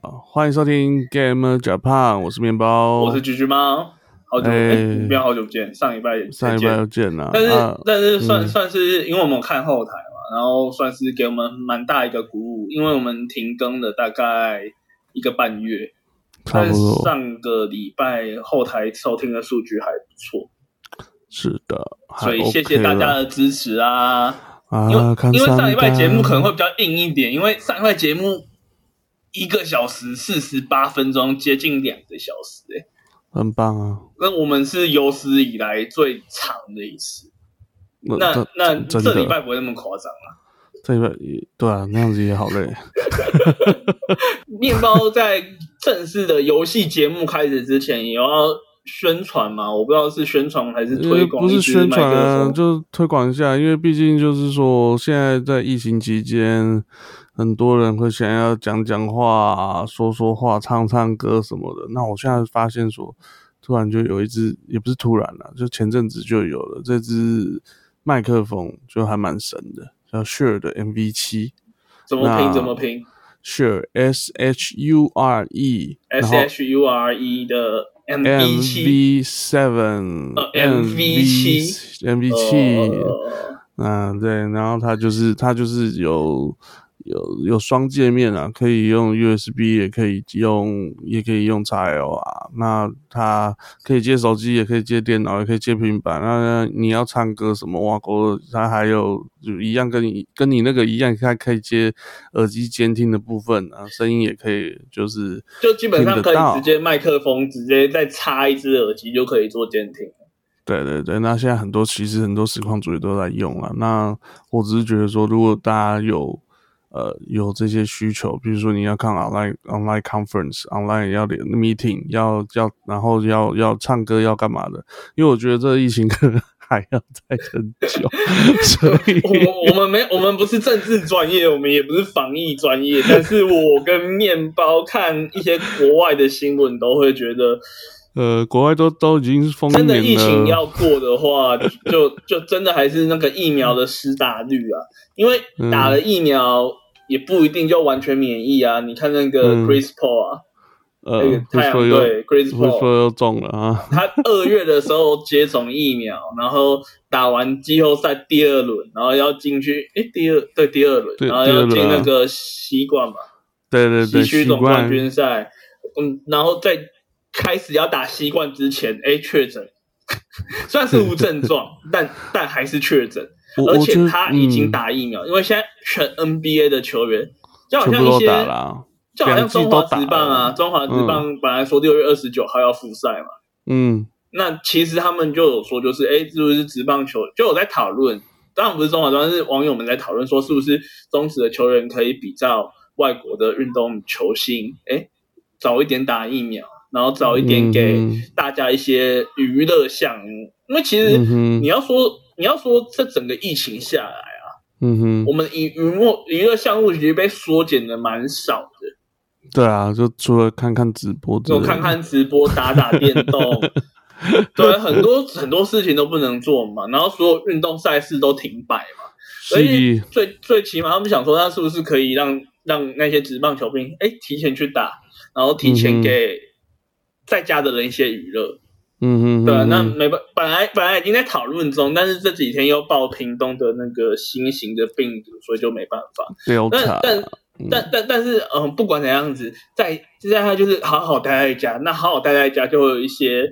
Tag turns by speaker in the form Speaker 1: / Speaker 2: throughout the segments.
Speaker 1: 欢迎收听 Game Japan，我是面包，
Speaker 2: 我是橘橘猫，好久
Speaker 1: 哦哎
Speaker 2: 哎，不要好久不见，上一拜
Speaker 1: 上一
Speaker 2: 才
Speaker 1: 拜
Speaker 2: 见
Speaker 1: 又见了，
Speaker 2: 但是、
Speaker 1: 啊
Speaker 2: 但是算、
Speaker 1: 嗯
Speaker 2: 算是因为我们有看后台嘛，然后算是给我们蛮大一个鼓舞，因为我们停更了大概一个半月，
Speaker 1: 差
Speaker 2: 但
Speaker 1: 不多
Speaker 2: 上个礼拜后台收听的数据还不错，
Speaker 1: 是的，还
Speaker 2: 所以
Speaker 1: OK
Speaker 2: 谢谢大家
Speaker 1: 了
Speaker 2: 的支持啊！因为、
Speaker 1: 啊，看
Speaker 2: 因为上礼拜
Speaker 1: 单
Speaker 2: 节目可能会比较硬一点，因为上礼拜节目一个小时四十八分钟，接近两个小时、欸，
Speaker 1: 很棒啊，
Speaker 2: 那我们是有史以来最长的一次。
Speaker 1: 那
Speaker 2: 那
Speaker 1: 这
Speaker 2: 那
Speaker 1: 真
Speaker 2: 这礼
Speaker 1: 的
Speaker 2: 拜不会那么夸张啊。
Speaker 1: 这一拜也对啊，那样子也好累，
Speaker 2: 面包在正式的游戏节目开始之前，也要宣传嘛？我不知道是宣传还是
Speaker 1: 因为
Speaker 2: 推广，
Speaker 1: 呃不是
Speaker 2: 一支
Speaker 1: 宣传
Speaker 2: 麦克
Speaker 1: 啊，
Speaker 2: 风
Speaker 1: 就推广一下，因为毕竟就是说现在在疫情期间，很多人会想要讲讲话、啊说说话、唱唱歌什么的。那我现在发现说，突然就有一只，也不是突然了、就前阵子就有了这只麦克风，就还蛮神的，叫 Shure 的 MV 七
Speaker 2: 怎么
Speaker 1: 那
Speaker 2: 拼怎么拼
Speaker 1: ，Shure S H U R E，然
Speaker 2: ，S
Speaker 1: 后
Speaker 2: H U R E 的 M V 七
Speaker 1: MV seven，
Speaker 2: 呃 MV7
Speaker 1: MV 七。
Speaker 2: 呃，
Speaker 1: 嗯，对，然后它就是它就是有有有双界面啊，可以用 USB，也可以用也可以用 XL 啊。那它可以接手机，也可以接电脑，也可以接平板。那你要唱歌什么哇狗，它还有就一样跟你跟你那个一样，它可以接耳机监听的部分啊，声音也可以就是
Speaker 2: 就基本上
Speaker 1: 听得
Speaker 2: 可以
Speaker 1: 到
Speaker 2: 直接麦克风直接再插一只耳机就可以做监听。
Speaker 1: 对对对，那现在很多其实很多实况主也都在用了。那我只是觉得说，如果大家有呃有这些需求，比如说你要看 online online conference、online 要连 meeting 要要，然后要要唱歌要干嘛的，因为我觉得这疫情 可能还要再很久，所以
Speaker 2: 我们我们没，我们不是政治专业，我们也不是防疫专业，但是我跟面包看一些国外的新闻，都会觉得，
Speaker 1: 呃，国外都都已经封
Speaker 2: 真
Speaker 1: 年
Speaker 2: 的疫情
Speaker 1: 了，
Speaker 2: 要过的话，就就真的还是那个疫苗的施打率啊，因为
Speaker 1: 嗯
Speaker 2: 打了疫苗也不一定就完全免疫啊。你看那个
Speaker 1: 嗯
Speaker 2: Chris Paul 啊，
Speaker 1: 呃
Speaker 2: 那个，
Speaker 1: 会
Speaker 2: 太阳
Speaker 1: 说又
Speaker 2: 队 Chris
Speaker 1: 会
Speaker 2: Paul，
Speaker 1: 说又中了啊。
Speaker 2: 他二月的时候接种疫苗，然后打完季后赛第二轮，然后要进去，诶，第二对第二轮，
Speaker 1: 对
Speaker 2: 然后
Speaker 1: 第二
Speaker 2: 要
Speaker 1: 轮
Speaker 2: 进
Speaker 1: 啊
Speaker 2: 那个西冠嘛，
Speaker 1: 对对对，
Speaker 2: 西区
Speaker 1: 习
Speaker 2: 总冠
Speaker 1: 惯
Speaker 2: 军赛，嗯，然后在开始要打西冠之前，诶，确诊， 虽然是无症状，但但还是确诊，
Speaker 1: 我
Speaker 2: 而
Speaker 1: 我觉
Speaker 2: 且
Speaker 1: 得
Speaker 2: 他已经
Speaker 1: 嗯
Speaker 2: 打疫苗，因为现在全 NBA 的球员，就好
Speaker 1: 全
Speaker 2: 像
Speaker 1: 部
Speaker 2: 一
Speaker 1: 都
Speaker 2: 些
Speaker 1: 打了啊。
Speaker 2: 就好像
Speaker 1: 两季
Speaker 2: 中
Speaker 1: 都
Speaker 2: 华
Speaker 1: 打
Speaker 2: 职棒啊，
Speaker 1: 了
Speaker 2: 中华职棒本来说六月二十九号要复赛嘛。
Speaker 1: 嗯，
Speaker 2: 那其实他们就有说，就是哎，诶是不是职棒球就有在讨论？当然不是中华专，是网友们在讨论说，是不是中职的球员可以比照外国的运动球星，哎，早一点打疫苗，然后早一点给
Speaker 1: 嗯哼
Speaker 2: 大家一些娱乐项目。因为其实
Speaker 1: 嗯哼
Speaker 2: 你要说，你要说这整个疫情下来啊，
Speaker 1: 嗯哼，
Speaker 2: 我们娱娱乐娱乐项目其实被缩减的蛮少的。
Speaker 1: 对啊，就除了看看直播之类
Speaker 2: 就
Speaker 1: 的，
Speaker 2: 看看直播、打打电动，对，很多 很多事情都不能做嘛，然后所有运动赛事都停摆嘛，所
Speaker 1: 是
Speaker 2: 以
Speaker 1: 的，
Speaker 2: 最最起码他们想说，那是不是可以让让那些职棒球兵哎提前去打，然后提
Speaker 1: 嗯哼
Speaker 2: 前给在家的人一些娱乐，
Speaker 1: 嗯哼哼哼，
Speaker 2: 对啊，那没办，本来本来已经在讨论中，但是这几天又爆屏东的那个新型的病毒，所以就没办法。但
Speaker 1: Delta，
Speaker 2: 但
Speaker 1: 嗯
Speaker 2: 但但但是，嗯，不管怎样子，在现在他就是好好待在家，那好好待在家就会有一些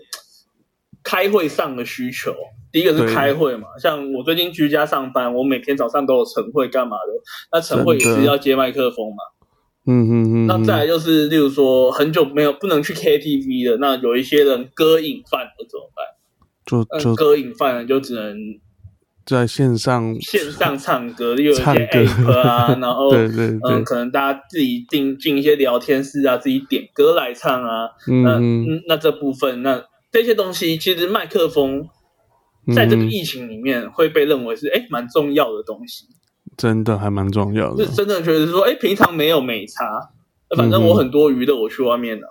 Speaker 2: 开会上的需求。第一个
Speaker 1: 对
Speaker 2: 是开会嘛，像我最近居家上班，我每天早上都有晨会干嘛的，那晨会也
Speaker 1: 真的
Speaker 2: 是要接麦克风嘛。
Speaker 1: 嗯哼哼，
Speaker 2: 那再来就是，例如说很久没有不能去 KTV 的，那有一些人歌瘾犯了怎么办？
Speaker 1: 就
Speaker 2: 那
Speaker 1: 就
Speaker 2: 歌瘾犯了就只能
Speaker 1: 在线上，
Speaker 2: 线上唱歌，例如有一些
Speaker 1: 唱歌
Speaker 2: app 啊，然后
Speaker 1: 对对
Speaker 2: 嗯，
Speaker 1: 对，
Speaker 2: 可能大家自己进进一些聊天室啊，自己点歌来唱啊。那
Speaker 1: 嗯
Speaker 2: 嗯，那这部分，那这些东西，其实麦克风
Speaker 1: 哼，
Speaker 2: 在这个
Speaker 1: 嗯
Speaker 2: 疫情里面会被认为是哎蛮重要的东西，
Speaker 1: 嗯真的还蛮重要的
Speaker 2: 是，真的觉得说哎平常没有美差，反正
Speaker 1: 嗯哼
Speaker 2: 我很多余的我去外面拿。啊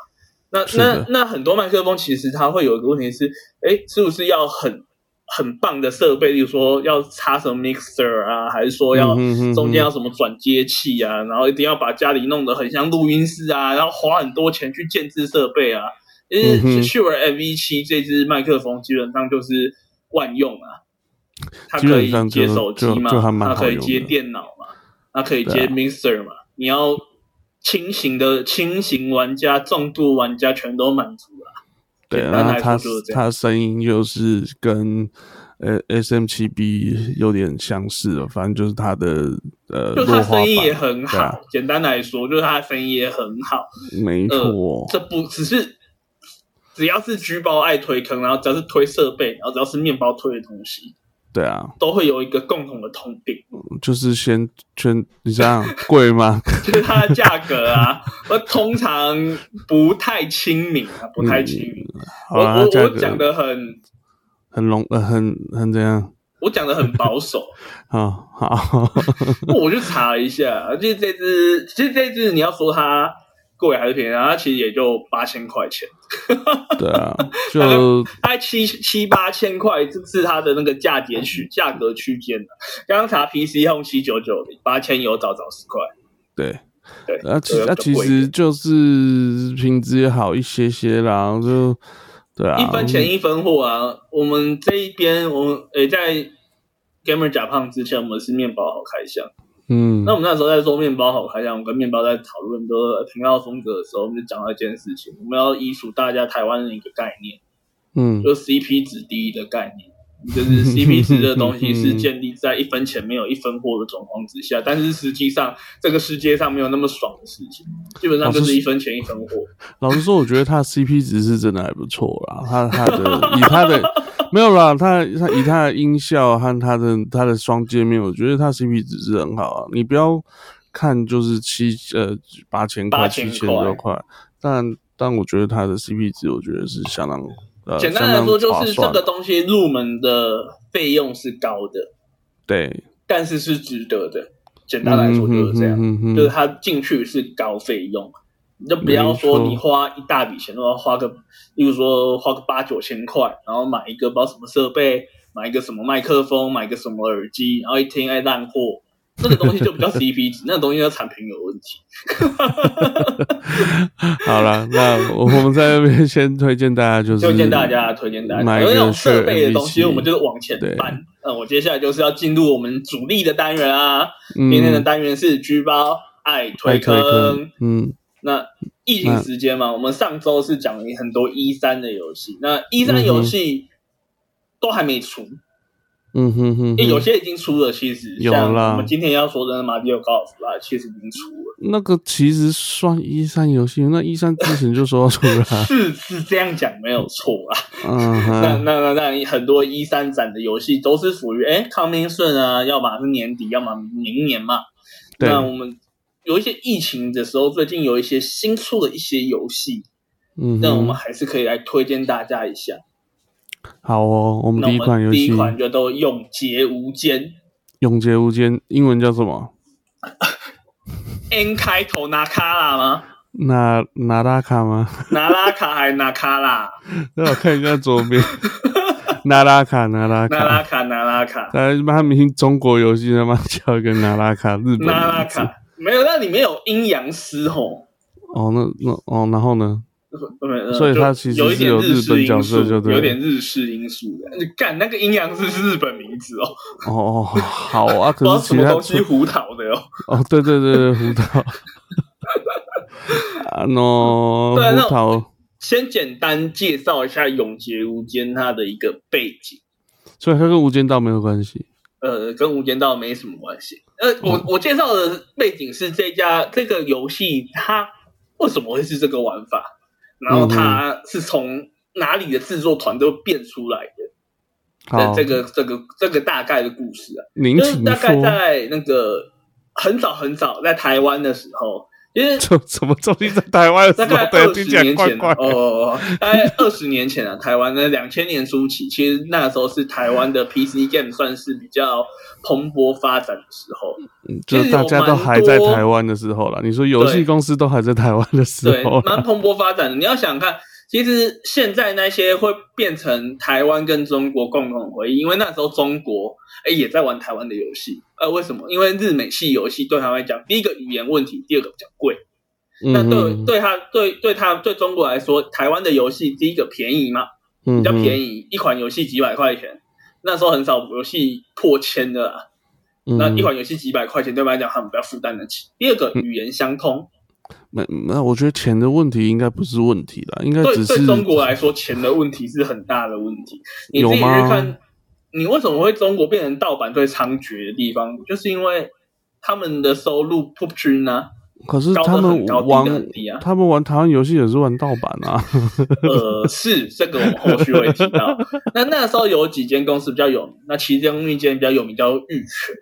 Speaker 2: 那
Speaker 1: 是的
Speaker 2: 那那很多麦克风其实它会有一个问题是，哎，是不是要很很棒的设备，例如说要插什么 mixer 啊，还是说要
Speaker 1: 嗯哼哼
Speaker 2: 中间要什么转接器啊，然后一定要把家里弄得很像录音室啊，然后花很多钱去建制设备啊。因为
Speaker 1: 嗯哼
Speaker 2: Shure MV 七这支麦克风基本上就是万用啊，它
Speaker 1: 基
Speaker 2: 可
Speaker 1: 本
Speaker 2: 以
Speaker 1: 上就
Speaker 2: 接手机嘛，
Speaker 1: 就就还蛮
Speaker 2: 它
Speaker 1: 好
Speaker 2: 可以
Speaker 1: 用的
Speaker 2: 接电脑嘛，它可以接
Speaker 1: 对啊
Speaker 2: mixer 嘛。你要轻型的轻型玩家、重度玩家全都满足了、
Speaker 1: 对，
Speaker 2: 简单
Speaker 1: 然后
Speaker 2: 来
Speaker 1: 它
Speaker 2: 说就是这样
Speaker 1: 它声音又是跟呃 S M 七 B 有点相似了，反正就是它的呃
Speaker 2: 就
Speaker 1: 弱
Speaker 2: 他
Speaker 1: 化
Speaker 2: 声音也
Speaker 1: 版，
Speaker 2: 很好，
Speaker 1: 对啊
Speaker 2: 简单来说，就是他的声音也很好。
Speaker 1: 没
Speaker 2: 呃
Speaker 1: 错，
Speaker 2: 这不只是只要是橘包爱推坑，然后只要是推设备，然后只要是面包推的东西，
Speaker 1: 对啊，
Speaker 2: 都会有一个共同的通病，
Speaker 1: 就是先全你想想贵吗？
Speaker 2: 就是它的价格啊，我通常不太亲民啊，不太亲民。我
Speaker 1: 好啦，它嗯
Speaker 2: 我
Speaker 1: 啊价
Speaker 2: 我讲
Speaker 1: 格
Speaker 2: 的很，
Speaker 1: 很笼呃很很怎样
Speaker 2: 我讲的很保守。
Speaker 1: 啊？好，
Speaker 2: 我去查了一下，就是这只，其实这只你要说它贵还是便宜，它其实也就八千块钱。
Speaker 1: 对啊， 就
Speaker 2: 大概七七八千块，这是它的那个价节区价格区间的。刚刚查 PC Home 七九九零，八千有找找十块，
Speaker 1: 对。
Speaker 2: 对，
Speaker 1: 啊，其
Speaker 2: 这个
Speaker 1: 啊，
Speaker 2: 比较
Speaker 1: 其
Speaker 2: 贵一
Speaker 1: 实
Speaker 2: 点
Speaker 1: 就是品质也好一些些啦，然后就对啊，
Speaker 2: 一分钱一分货啊。我们这一边，我们诶、在 Gamer 假胖之前，我们是面包好开箱。
Speaker 1: 嗯，
Speaker 2: 那我们那时候在做面包好开箱，我跟面包在讨论就是频道风格的时候，我们就讲到一件事情，我们要依属大家台湾的一个概念，
Speaker 1: 嗯
Speaker 2: 就是 CP 值第一的概念。就是 CP 值这个东西是建立在一分钱没有一分货的状况之下，但是实际上这个世界上没有那么爽的事情，基本上就是一分钱一分货。
Speaker 1: 老实说，我觉得他 CP 值是真的还不错啦。他他的以他的没有啦，他他以他的音效和他的他的双界面，我觉得他 CP 值是很好啊。你不要看就是七呃八千块、
Speaker 2: 8000
Speaker 1: 七千多块，但但我觉得他的 CP 值，我觉得是相当呃
Speaker 2: 简单来说，
Speaker 1: 相当
Speaker 2: 就
Speaker 1: 划
Speaker 2: 是这
Speaker 1: 算
Speaker 2: 个东西入门的费用是高的，
Speaker 1: 对，
Speaker 2: 但是是值得的。简单来说就是这样，
Speaker 1: 嗯哼嗯哼嗯哼
Speaker 2: 就是它进去是高费用，你就不要说
Speaker 1: 没错
Speaker 2: 你花一大笔钱，都要花个，例如说花个八九千块，然后买一个不知道什么设备，买一个什么麦克风，买个什么耳机，然后一听哎烂货，那个东西就 不叫 CP 值，那个东西叫产品有问题。
Speaker 1: 好了，那我我们在那边先推荐大家，就是
Speaker 2: 推荐大家，推荐大家，
Speaker 1: 买
Speaker 2: 有
Speaker 1: 一
Speaker 2: 那种
Speaker 1: 个
Speaker 2: 设备的
Speaker 1: Shure
Speaker 2: 东西，
Speaker 1: MV7
Speaker 2: 我们就是往前
Speaker 1: 对
Speaker 2: 搬。那我接下来就是要进入我们主力的单元啊，
Speaker 1: 嗯
Speaker 2: 今天的单元是居包爱推
Speaker 1: 推
Speaker 2: 坑。
Speaker 1: 嗯，
Speaker 2: 那疫情时间嘛，我们上周是讲了很多一三的游戏，那一三游戏都还没出，
Speaker 1: 嗯哼哼
Speaker 2: 因为有
Speaker 1: 哼，
Speaker 2: 些已经出了，其实
Speaker 1: 有
Speaker 2: 像
Speaker 1: 啦
Speaker 2: 我们今天要说的马里奥高尔夫啦，其实已经出了，
Speaker 1: 那个其实算一三游戏， 那一三之前就说要出 了啊，
Speaker 2: 是是这样讲没有错啦。
Speaker 1: 嗯
Speaker 2: 那
Speaker 1: 哼，
Speaker 2: 那那那很多一三展的游戏都是属于哎 coming soon 啊，要么是年底，要么明年嘛。
Speaker 1: 对嗯
Speaker 2: 那我们有一些疫情的时候，最近有一些新出的一些游戏，
Speaker 1: 嗯哼，
Speaker 2: 那我们还是可以来推荐大家一下。
Speaker 1: 好哦，我们
Speaker 2: 那
Speaker 1: 第一
Speaker 2: 我
Speaker 1: 款
Speaker 2: 们
Speaker 1: 游
Speaker 2: 第
Speaker 1: 戏
Speaker 2: 一款
Speaker 1: 《
Speaker 2: 就都永劫无间
Speaker 1: 永劫无间》，英文叫什么？
Speaker 2: ，N 开头拿卡拉吗？
Speaker 1: 那拿大卡吗？
Speaker 2: 拿拉卡还拿卡拉？
Speaker 1: 让我看一下左 边，拿拉卡，拿拉
Speaker 2: 拿拉
Speaker 1: 卡，
Speaker 2: 卡拿拉卡
Speaker 1: 他妈明中国游戏他妈叫一个拿拉卡，日本的
Speaker 2: 拿拉
Speaker 1: 名字
Speaker 2: 卡，没有，那里面有阴阳师吼。
Speaker 1: 哦，那那哦，然后呢？
Speaker 2: 呃
Speaker 1: 所以
Speaker 2: 就
Speaker 1: 它其实
Speaker 2: 有一
Speaker 1: 是
Speaker 2: 点
Speaker 1: 有
Speaker 2: 日
Speaker 1: 日
Speaker 2: 式
Speaker 1: 本角
Speaker 2: 因素
Speaker 1: 色就对了
Speaker 2: 有点日式因素的。你干那个阴阳师是日本名字哦，
Speaker 1: 哦哦， 好啊，
Speaker 2: 不 知
Speaker 1: 可
Speaker 2: 道
Speaker 1: 是
Speaker 2: 什
Speaker 1: 其
Speaker 2: 么
Speaker 1: 他
Speaker 2: 东西胡桃的哦。
Speaker 1: 哦，对对对对，胡 桃，啊 no，
Speaker 2: 对那
Speaker 1: 胡桃，
Speaker 2: 先简单介绍一下《永劫无间》它的一个背景，
Speaker 1: 所以它跟《无间道》没有关系。
Speaker 2: 呃，跟《无间道》没什么关系。呃，我
Speaker 1: 哦
Speaker 2: 我介绍的背景是这家这个游戏它为什么会是这个玩法，然后
Speaker 1: 嗯
Speaker 2: 它是从哪里的制作团队变出来的，
Speaker 1: 好，
Speaker 2: 这这个这个这个大概的故事啊。
Speaker 1: 您
Speaker 2: 就是
Speaker 1: 请
Speaker 2: 大概
Speaker 1: 说，
Speaker 2: 在那个很早很早在台湾的时候，因 为
Speaker 1: 这什么东西在台湾
Speaker 2: 大
Speaker 1: 的时
Speaker 2: 概
Speaker 1: 候，对，
Speaker 2: 二
Speaker 1: 听
Speaker 2: 十
Speaker 1: 起来
Speaker 2: 年
Speaker 1: 怪
Speaker 2: 前
Speaker 1: 怪的。
Speaker 2: 哦，大概二十年前啊，台湾的两千年初期，其实那时候是台湾的 PC game 算是比较蓬勃发展的时候。
Speaker 1: 就
Speaker 2: 其
Speaker 1: 是
Speaker 2: 实有
Speaker 1: 大家都还在
Speaker 2: 蛮多
Speaker 1: 台湾的时候啦，你说游戏公司都还在台湾的时
Speaker 2: 对
Speaker 1: 候，啦，
Speaker 2: 蛮蓬勃发展的。你要想看，其实现在那些会变成台湾跟中国共同的回忆，因为那时候中国哎也在玩台湾的游戏，呃，为什么？因为日美系游戏对他们来讲，第一个语言问题，第二个比较贵。
Speaker 1: 嗯
Speaker 2: 那对对他对对他对中国来说，台湾的游戏第一个便宜嘛，
Speaker 1: 比
Speaker 2: 比较便
Speaker 1: 宜，
Speaker 2: 宜，一款游戏几百块钱，那时候很少游戏破千的啦。
Speaker 1: 嗯
Speaker 2: 那一款游戏几百块钱，对他们来讲他们比较负担得起。第二个语言相通，
Speaker 1: 嗯那那我觉得钱的问题应该不是问题啦，应该
Speaker 2: 对
Speaker 1: 只
Speaker 2: 对
Speaker 1: 是
Speaker 2: 中国来说，钱的问题是很大的问题。你自己去
Speaker 1: 有吗
Speaker 2: 看，你为什么会中国变成盗版最猖獗的地方，就是因为他们的收入不均啊，
Speaker 1: 可是
Speaker 2: 高
Speaker 1: 他
Speaker 2: 的
Speaker 1: 们
Speaker 2: 很高，低的
Speaker 1: 玩
Speaker 2: 很低啊。
Speaker 1: 他们玩台湾游戏也是玩盗版啊，
Speaker 2: 呃，是这个我们后续会提到。那那时候有几间公司比较有名，那其中一间比较有名叫玉泉，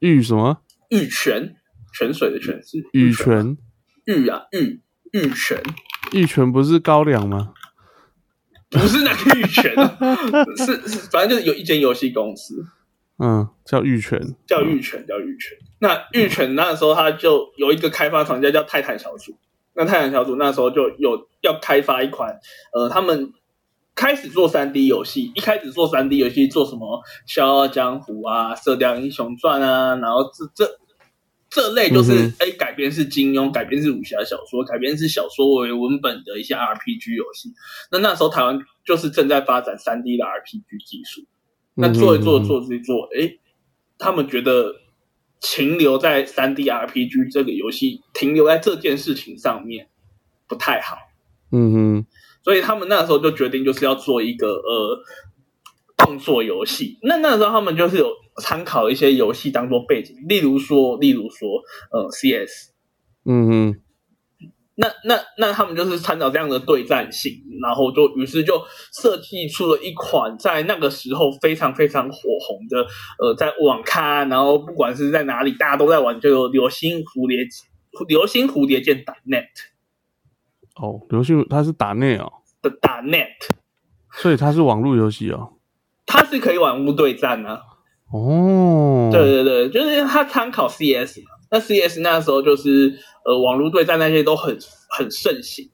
Speaker 1: 玉什么
Speaker 2: 玉泉泉水的泉是
Speaker 1: 玉
Speaker 2: 泉
Speaker 1: 泉，
Speaker 2: 玉啊玉玉泉，
Speaker 1: 玉泉不是高粱吗？
Speaker 2: 不是那个玉泉，啊 是是反正就是有一间游戏公司
Speaker 1: 嗯，叫玉泉，
Speaker 2: 叫玉泉，叫玉泉。那玉泉那时候他就有一个开发厂家叫泰坦小组，那泰坦小组那时候就有要开发一款，呃，他们开始做三 D 游戏，一开始做三 D 游戏做什么《笑傲江湖》啊，《射雕英雄传》啊，然后这这这类就是
Speaker 1: 嗯
Speaker 2: 哎、改编是金庸，改编是武侠小说，改编是小说为文本的一些 RPG 游戏。那那时候台湾就是正在发展三 D 的 RPG 技术，
Speaker 1: 嗯
Speaker 2: 那做一做做一做，哎、他们觉得停留在三 D RPG 这个游戏，停留在这件事情上面不太好，
Speaker 1: 嗯哼，
Speaker 2: 所以他们那时候就决定就是要做一个呃动作游戏。那那时候他们就是有参考一些游戏当做背景，例如说，例如说，呃，CS，
Speaker 1: 嗯哼，
Speaker 2: 那那那他们就是参照这样的对战性，然后就于是就设计出了一款在那个时候非常非常火红的，呃，在网咖，然后不管是在哪里，大家都在玩这个流星蝴蝶流星蝴蝶剑打 net
Speaker 1: 哦，游戏它是打内哦，
Speaker 2: 的打 net，
Speaker 1: 所以它是网络游戏哦。
Speaker 2: 它是可以玩物对战啊，
Speaker 1: 哦，
Speaker 2: 对对对，就是他参考 CS 嘛，那 CS 那时候就是呃网络对战那些都很很盛行。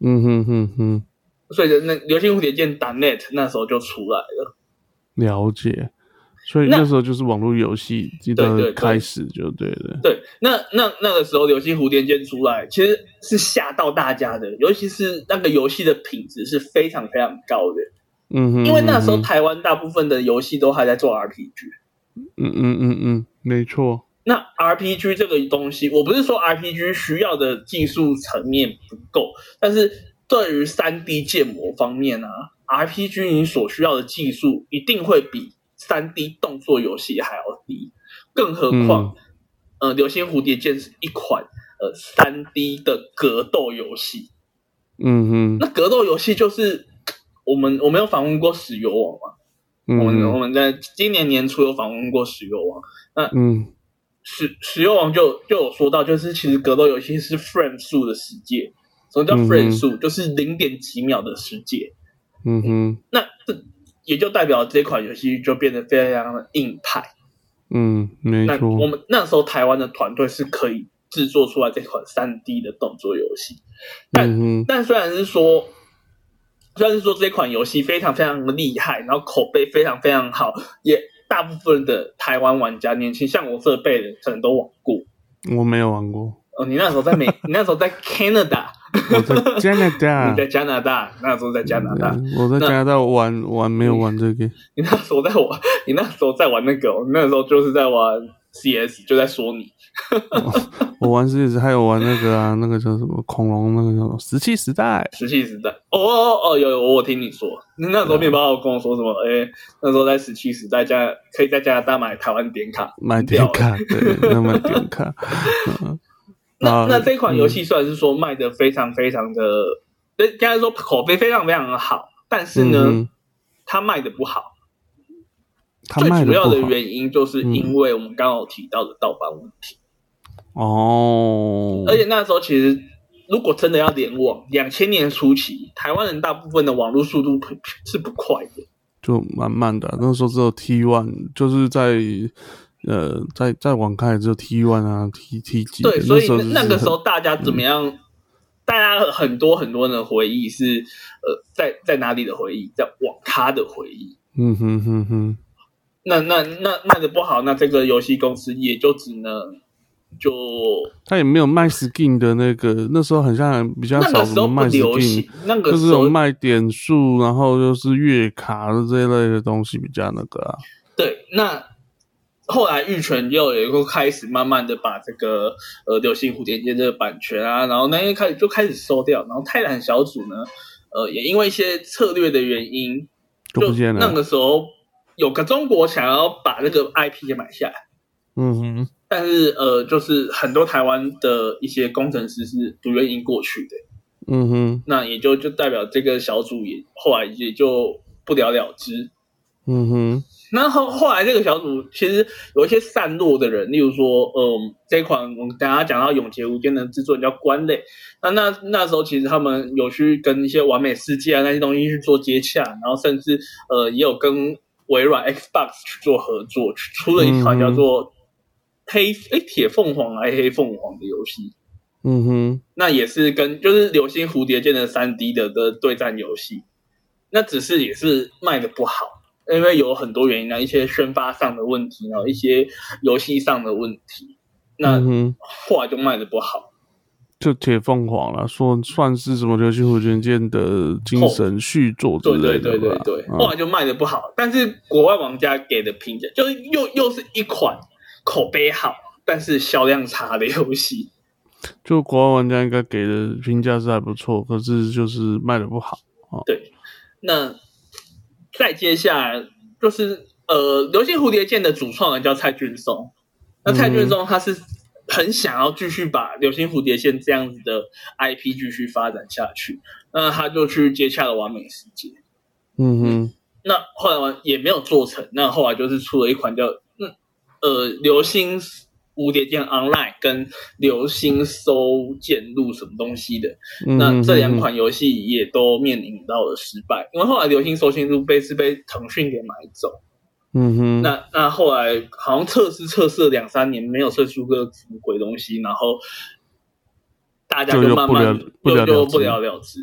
Speaker 1: 嗯哼哼哼，
Speaker 2: 所以那流星蝴蝶剑打 net 那时候就出来了，
Speaker 1: 了解。所以
Speaker 2: 那
Speaker 1: 那时候就是网络游戏
Speaker 2: 对对
Speaker 1: 的
Speaker 2: 对
Speaker 1: 开始，就对了。
Speaker 2: 对，那那那个时候流星蝴蝶剑出来，其实是吓到大家的，尤其是那个游戏的品质是非常非常高的，
Speaker 1: 嗯哼，
Speaker 2: 因为那时候
Speaker 1: 嗯哼
Speaker 2: 台湾大部分的游戏都还在做 RPG。
Speaker 1: 嗯嗯嗯嗯，没错。
Speaker 2: 那 RPG 这个东西，我不是说 RPG 需要的技术层面不够，但是对于三 D 建模方面啊，RPG 你所需要的技术一定会比三 D 动作游戏还要低，更何况，呃，流星蝴蝶剑是一款呃三 D 的格斗游戏，
Speaker 1: 嗯哼，
Speaker 2: 那格斗游戏就是。我们我们有访问过石油王嘛？我们
Speaker 1: 嗯
Speaker 2: 我
Speaker 1: 哼
Speaker 2: 们在今年年初有访问过石油王，
Speaker 1: 嗯
Speaker 2: 石石油王就就有说到，就是其实格斗游戏是 frame 数的世界。什么叫
Speaker 1: 嗯哼
Speaker 2: frame 数？就是零点几秒的世界。
Speaker 1: 嗯哼
Speaker 2: 那这也就代表这款游戏就变得非常的硬派。
Speaker 1: 嗯，没
Speaker 2: 那我
Speaker 1: 错。
Speaker 2: 们那时候台湾的团队是可以制作出来这款三 D 的动作游戏。但
Speaker 1: 嗯哼
Speaker 2: 但虽然是说，虽然是说这款游戏非常非常的厉害，然后口碑非常非常好，也大部分的台湾玩家年轻，像我这辈人可能都玩过。
Speaker 1: 我没有玩过，
Speaker 2: 哦，你那时候 在美，你那时候在 Canada，
Speaker 1: 我在加拿大
Speaker 2: 你在，加拿大，那时候在加拿大，
Speaker 1: 啊嗯我在加拿大玩玩没有玩这个。
Speaker 2: 你那时候在玩， 你那时候在玩那个哦，你那时候就是在玩 CS，就在说你
Speaker 1: 我玩狮子，还有玩那个啊，那个叫什么恐龙，那个叫什么石器时代。
Speaker 2: 石器时代。哦哦哦，有有，我听你说，你那时候面包跟我说什么？
Speaker 1: 嗯
Speaker 2: 哎，那时候在石器时代加可以在加拿大买台湾点卡，
Speaker 1: 买
Speaker 2: 很屌
Speaker 1: 点卡，对，那买点 卡。
Speaker 2: 那、
Speaker 1: 啊
Speaker 2: 那这
Speaker 1: 嗯
Speaker 2: 款游戏虽然是说卖的非常非常的，呃应该说口碑非常非常的好，但是
Speaker 1: 嗯
Speaker 2: 呢，
Speaker 1: 哼
Speaker 2: 它卖的不好。
Speaker 1: 他
Speaker 2: 最
Speaker 1: 卖
Speaker 2: 主
Speaker 1: 的
Speaker 2: 要的
Speaker 1: 不好嗯
Speaker 2: 原因就是因为我们刚刚有提到的盗版问题，
Speaker 1: 哦，
Speaker 2: 而且那时候其实如果真的要联网，两千年初期，台湾人大部分的网络速度是不快的，
Speaker 1: 就慢慢的啊、那时候只有 T one，就是在呃，在在网开只有 T one 啊，T T 几的，
Speaker 2: 对，所以
Speaker 1: 时候就
Speaker 2: 那那
Speaker 1: 是嗯
Speaker 2: 个时候大家怎么样大家很多很多的回忆是呃，在在哪里的回忆，在网咖的回忆。
Speaker 1: 嗯哼哼哼，
Speaker 2: 那那那卖的不好，那这个游戏公司也就只能就
Speaker 1: 他也没有卖 skin 的那个，那时候很像比较
Speaker 2: 那
Speaker 1: 少
Speaker 2: 个
Speaker 1: 什
Speaker 2: 时候
Speaker 1: 么
Speaker 2: 不
Speaker 1: 卖
Speaker 2: 流
Speaker 1: skin，
Speaker 2: 行，那个
Speaker 1: 就是
Speaker 2: 时
Speaker 1: 有
Speaker 2: 候
Speaker 1: 卖点数，然后就是月卡的这一类的东西比较那个啊。
Speaker 2: 对，那后来玉泉又也就开始慢慢的把这个呃《流星蝴蝶结》的版权啊，然后那一开始就开始收掉，然后泰坦小组呢，呃，也因为一些策略的原因，
Speaker 1: 就不见了
Speaker 2: 那个时候有个中国想要把这个 IP 给买下来，
Speaker 1: 嗯哼，
Speaker 2: 但是呃，就是很多台湾的一些工程师是不愿意过去的，
Speaker 1: 嗯哼，
Speaker 2: 那也就就代表这个小组也后来也就不了了之。
Speaker 1: 嗯哼，
Speaker 2: 然后后来这个小组其实有一些散落的人，例如说，嗯，这款我们等一下讲到《永劫无间》的制作人叫关磊，那那那时候其实他们有去跟一些完美世界啊那些东西去做接洽，然后甚至呃也有跟微软 Xbox 去做合作，去出了一
Speaker 1: 嗯
Speaker 2: 款叫做黑哎铁凤凰还是黑凤凰的游戏，
Speaker 1: 嗯哼，
Speaker 2: 那也是跟就是《流星蝴蝶剑》的三 D 的的对战游戏，那只是也是卖的不好，因为有很多原因啊，一些宣发上的问题，然后一些游戏上的问题，那
Speaker 1: 嗯哼。
Speaker 2: 后来就卖的不好。
Speaker 1: 就铁凤凰啦，说算是什么流星火箭剑的精神续作之
Speaker 2: 对对
Speaker 1: 类的
Speaker 2: 对对
Speaker 1: 吧。
Speaker 2: 对，
Speaker 1: 嗯
Speaker 2: 后来就卖的不好。但是国外玩家给的评价就是又又是一款口碑好，但是销量差的游戏。
Speaker 1: 就国外玩家应该给的评价是还不错，可是就是卖的不好。
Speaker 2: 对，那再接下来就是呃，《流星蝴蝶剑》的主创人叫蔡俊松，那蔡俊松他是很想要继续把《流星蝴蝶剑》这样子的 IP 继续发展下去，那他就去接洽了完美世界，
Speaker 1: 嗯哼，
Speaker 2: 那后来完也没有做成，那后来就是出了一款叫嗯呃《流星蝴蝶剑 Online》跟《流星搜剑录》什么东西的，
Speaker 1: 嗯
Speaker 2: 那
Speaker 1: 哼
Speaker 2: 这两，款游戏也都面临到了失败，因为后来《流星搜寻路》被是被腾讯给买走。
Speaker 1: 嗯哼，
Speaker 2: 那那后来好像测试测试了两三年，没有测出个什么鬼东西，然后大家
Speaker 1: 就又
Speaker 2: 慢
Speaker 1: 不了
Speaker 2: 慢
Speaker 1: 不了
Speaker 2: 就就
Speaker 1: 了之
Speaker 2: 不了了之。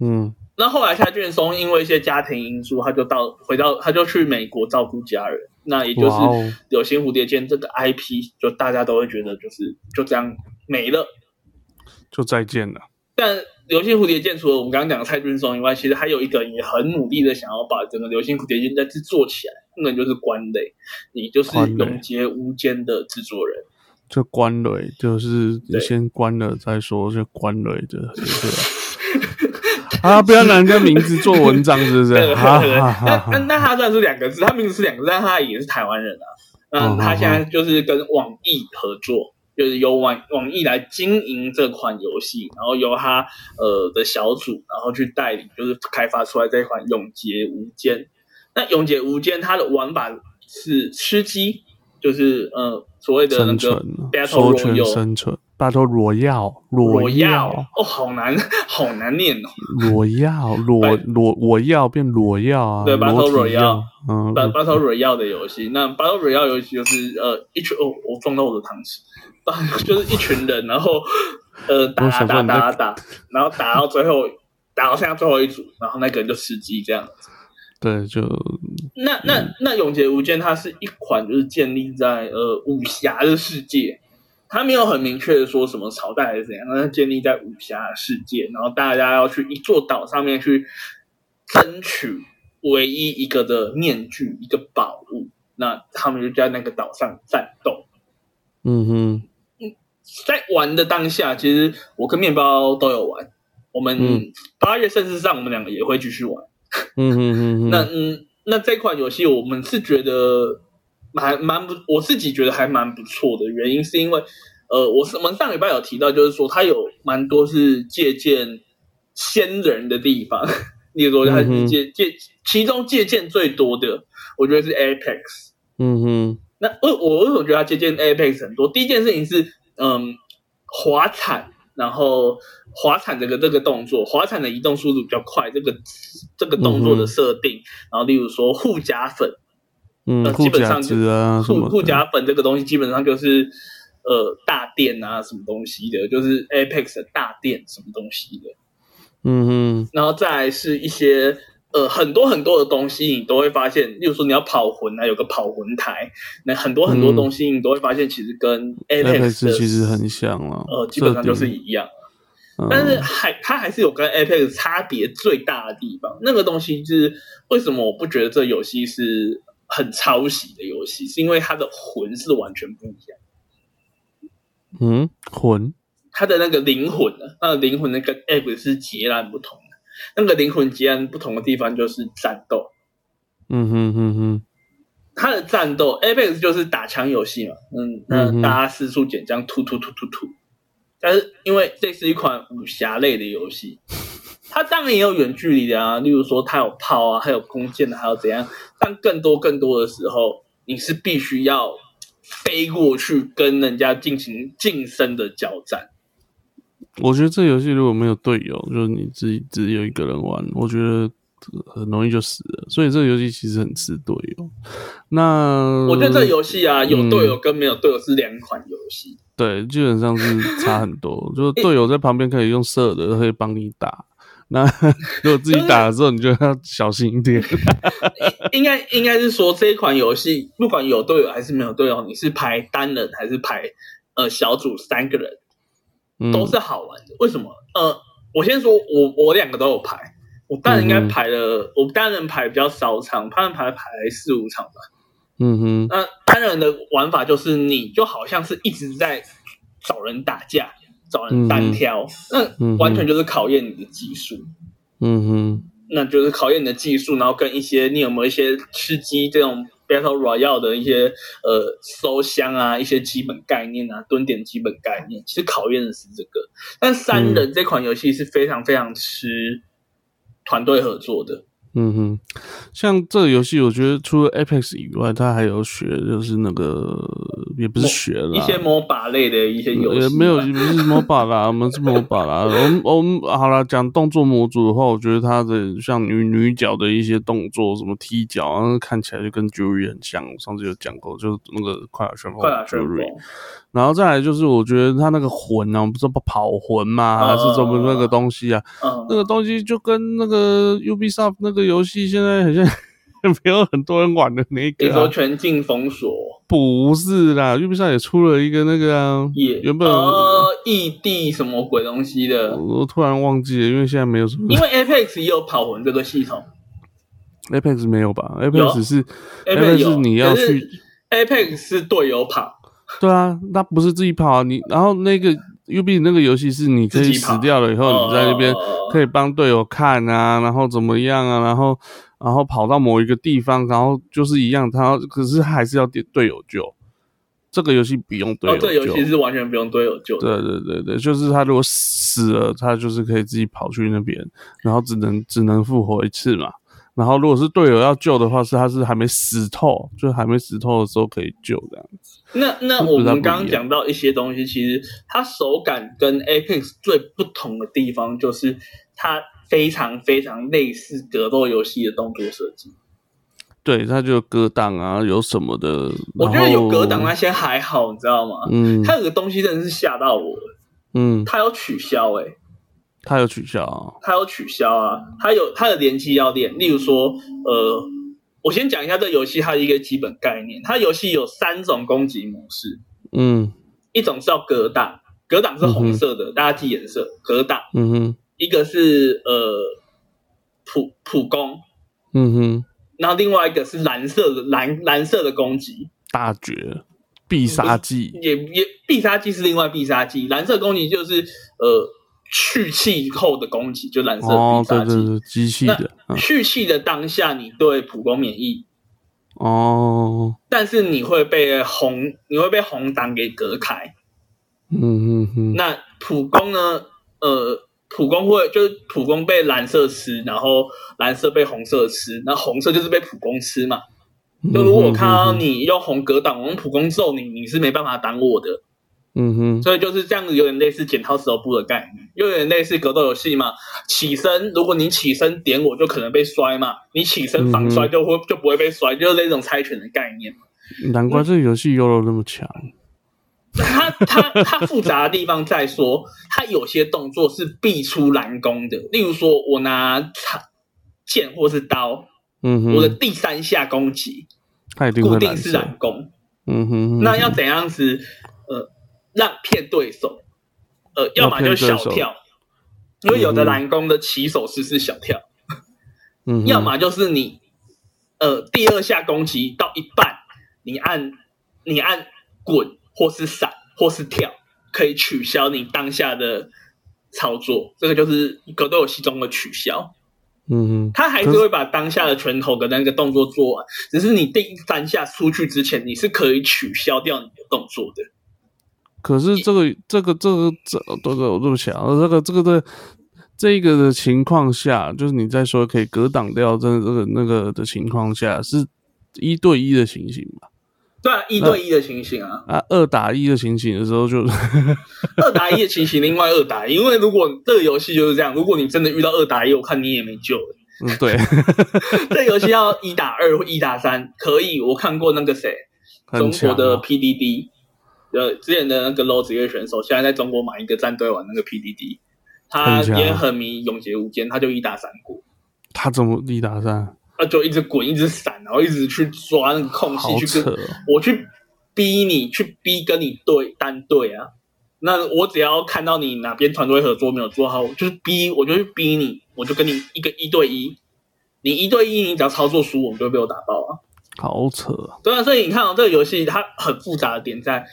Speaker 1: 嗯
Speaker 2: 那后来蔡俊松因为一些家庭因素，他就到回到他就去美国照顾家人。那也就是
Speaker 1: 哇哦
Speaker 2: 《流星蝴蝶剑》这个 IP，就大家都会觉得就是就这样没了。
Speaker 1: 就再见了。
Speaker 2: 但《流星蝴蝶剑》除了我们刚刚讲的蔡俊松以外，其实还有一个人也很努力的想要把整个《流星蝴蝶剑》再制作起来，那个人就是关磊，你就是
Speaker 1: 关
Speaker 2: 《
Speaker 1: 磊
Speaker 2: 永劫无间》的制作人。
Speaker 1: 就关了，欸就是
Speaker 2: 对
Speaker 1: 先关了再说，就关了的，就是啊 啊！不要拿人家名字做文章，是不 是？哈哈哈哈！
Speaker 2: 那那那他算是两个字，他名字是两个字，但他也是台湾人啊。那他现在就是跟网易合作，就是由网网易来经营这款游戏，然后由他呃的小组，然后去代理，就是开发出来这款《永劫无间》。那《永劫无间》它的玩法是吃鸡，就是呃所谓的
Speaker 1: 生
Speaker 2: 那个
Speaker 1: 存，
Speaker 2: Battle
Speaker 1: 收全
Speaker 2: Royale。
Speaker 1: 生存，Battle Royale，
Speaker 2: 我
Speaker 1: 裸
Speaker 2: 要
Speaker 1: 药，
Speaker 2: 哦，好难， 好难念哦。
Speaker 1: 裸药，裸
Speaker 2: 对
Speaker 1: 裸我要变裸药啊，
Speaker 2: 哎对
Speaker 1: 裸
Speaker 2: Battle
Speaker 1: 体药
Speaker 2: Royale，
Speaker 1: 嗯，
Speaker 2: Bat- Battle Royale 的游戏，那 Battle Royale 游戏就是呃一群哦，我撞到我的糖匙， 就是一群人，然后呃打
Speaker 1: 我想说
Speaker 2: 打
Speaker 1: 你在
Speaker 2: 打打，然后打到最后，打到剩下最后一组，然后那个人就吃鸡这样。
Speaker 1: 对，就
Speaker 2: 那那那《永劫无间》，它是一款就是建立在呃武侠的世界，它没有很明确的说什么朝代还是怎样，但它建立在武侠的世界，然后大家要去一座岛上面去争取唯一一个的面具，一个宝物，那他们就在那个岛上战斗。
Speaker 1: 嗯哼，
Speaker 2: 在玩的当下，其实我跟面包都有玩，我
Speaker 1: 嗯
Speaker 2: 们八月甚至上我们两个也会继续玩。
Speaker 1: 嗯哼哼哼，
Speaker 2: 那嗯，那这款游戏我们是觉得蛮蛮不，我自己觉得还蛮不错的。原因是因为，呃，我是我们上礼拜有提到，就是说它有蛮多是借鉴先人的地方， 例如说它
Speaker 1: 嗯哼
Speaker 2: 是借借，其中借鉴最多的，我觉得是 Apex。
Speaker 1: 嗯哼，
Speaker 2: 那为我为什么觉得它借鉴 Apex 很多？第一件事情是，嗯，滑铲，然后滑铲这个这个动作，滑铲的移动速度比较快，这个这个动作的设定，然后例如说护甲粉，
Speaker 1: 嗯，
Speaker 2: 呃
Speaker 1: 护
Speaker 2: 基本
Speaker 1: 甲
Speaker 2: 上就
Speaker 1: 子啊什
Speaker 2: 护
Speaker 1: 么
Speaker 2: 护
Speaker 1: 的，
Speaker 2: 甲粉这个东西基本上就是呃大店啊什么东西的，就是 Apex 的大店什么东西的，
Speaker 1: 嗯哼，
Speaker 2: 然后再来是一些呃很多很多的东西，你都会发现，例如说你要跑魂啊，有个跑魂台，那很多很多东西你都会发现，其实跟 Apex 的、
Speaker 1: 嗯 Apex 其实很像了，
Speaker 2: 呃基本上就
Speaker 1: 设
Speaker 2: 是
Speaker 1: 定，
Speaker 2: 一样。
Speaker 1: 嗯
Speaker 2: 但是还它还是有跟 Apex 差别最大的地方。那个东西就是为什么我不觉得这游戏是很抄袭的游戏，是因为它的魂是完全不一样，
Speaker 1: 嗯，魂，
Speaker 2: 它的那个灵魂呢，它的灵魂呢跟 Apex 是截然不同的。那个灵魂截然不同的地方就是战斗，
Speaker 1: 嗯哼哼哼，
Speaker 2: 它的战斗 Apex 就是打枪游戏嘛，嗯，那
Speaker 1: 嗯哼
Speaker 2: 大家四处捡枪，突突突突突。但是因为这是一款武侠类的游戏，它当然也有远距离的啊，例如说它有炮啊，还有弓箭的，还有怎样。但更多更多的时候，你是必须要飞过去跟人家进行近身的交战。
Speaker 1: 我觉得这游戏如果没有队友，就是你自己只有一个人玩，我觉得很容易就死了。所以这个游戏其实很吃队友。那
Speaker 2: 我觉得这游戏啊，有队友跟没有队友是两款游戏。
Speaker 1: 对，基本上是差很多。就是队友在旁边可以用射的，可以帮你打。那 如果自己打的时候，你就要小心一点。
Speaker 2: 应该应该是说这一款游戏，不管有队友还是没有队友，你是排单人还是排呃小组三个人，
Speaker 1: 嗯，
Speaker 2: 都是好玩的。为什么？呃，我先说我我两个都有排，我单人应该
Speaker 1: 嗯哼
Speaker 2: 排了，我单人排比较少场，单人排排四五场吧。
Speaker 1: 嗯哼，
Speaker 2: 那单人的玩法就是你就好像是一直在找人打架，找人单挑，那
Speaker 1: 嗯哼
Speaker 2: 完全就是考验你的技术。
Speaker 1: 嗯哼，
Speaker 2: 那就是考验你的技术，然后跟一些你有没有一些吃鸡这种 battle royale 的一些呃收箱啊，一些基本概念啊，蹲点基本概念，其实考验的是这个。但
Speaker 1: 嗯
Speaker 2: 三人这款游戏是非常非常吃团队合作的，
Speaker 1: 嗯哼。像这个游戏，我觉得除了 Apex 以外，它还有学，就是那个也不是学了，
Speaker 2: 一些 MOBA 类的一些游
Speaker 1: 呃，
Speaker 2: 戏，啊
Speaker 1: 没有，不是 MOBA 啦，我 们是 MOBA 啦。我们我们好啦，讲动作模组的话，我觉得它的像女女角的一些动作，什么踢脚，然后看起来就跟 Jury 很像。我上次有讲过，就是那个快打旋风
Speaker 2: 快打旋风
Speaker 1: Jury。然后再来就是，我觉得它那个魂呢、啊，我们不是跑魂嘛，
Speaker 2: 啊
Speaker 1: 还是什么那个东西啊？
Speaker 2: 嗯，
Speaker 1: 那个东西就跟那个 Ubisoft 那个游戏现在好像 没有很多人玩的那
Speaker 2: 你
Speaker 1: 个、
Speaker 2: 说
Speaker 1: 啊。
Speaker 2: 全境封锁
Speaker 1: 不是啦，Ubisoft 也出了一个那个啊，
Speaker 2: 也
Speaker 1: 原本哦
Speaker 2: 呃异地什么鬼东西的，
Speaker 1: 我突然忘记了，因为现在没有什么
Speaker 2: 因为 Apex 也有跑魂这个系统。
Speaker 1: Apex 没有吧？Apex 是
Speaker 2: Apex 有
Speaker 1: 是你要去，
Speaker 2: Apex 是队友跑，
Speaker 1: 对啊，那不是自己跑啊，你然后那个 UB 那个游戏是你可
Speaker 2: 自
Speaker 1: 以
Speaker 2: 己跑
Speaker 1: 死掉了以后，
Speaker 2: 哦
Speaker 1: 你在那边
Speaker 2: 哦哦哦
Speaker 1: 可以帮队友看啊，然后怎么样啊，然后然后跑到某一个地方，然后就是一样，他可是还是要队队友救。这个游戏不用队
Speaker 2: 哦，
Speaker 1: 友
Speaker 2: 这游
Speaker 1: 救，
Speaker 2: 戏是完全不用队友救的。
Speaker 1: 对对对对，就是他如果死了，他就是可以自己跑去那边，然后只能只能复活一次嘛。然后如果是队友要救的话，是他是还没死透，就还没死透的时候可以救这样。
Speaker 2: 那那
Speaker 1: 不
Speaker 2: 我
Speaker 1: 不太不
Speaker 2: 们
Speaker 1: 一
Speaker 2: 刚刚
Speaker 1: 样
Speaker 2: 讲到一些东西，其实它手感跟 Apex 最不同的地方就是它非常非常类似格斗游戏的动作设计。
Speaker 1: 对，他就有格挡啊，有什么的。
Speaker 2: 我觉得
Speaker 1: 然后
Speaker 2: 有格挡啊那些还好，你知道吗？
Speaker 1: 嗯
Speaker 2: 它有个东西真的是吓到我了，
Speaker 1: 嗯，
Speaker 2: 它有取消哎、欸
Speaker 1: 他有取消啊、
Speaker 2: 它有取消啊，它有它的联机要练，例如说，呃，我先讲一下这游戏它的一个基本概念。它游戏有三种攻击模式，
Speaker 1: 嗯
Speaker 2: 一种是叫格挡，格挡是红色的，大家记颜色，格挡；
Speaker 1: 嗯哼
Speaker 2: 一个是呃普普攻，
Speaker 1: 嗯哼，
Speaker 2: 然后另外一个是蓝色的蓝蓝色的攻击，
Speaker 1: 大绝必杀技。
Speaker 2: 也也必杀技是另外必杀技，蓝色攻击就是呃去气后的攻击，就蓝色
Speaker 1: 哦
Speaker 2: 嗯必，
Speaker 1: 对
Speaker 2: 杀技。
Speaker 1: 对对，机器
Speaker 2: 那
Speaker 1: 的。嗯、
Speaker 2: 去气的当下，你对普攻免疫，
Speaker 1: 哦，
Speaker 2: 但是你会被红，你会被红挡给隔开。
Speaker 1: 嗯哼哼，
Speaker 2: 那普攻呢？呃，普攻会就是普攻被蓝色吃，然后蓝色被红色吃，那红色就是被普攻吃嘛。就如果我看
Speaker 1: 嗯
Speaker 2: 到你用红格挡，我用普攻揍你，你是没办法挡我的。
Speaker 1: 嗯哼，嗯哼，
Speaker 2: 所以就是这样子，有点类似剪刀石头布的概念，有点类似格斗游戏嘛。起身，如果你起身点我，就可能被摔嘛；你起身防摔
Speaker 1: 嗯
Speaker 2: 就会、就不会被摔，就是那种猜拳的概念。
Speaker 1: 难怪这个游戏 y o l o 那么强。
Speaker 2: 他他他复杂的地方在说，他有些动作是必出蓝弓的，例如说我拿叉剑或是刀，
Speaker 1: 嗯
Speaker 2: 我的
Speaker 1: 哼，
Speaker 2: 第三下攻击
Speaker 1: 他一定
Speaker 2: 固
Speaker 1: 会
Speaker 2: 定
Speaker 1: 蓝
Speaker 2: 是
Speaker 1: 色。
Speaker 2: 蓝弓，
Speaker 1: 嗯哼哼，
Speaker 2: 那要怎样子呃让骗对手，呃，
Speaker 1: 要
Speaker 2: 要么
Speaker 1: 骗
Speaker 2: 就
Speaker 1: 对
Speaker 2: 小
Speaker 1: 手
Speaker 2: 跳，因为有
Speaker 1: 嗯
Speaker 2: 的
Speaker 1: 哼
Speaker 2: 蓝弓的起手式是小跳，
Speaker 1: 嗯哼
Speaker 2: 要么就是你呃第二下攻击到一半，你按你按滚或是闪或是跳，可以取消你当下的操作，这个就是格斗游戏中的取消。
Speaker 1: 嗯哼，
Speaker 2: 他还是
Speaker 1: 可是
Speaker 2: 会把当下的拳头跟那个动作做完，只是你第三下出去之前，你是可以取消掉你的动作的。
Speaker 1: 可是这个这个这个这这个我对不起啊，这个这个的这个的情况下，就是你在说可以格挡掉这这个那个的情况下，是一对一的情形吧？
Speaker 2: 对啊，一对一的情形 啊，
Speaker 1: 啊，二打一的情形的时候就，
Speaker 2: 二打一的情形，另外二打一，因为如果这个游戏就是这样，如果你真的遇到二打一，我看你也没救了。
Speaker 1: 嗯，对，
Speaker 2: 这游戏要一打二或一打三，可以。我看过那个谁，
Speaker 1: 很
Speaker 2: 中
Speaker 1: 强
Speaker 2: 国
Speaker 1: 啊、
Speaker 2: 的 PDD，呃，之前的那个 low 职业选手，现在在中国买一个战队玩那个 PDD，他
Speaker 1: 很强啊
Speaker 2: 也很迷《永劫无间》，他就一打三过，
Speaker 1: 他怎么一打三？
Speaker 2: 他就一直滚，一直闪，然后一直去抓那个空隙
Speaker 1: 好
Speaker 2: 去
Speaker 1: 扯
Speaker 2: 跟
Speaker 1: 哦、
Speaker 2: 我去逼你去逼跟你对单对啊。那我只要看到你哪边团队合作没有做好，我就是逼，我就去逼你，我就跟你一个一对一，你一对一，你只要操作输，我们就会被我打爆啊。
Speaker 1: 好扯哦、
Speaker 2: 对啊，所以你看哦，这个游戏它很复杂的点在，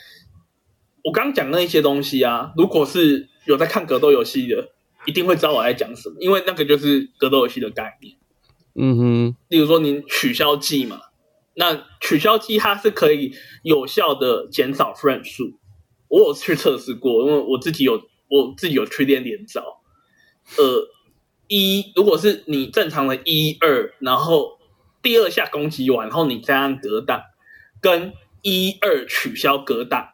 Speaker 2: 我刚讲那一些东西啊，如果是有在看格斗游戏的，一定会知道我在讲什么，因为那个就是格斗游戏的概念。
Speaker 1: 嗯哼，
Speaker 2: 例如说，你取消技嘛，那取消技它是可以有效的减少 frame 数。我有去测试过，因为我自己有我自己有去练连招。呃，一如果是你正常的一二，然后第二下攻击完，然后你再按格挡，跟一二取消格挡，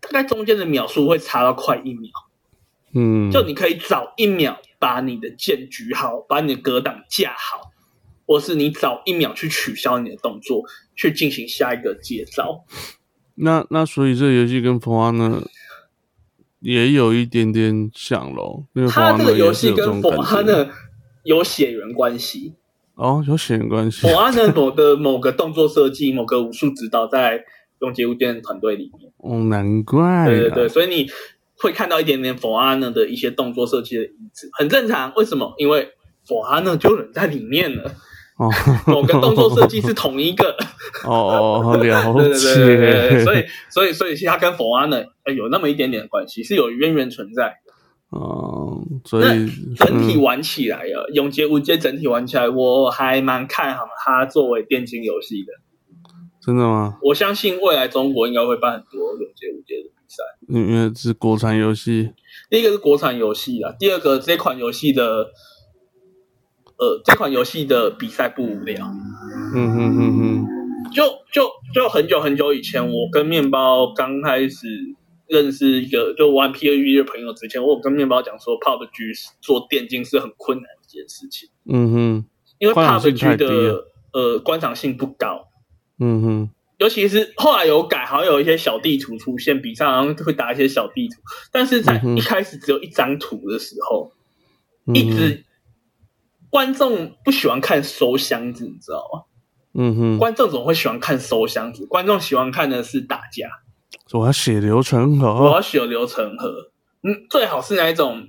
Speaker 2: 大概中间的秒数会差到快一秒。
Speaker 1: 嗯，
Speaker 2: 就你可以早一秒把你的剑举好，把你的格挡架好，或是你早一秒去取消你的动作，去进行下一个接招。
Speaker 1: 那那所以这游戏跟《佛安呢也有一点点像喽，因为佛
Speaker 2: 它
Speaker 1: 安
Speaker 2: 这
Speaker 1: 呢
Speaker 2: 个游
Speaker 1: 也是
Speaker 2: 戏
Speaker 1: 有这
Speaker 2: 跟
Speaker 1: 种
Speaker 2: 佛
Speaker 1: 感
Speaker 2: 安
Speaker 1: 觉。
Speaker 2: 呢有血缘关系，
Speaker 1: 哦，有血缘关系
Speaker 2: 佛。安呢某个某个动作设计、某个武术指导在永劫无间的团队里面，
Speaker 1: 哦，难怪。
Speaker 2: 对对对，。所以你会看到一点点佛安呢的一些动作设计的影子，很正常。为什么？因为佛安呢就人在里 面了，
Speaker 1: 哦，
Speaker 2: 某个动作设计是同一个。
Speaker 1: 哦 哦，了
Speaker 2: 对对
Speaker 1: 解。
Speaker 2: 对对对，所以所以所以其实它跟佛安呢呃有那么一点点关系，是有渊源存在。
Speaker 1: 哦，所以
Speaker 2: 整体
Speaker 1: 嗯
Speaker 2: 玩起来啊，永劫无间整体玩起来，我还蛮看好它作为电竞游戏的。
Speaker 1: 真的吗？
Speaker 2: 我相信未来中国应该会办很多永劫无间的比赛。
Speaker 1: 因为是国产游戏，
Speaker 2: 第一个是国产游戏啊，第二个这款游戏的。呃，这款游戏的比赛不无聊，
Speaker 1: 嗯哼哼哼，
Speaker 2: 就就就很久很久以前，我跟面包刚开始认识一个就玩 PAV 的朋友之前，我有跟面包讲说，PUBG 做电竞是很困难的一件事情，
Speaker 1: 嗯哼，
Speaker 2: 因为
Speaker 1: 观赏性
Speaker 2: PUBG
Speaker 1: 太低
Speaker 2: 的
Speaker 1: 了
Speaker 2: 呃观赏性不高，
Speaker 1: 嗯哼，
Speaker 2: 尤其是后来有改，好像有一些小地图出现，比赛好像会打一些小地图，但是在
Speaker 1: 嗯哼
Speaker 2: 一开始只有一张图的时候，
Speaker 1: 嗯哼
Speaker 2: 一，直观众不喜欢看收箱子，你知道吗？
Speaker 1: 嗯哼，
Speaker 2: 观众总会喜欢看收箱子，观众喜欢看的是打架。
Speaker 1: 我要血流成
Speaker 2: 我
Speaker 1: 河。
Speaker 2: 要血流成河。嗯，最好是那一种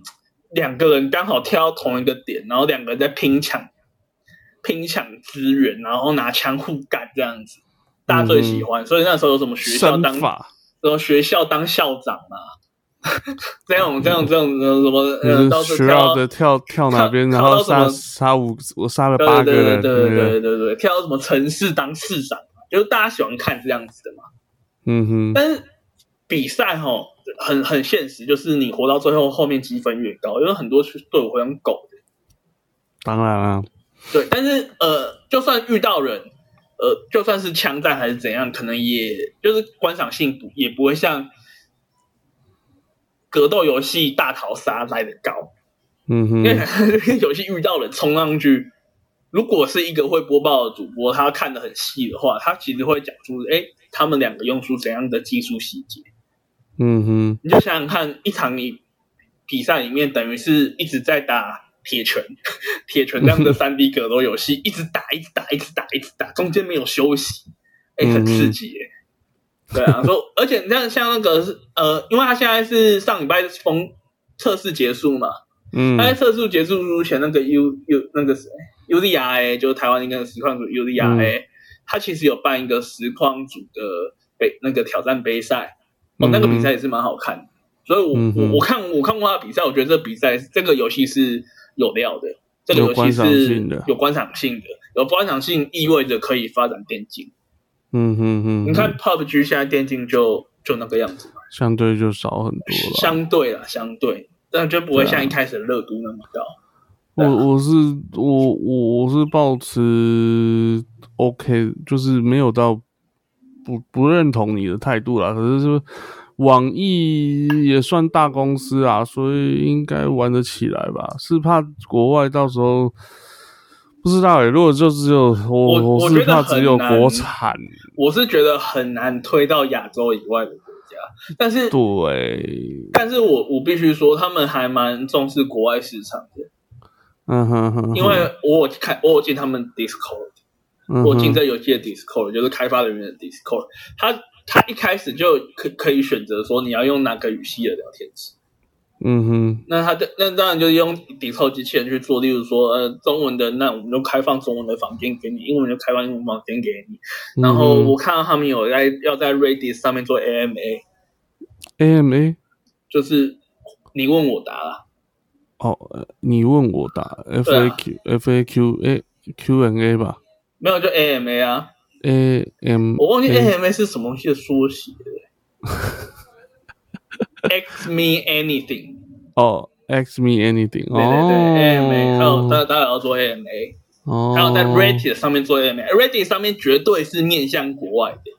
Speaker 2: 两个人刚好跳到同一个点，然后两个人在拼抢、拼抢资源，然后拿枪互干这样子，大家最喜欢。所以那时候有什么学
Speaker 1: 嗯
Speaker 2: 校
Speaker 1: 身
Speaker 2: 当，什
Speaker 1: 法，
Speaker 2: 么学校当校长啊， 这种这种这种这种什么呃，
Speaker 1: 就
Speaker 2: 到
Speaker 1: 是
Speaker 2: 处
Speaker 1: 学
Speaker 2: 跳
Speaker 1: 绕
Speaker 2: 到
Speaker 1: 着跳跳
Speaker 2: 跳
Speaker 1: 哪边，
Speaker 2: 跳
Speaker 1: 然
Speaker 2: 到
Speaker 1: 后
Speaker 2: 什么
Speaker 1: 杀杀五，我杀了
Speaker 2: 对
Speaker 1: 八个
Speaker 2: 对对
Speaker 1: 人，嗯
Speaker 2: 对
Speaker 1: 那个
Speaker 2: 对对对，跳到什么城市当市长，啊就是大家喜欢看这样子的嘛。
Speaker 1: 嗯哼，
Speaker 2: 但是比赛哈，很很现实，就是你活到最后，后面积分越高，因为很多队伍会用狗的。
Speaker 1: 当然了，
Speaker 2: 对，但是呃，就算遇到人，呃，就算是枪战还是怎样，可能也就是观赏性不也不会像格斗游戏大逃杀来的高，
Speaker 1: 嗯
Speaker 2: 因为
Speaker 1: 哼，
Speaker 2: 游戏遇到人冲上去。如果是一个会播报的主播，他看得很细的话，他其实会讲出，哎，他们两个用出怎样的技术细节。
Speaker 1: 嗯哼，
Speaker 2: 你就想想看，一场你比赛里面，等于是一直在打铁拳，铁拳这样的三 D 格斗游戏，一直打，一直打，一直打，一直打，中间没有休息，哎、很刺激耶、对啊，说， 而且像像那个是呃，因为他现在是上礼拜封测试结束嘛，
Speaker 1: 嗯
Speaker 2: 他在测试结束之前，那个 U U 那个谁 U D R A，就是台湾一个实况组 U D R A，、他其实有办一个实况组的杯那个挑战杯赛，哦，那个比赛也是蛮好看的。所以我，
Speaker 1: 嗯
Speaker 2: 我
Speaker 1: 哼
Speaker 2: 我看我看过他的比赛，我觉得这比赛这个游戏是有料的，这个
Speaker 1: 有
Speaker 2: 游戏
Speaker 1: 观赏
Speaker 2: 是
Speaker 1: 性的
Speaker 2: 有观赏性的，有观赏性意味着可以发展电竞。
Speaker 1: 嗯哼哼，
Speaker 2: 你看 PUBG 现在电竞就就那个样子嘛，
Speaker 1: 相对就少很多了。
Speaker 2: 相对啦，相对，但就不会
Speaker 1: 对啊
Speaker 2: 像一开始的热度那么高。对啊
Speaker 1: 我我是我我我是保持 OK，就是没有到不不认同你的态度啦。可是是网易也算大公司啊，所以应该玩得起来吧？是怕国外到时候不知道诶、欸如果就只有我
Speaker 2: 我我
Speaker 1: 是
Speaker 2: 觉得
Speaker 1: 怕
Speaker 2: 很
Speaker 1: 只有
Speaker 2: 难
Speaker 1: 国产，
Speaker 2: 我是觉得很难推到亚洲以外的国家，但是
Speaker 1: 对，
Speaker 2: 但是我我必须说，他们还蛮重视国外市场的，
Speaker 1: 嗯哼哼哼，
Speaker 2: 因为我有看我有进他们 Discord，
Speaker 1: 嗯
Speaker 2: 我有进
Speaker 1: 哼
Speaker 2: 这游戏的 Discord，就是开发人员的 Discord，他他一开始就可可以选择说你要用哪个语系的聊天室，
Speaker 1: 嗯哼
Speaker 2: 那他的那当然就是用 Discord 机器人去做，例如说呃中文的，那我们就开放中文的房间给你，英文就开放英文房间给你，
Speaker 1: 嗯
Speaker 2: 然后我看到他们有在要在 Redis 上面做 AMA。
Speaker 1: AMA
Speaker 2: 就是你问我答啦。
Speaker 1: 哦，呃你问我答
Speaker 2: 啊
Speaker 1: FAQ FAQ A Q&A 吧
Speaker 2: 没有就 AMA 啊，
Speaker 1: ，A M
Speaker 2: 我忘记
Speaker 1: A
Speaker 2: AMA 是什么东西的缩写了 Ask me anything，
Speaker 1: 哦，Ask me anything
Speaker 2: 对对对、AMA，还有他
Speaker 1: 哦，
Speaker 2: 他也要做 AMA，
Speaker 1: 哦，
Speaker 2: 还有在 Reddit 上面做 AMA，Reddit 上面绝对是面向国外的，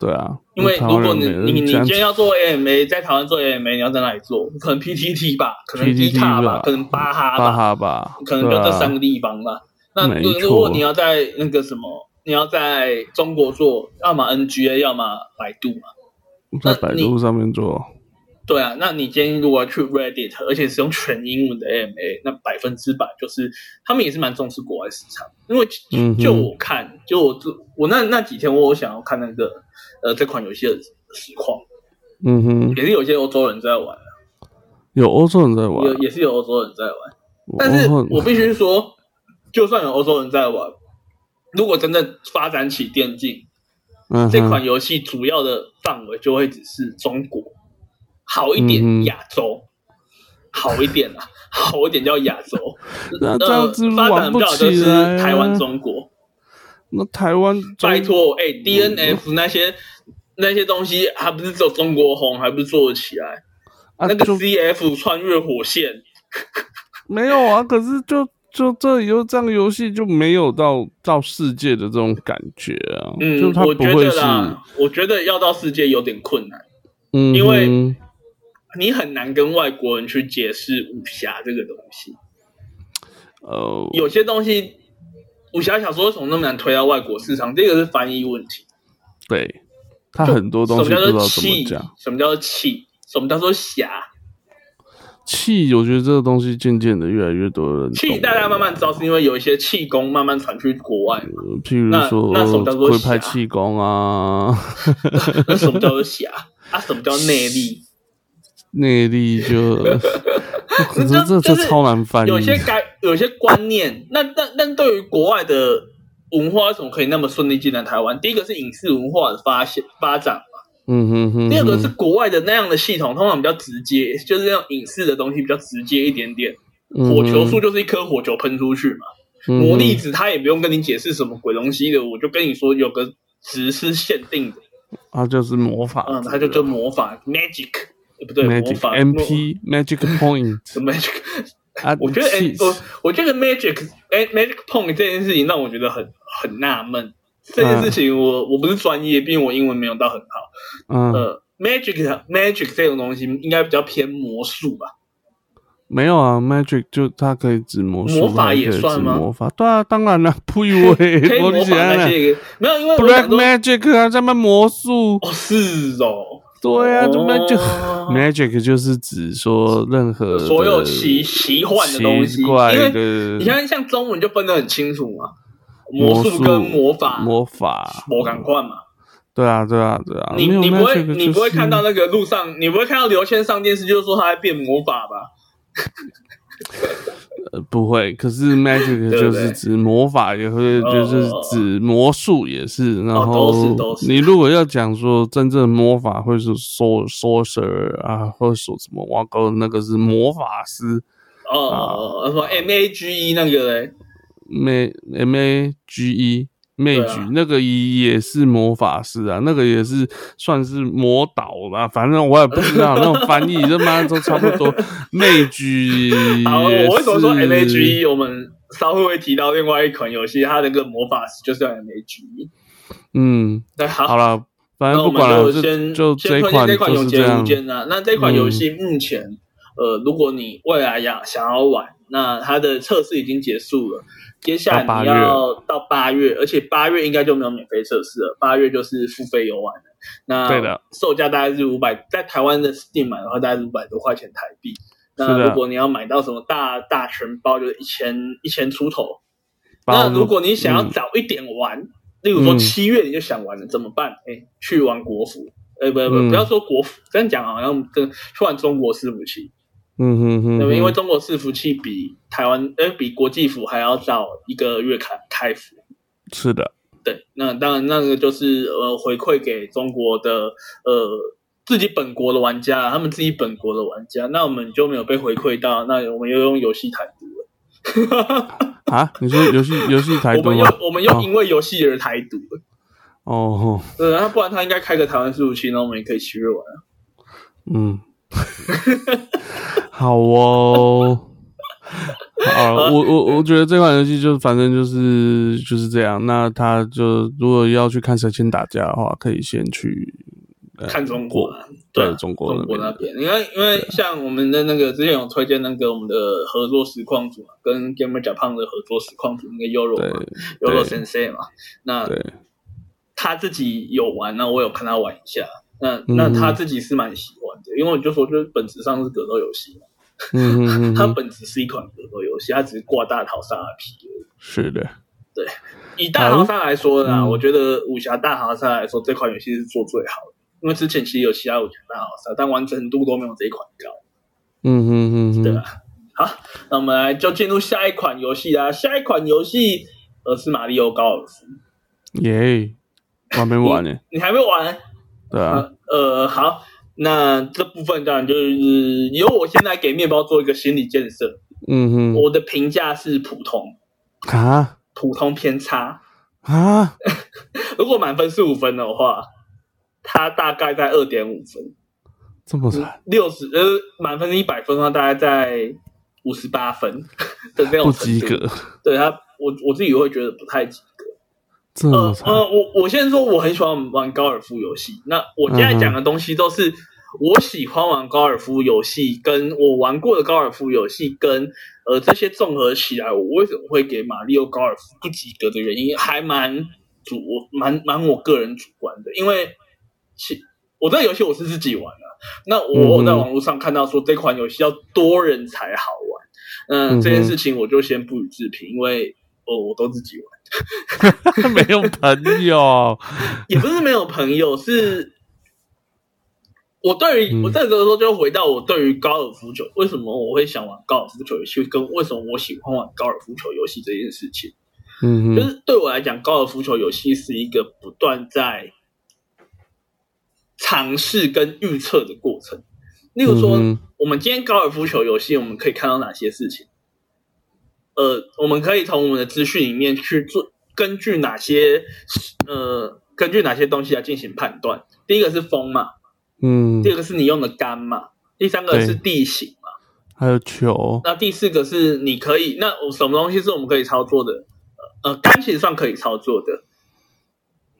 Speaker 1: 对啊，
Speaker 2: 因为
Speaker 1: 台
Speaker 2: 如
Speaker 1: 湾
Speaker 2: 果
Speaker 1: 人
Speaker 2: 你
Speaker 1: 没
Speaker 2: 你你
Speaker 1: 这样
Speaker 2: 今天要做 AMA，在台湾做 AMA，你要在哪里做？可能 PTT 吧，可能 D 卡
Speaker 1: PTT
Speaker 2: 吧
Speaker 1: 吧，
Speaker 2: 可能巴哈
Speaker 1: 巴
Speaker 2: 吧，
Speaker 1: 哈吧，
Speaker 2: 可能就
Speaker 1: 对
Speaker 2: 这
Speaker 1: 啊
Speaker 2: 三个地方吧。那
Speaker 1: 没错
Speaker 2: 如果你要在那个什么，你要在中国做，要么 NGA，要么百度嘛。
Speaker 1: 在百度上面做，
Speaker 2: 对啊，那你今天如果要去 Reddit，而且使用全英文的 AMA，那百分之百就是他们也是蛮重视国外市场，因为就
Speaker 1: 嗯哼
Speaker 2: 就我看，就我我那那几天我有想要看那个呃这款游戏的实况，
Speaker 1: 嗯哼，
Speaker 2: 也是有些欧洲人在玩，啊
Speaker 1: 有欧洲人在玩
Speaker 2: 有，也是有欧洲人在玩。但是
Speaker 1: 欧洲
Speaker 2: 我必须说，就算有欧洲人在玩，如果真的发展起电竞，
Speaker 1: 嗯哼
Speaker 2: 这款游戏主要的范围就会只是中国，好一
Speaker 1: 嗯
Speaker 2: 点
Speaker 1: 哼
Speaker 2: 亚洲，好一点啊， 好一点叫亚洲。
Speaker 1: 那
Speaker 2: 呃
Speaker 1: 这样子
Speaker 2: 发展
Speaker 1: 玩不
Speaker 2: 比较就
Speaker 1: 起
Speaker 2: 是
Speaker 1: 来啊
Speaker 2: 台湾、中国。
Speaker 1: 那台湾
Speaker 2: 拜托，哎、d n f 那些那些东西，还不是只有中国红，还不是做得起来？
Speaker 1: 啊
Speaker 2: 那个
Speaker 1: 就
Speaker 2: CF 穿越火线，
Speaker 1: 没有啊，可是就就这游这样游戏就没有到到世界的这种感觉啊，就
Speaker 2: 嗯，
Speaker 1: 它
Speaker 2: 我
Speaker 1: 不
Speaker 2: 觉
Speaker 1: 会
Speaker 2: 得
Speaker 1: 是，
Speaker 2: 啦，我觉得要到世界有点困难，
Speaker 1: 嗯哼，
Speaker 2: 因为你很难跟外国人去解释武侠这个东西。
Speaker 1: 呃，
Speaker 2: 有些东西，武侠小说为什么那么难推到外国市场？第一个是翻译问题，
Speaker 1: 对，它很多
Speaker 2: 什
Speaker 1: 东西
Speaker 2: 么
Speaker 1: 不
Speaker 2: 叫
Speaker 1: 知道
Speaker 2: 做
Speaker 1: 怎
Speaker 2: 气
Speaker 1: 么讲，，
Speaker 2: 什么叫做气，什么叫做侠，
Speaker 1: 气，我觉得这个东西渐渐的越来越多人懂
Speaker 2: 气
Speaker 1: 了
Speaker 2: 大家慢慢知道，是因为有一些气功慢慢传去国外，
Speaker 1: 呃譬如
Speaker 2: 那
Speaker 1: 说
Speaker 2: 那什么叫做
Speaker 1: 会拍
Speaker 2: 侠
Speaker 1: 气功啊，
Speaker 2: 那什么叫做侠啊？什么叫内 力？
Speaker 1: 内力就， 可是
Speaker 2: 就
Speaker 1: 这
Speaker 2: 就
Speaker 1: 这
Speaker 2: 是
Speaker 1: 超难翻译
Speaker 2: 有，些该有些观念，那那那对于国外的文化为什么可以那么顺利进来台湾？第一个是影视文化的发现发展嘛，
Speaker 1: 嗯哼哼，
Speaker 2: 第二个
Speaker 1: 哼
Speaker 2: 是国外的那样的系统通常比较直接，就是那种影视的东西比较直接一点点。火球术，就是一颗火球喷出去嘛，
Speaker 1: 嗯嗯哼
Speaker 2: 魔力
Speaker 1: 嗯
Speaker 2: 值它也不用跟你解释什么鬼东西的，我就跟你说有个值是限定的，
Speaker 1: 哼它啊就是魔法，
Speaker 2: 嗯，它就叫魔法 magic，呃不对，魔
Speaker 1: magic
Speaker 2: 法
Speaker 1: MP magic point
Speaker 2: 什么 magic，
Speaker 1: 啊，
Speaker 2: 我觉得呃
Speaker 1: 气
Speaker 2: M- 我我觉得 magic eh, magic point 这件事情让我觉得很很纳闷。这件事情我、我不是专业，毕竟我英文没有到很好。
Speaker 1: 嗯，
Speaker 2: 呃，magic magic 这种东西应该比较偏魔术 吧？
Speaker 1: 没有啊，magic 就它可以指魔术，
Speaker 2: 魔法
Speaker 1: 它也
Speaker 2: 也
Speaker 1: 可以
Speaker 2: 算
Speaker 1: 指
Speaker 2: 吗
Speaker 1: 魔法，对啊，当然了， 不啊以为
Speaker 2: 可以
Speaker 1: 我
Speaker 2: 模
Speaker 1: 理
Speaker 2: 仿
Speaker 1: 解
Speaker 2: 那些没有，因为我 想
Speaker 1: black
Speaker 2: 说
Speaker 1: magic 啊，他们魔术，
Speaker 2: 哦是哦，
Speaker 1: 对啊，就
Speaker 2: 哦
Speaker 1: magic、magic 就是指说任何的
Speaker 2: 所有奇奇幻的东
Speaker 1: 呃奇
Speaker 2: 西，
Speaker 1: 怪
Speaker 2: 因
Speaker 1: 的
Speaker 2: 为你像像中文就分得很清楚嘛，
Speaker 1: 魔
Speaker 2: 术跟魔法，
Speaker 1: 魔法，
Speaker 2: 魔感快嘛。
Speaker 1: 对啊，对啊，对啊。
Speaker 2: 你
Speaker 1: 没有
Speaker 2: 你不会
Speaker 1: magic 就是
Speaker 2: 你不会看到那个路上，你不会看到刘谦上电视就是说他在变魔法吧？
Speaker 1: 呃不会，可 是 magic
Speaker 2: 对
Speaker 1: 就是指魔法，也会
Speaker 2: 哦
Speaker 1: 就是指魔术也是。然
Speaker 2: 都是
Speaker 1: 后
Speaker 2: 都是
Speaker 1: 你如果要讲说真正的魔法，会是 sor sorcerer 啊，或者说什么挖沟那个是魔法师
Speaker 2: 哦
Speaker 1: 啊
Speaker 2: 哦，哦，说 M A G E 那个嘞，
Speaker 1: m m a g e。
Speaker 2: 啊
Speaker 1: mage 那个也是魔法师啊，那个也是算是魔导吧，反正我也不知道那 种翻译，他妈都差不多。mage
Speaker 2: 好，
Speaker 1: 也
Speaker 2: 我为什么说
Speaker 1: 是
Speaker 2: M A G E？我们稍后会提到另外一款游戏，它那个魔法就是叫 M A G E。
Speaker 1: 嗯，
Speaker 2: 对，好，
Speaker 1: 好了，反
Speaker 2: 那
Speaker 1: 正
Speaker 2: 我
Speaker 1: 不
Speaker 2: 们
Speaker 1: 管了，
Speaker 2: 先
Speaker 1: 就就
Speaker 2: 先
Speaker 1: 一
Speaker 2: 推荐
Speaker 1: 款
Speaker 2: 这款
Speaker 1: 就
Speaker 2: 永
Speaker 1: 是这
Speaker 2: 劫无
Speaker 1: 样。嗯
Speaker 2: 间啊。那这款游戏目前，呃，如果你未来要想要玩，那它的测试已经结束了，接下
Speaker 1: 到
Speaker 2: 来
Speaker 1: 八
Speaker 2: 你
Speaker 1: 月
Speaker 2: 要到八月，而且八月应该就没有免费测试了，八月就是付费游玩了。那
Speaker 1: 对的，
Speaker 2: 售价大概是五百，在台湾的 Steam 买的话，大概是五百多块钱台币。
Speaker 1: 是
Speaker 2: 那
Speaker 1: 的
Speaker 2: 如果你要买到什么大大全包，就是一千一千出头。
Speaker 1: 包
Speaker 2: 那如果你想要
Speaker 1: 嗯
Speaker 2: 早一点玩，例如说
Speaker 1: 嗯
Speaker 2: 七月你就想玩了，怎么办？哎，去玩国服，哎，不不，
Speaker 1: 嗯
Speaker 2: 不要说国服，这样讲好像跟去玩中国伺服器，
Speaker 1: 嗯哼哼
Speaker 2: 对不
Speaker 1: 哼，
Speaker 2: 对？因为中国伺服器比台湾，哎，比国际服还要早一个月开开服。
Speaker 1: 是的，
Speaker 2: 对，那当然那个就是呃回馈给中国的呃自己本国的玩家，他们自己本国的玩家，那我们就没有被回馈到，那我们又用游戏台独了。
Speaker 1: 啊，你说游戏游戏台
Speaker 2: 我
Speaker 1: 独
Speaker 2: 们
Speaker 1: 吗
Speaker 2: 又？我们又
Speaker 1: 哦
Speaker 2: 因为游戏而台独了。
Speaker 1: 哦，
Speaker 2: 对，呃那不然他应该开个台湾服务器，那我们也可以七月玩啊。
Speaker 1: 嗯， 好哦。啊，我我我觉得这款游戏就反正就是就是这样。那他就如果要去看谁先打架的话，可以先去呃
Speaker 2: 看中国啊，
Speaker 1: 对
Speaker 2: 啊
Speaker 1: 中
Speaker 2: 中
Speaker 1: 国那边
Speaker 2: 那边，因为因为像我们的那个之前有推荐那个我们的合作实况组嘛，跟 Gamer Japan 的合作实况组那个 Euro 嘛，Euro
Speaker 1: 对
Speaker 2: Sensei 嘛，那
Speaker 1: 对
Speaker 2: 他自己有玩，那我有看他玩一下，那那
Speaker 1: 嗯
Speaker 2: 他自己是蛮喜欢的，因为我就说就是本质上是格斗游戏嘛，
Speaker 1: 嗯哼 哼
Speaker 2: 它
Speaker 1: 哼，
Speaker 2: 本质是一款格斗游戏，它只是挂大逃杀的皮而已。
Speaker 1: 是的，
Speaker 2: 以大逃杀来说呢，
Speaker 1: 嗯
Speaker 2: 我觉得武侠大逃杀来说，这款游戏是做最好的，因为之前其实有其他武侠大逃杀，但完成度都没有这一款高。
Speaker 1: 嗯哼哼哼，
Speaker 2: 对啊好，那我们来就进入下一款游戏啦。下一款游戏呃是马里奥高尔夫，
Speaker 1: 耶，我还没玩呢，
Speaker 2: 你还没玩？
Speaker 1: 对啊，
Speaker 2: 呃呃，好，那这部分当然就是由我现在给面包做一个心理建设，
Speaker 1: 嗯哼，
Speaker 2: 我的评价是普通，
Speaker 1: 啊
Speaker 2: 普通偏差。
Speaker 1: 啊，
Speaker 2: 如果满分是五分的话，它大概在二点五分。
Speaker 1: 这么惨，
Speaker 2: 六十呃满分是一百分的话，大概在五十八分的那种
Speaker 1: 不
Speaker 2: 程
Speaker 1: 及
Speaker 2: 度。
Speaker 1: 格，
Speaker 2: 对他，我我自己会觉得不太及格。
Speaker 1: 这
Speaker 2: 呃
Speaker 1: 么惨，
Speaker 2: 呃，我我现在说我很喜欢玩高尔夫游戏，那我现在讲的东西都是我喜欢玩高尔夫游戏，跟我玩过的高尔夫游戏，跟呃这些综合起来，我为什么会给马里奥高尔夫不及格的原因，还蛮主我蛮蛮我个人主观的，因为其我这个游戏我是自己玩的、那我我在
Speaker 1: 嗯哼
Speaker 2: 网络上看到说这款游戏要多人才好玩，
Speaker 1: 嗯
Speaker 2: 嗯、
Speaker 1: 哼
Speaker 2: 这件事情我就先不予置评，因为我、我都自己玩。呃
Speaker 1: 没有朋友，
Speaker 2: 也不是没有朋友，是我对于
Speaker 1: 嗯
Speaker 2: 我这个时候就回到我对于高尔夫球，为什么我会想玩高尔夫球游戏，跟为什么我喜欢玩高尔夫球游戏这件事情，
Speaker 1: 嗯
Speaker 2: 就
Speaker 1: 哼，
Speaker 2: 是对我来讲，高尔夫球游戏是一个不断在尝试跟预测的过程。例如说，
Speaker 1: 嗯哼
Speaker 2: 我们今天高尔夫球游戏，我们可以看到哪些事情？呃，我们可以从我们的资讯里面去做，根据哪些呃，根据哪些东西来进行判断。第一个是风嘛，
Speaker 1: 嗯
Speaker 2: 第，二个是你用的杆嘛，第三个
Speaker 1: 对
Speaker 2: 是地形嘛，
Speaker 1: 还有球，
Speaker 2: 那第四个是你可以，那我什么东西是我们可以操作的？呃，杆其实算可以操作的。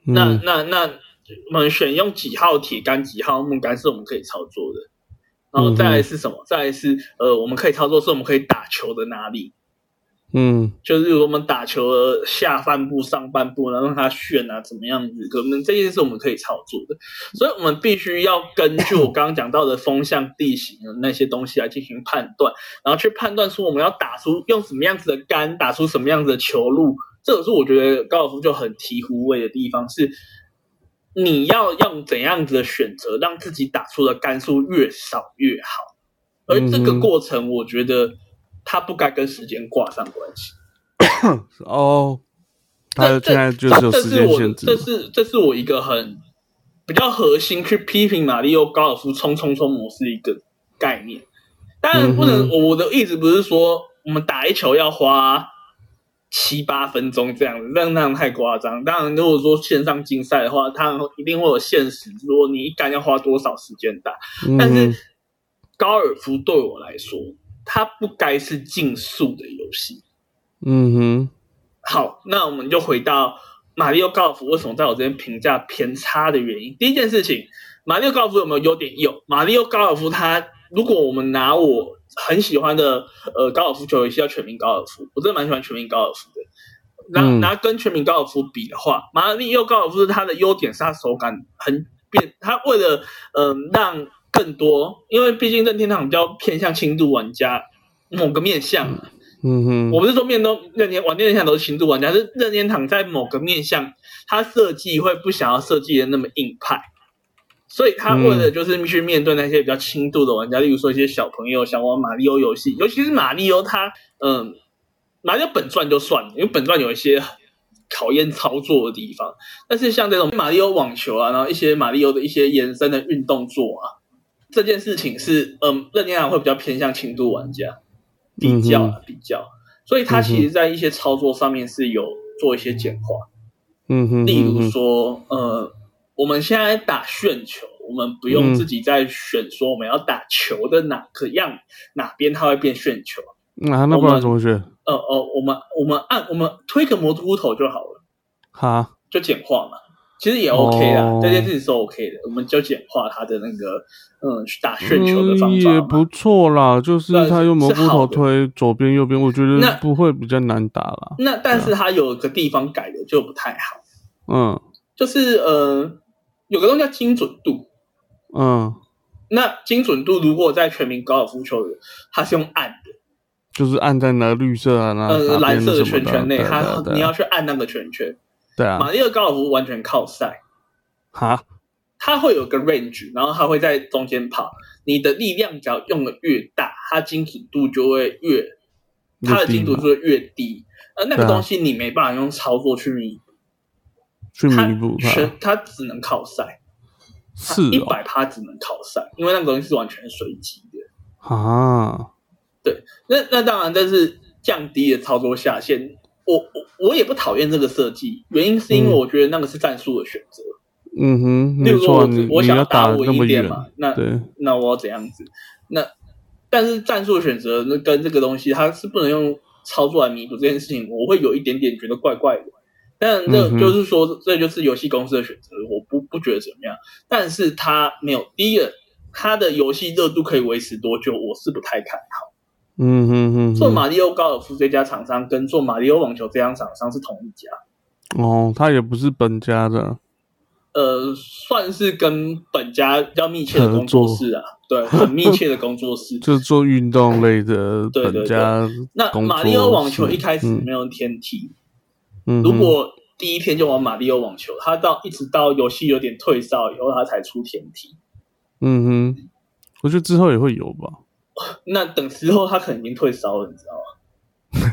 Speaker 2: 那
Speaker 1: 嗯
Speaker 2: 那那我们选用几号铁杆、几号木杆是我们可以操作的。然后再来是什么？再来是呃，我们可以操作是我们可以打球的哪里？
Speaker 1: 嗯
Speaker 2: 就是我们打球的下半部、上半部，然后让它旋啊，怎么样子？可能这些是我们可以操作的，所以我们必须要根据我刚刚讲到的风向、地形那些东西来进行判断，然后去判断出我们要打出用什么样子的杆，打出什么样子的球路。这个是我觉得高尔夫就很醍醐味的地方，是你要用怎样子的选择，让自己打出的杆数越少越好。而这个
Speaker 1: 嗯哼
Speaker 2: 过程，我觉得它不该跟时间挂上关系。
Speaker 1: 哦，他
Speaker 2: 这
Speaker 1: 现在
Speaker 2: 这
Speaker 1: 就是有时间限制
Speaker 2: 这是我这是这是我一个很比较核心去批评马里奥高尔夫冲冲冲模式一个概念。当然不能，
Speaker 1: 嗯哼
Speaker 2: 我我的意思不是说我们打一球要花七八分钟这样子，那那样太夸张。当然，如果说线上竞赛的话，它一定会有限时，如果你一杆要花多少时间打，
Speaker 1: 嗯
Speaker 2: 但
Speaker 1: 哼
Speaker 2: 是高尔夫对我来说，它不该是竞速的游戏。
Speaker 1: 嗯哼，
Speaker 2: 好，那我们就回到马里奥高尔夫为什么在我这边评价偏差的原因。第一件事情，马里奥高尔夫有没有优点？有。马里奥高尔夫它，如果我们拿我很喜欢的呃高尔夫球游戏叫全民高尔夫，我真的蛮喜欢全民高尔夫的。拿
Speaker 1: 嗯
Speaker 2: 拿跟全民高尔夫比的话，马里奥高尔夫它的优点是它手感很变，它为了嗯、呃让更多，因为毕竟任天堂比较偏向轻度玩家某个面向嘛，
Speaker 1: 嗯哼，
Speaker 2: 我不是说面都任天玩任天堂都是轻度玩家，是任天堂在某个面向，它设计会不想要设计的那么硬派，所以他为了就是去面对那些比较轻度的玩家，例如说一些小朋友想玩马里奥游戏，尤其是马里奥它，嗯，马里奥本传就算了，因为本传有一些考验操作的地方，但是像这种马里奥网球啊，然后一些马里奥的一些延伸的运动做啊，这件事情是嗯，任天堂会比较偏向轻度玩家，比较啊、
Speaker 1: 嗯
Speaker 2: 比较，所以它
Speaker 1: 嗯哼
Speaker 2: 其实在一些操作上面是有做一些简化。
Speaker 1: 嗯哼，
Speaker 2: 例
Speaker 1: 嗯
Speaker 2: 如
Speaker 1: 哼
Speaker 2: 说，呃，我们现在打旋球，我们不用
Speaker 1: 嗯
Speaker 2: 自己再选说我们要打球的哪个样哪边它会变旋球。
Speaker 1: 啊，那不
Speaker 2: 我
Speaker 1: 然
Speaker 2: 们
Speaker 1: 怎么学？
Speaker 2: 呃哦，我们我们按我们推个蘑菇头就好了，
Speaker 1: 哈，
Speaker 2: 就简化嘛。其实也 OK 啦，
Speaker 1: 哦
Speaker 2: 这件事情是 OK 的，我们就简化它的那个嗯打旋球的
Speaker 1: 嗯，
Speaker 2: 方
Speaker 1: 也
Speaker 2: 法嘛。
Speaker 1: 不错啦，就是
Speaker 2: 对
Speaker 1: 他用蘑
Speaker 2: 是
Speaker 1: 菇头
Speaker 2: 好的
Speaker 1: 推左边右边，我觉
Speaker 2: 那
Speaker 1: 得不会比较难打啦。
Speaker 2: 那但是它有个地方改的就不太好，
Speaker 1: 嗯
Speaker 2: 就是呃有个东西叫精准度，
Speaker 1: 嗯，
Speaker 2: 那精准度如果在全民高尔夫球的，它是用按的，
Speaker 1: 就是按在那绿色啊，那
Speaker 2: 呃，
Speaker 1: 哪
Speaker 2: 蓝
Speaker 1: 边
Speaker 2: 色的
Speaker 1: 什么
Speaker 2: 圈圈内，
Speaker 1: 对啊对啊
Speaker 2: 它
Speaker 1: 对啊
Speaker 2: 你要去按那个圈圈。
Speaker 1: 对啊
Speaker 2: 马，里奥高尔夫完全靠赛，
Speaker 1: 哈，
Speaker 2: 它会有个 range，然后它会在中间跑。你的力量只要用的越大，它精准度就会越，
Speaker 1: 越
Speaker 2: 它的
Speaker 1: 低
Speaker 2: 精准
Speaker 1: 嘛
Speaker 2: 度会越低。呃，那个
Speaker 1: 对啊
Speaker 2: 东西你没办法用操作去弥补，
Speaker 1: 去
Speaker 2: 它
Speaker 1: 弥补它，
Speaker 2: 全它只能靠赛，
Speaker 1: 是
Speaker 2: 一
Speaker 1: 啊哦，
Speaker 2: 百趴只能靠赛，因为那个东西是完全随机的。
Speaker 1: 啊，
Speaker 2: 那那当然，这是降低了操作下限。我我我也不讨厌这个设计，原因是因为
Speaker 1: 嗯
Speaker 2: 我觉得那个是战术的选择。
Speaker 1: 嗯哼，
Speaker 2: 例
Speaker 1: 没
Speaker 2: 如说
Speaker 1: 错，
Speaker 2: 我
Speaker 1: 你
Speaker 2: 只，我
Speaker 1: 你
Speaker 2: 想
Speaker 1: 要
Speaker 2: 要打
Speaker 1: 那么
Speaker 2: 稳一点
Speaker 1: 远，
Speaker 2: 嘛，那
Speaker 1: 对，
Speaker 2: 那我要怎样子？那但是战术选择那跟这个东西，它是不能用操作来弥补这件事情，我会有一点点觉得怪怪的。但这
Speaker 1: 嗯哼
Speaker 2: 就是说，这就是游戏公司的选择，我不不觉得怎么样。但是它没有第一个，它的游戏热度可以维持多久，我是不太看好。
Speaker 1: 嗯哼哼
Speaker 2: 做
Speaker 1: 哼，
Speaker 2: 马里奥高尔夫这家厂商跟做马里奥网球这家厂商是同一家，
Speaker 1: 哦，他也不是本家的，。
Speaker 2: 呃，算是跟本家比较密切的工作室啊，对，很密切的工作室
Speaker 1: 就是做运动类的
Speaker 2: 对对
Speaker 1: 本家
Speaker 2: 那
Speaker 1: 工
Speaker 2: 马里奥
Speaker 1: 作
Speaker 2: 网球
Speaker 1: 室
Speaker 2: 一开始
Speaker 1: 嗯
Speaker 2: 没有天梯，
Speaker 1: 嗯哼
Speaker 2: 如果第一天就玩马里奥网球，他到一直到游戏有点退烧以后，他才出天梯。
Speaker 1: 嗯哼，我觉得之后也会有吧。
Speaker 2: 那等之后他可能已经退烧了，你知道吗？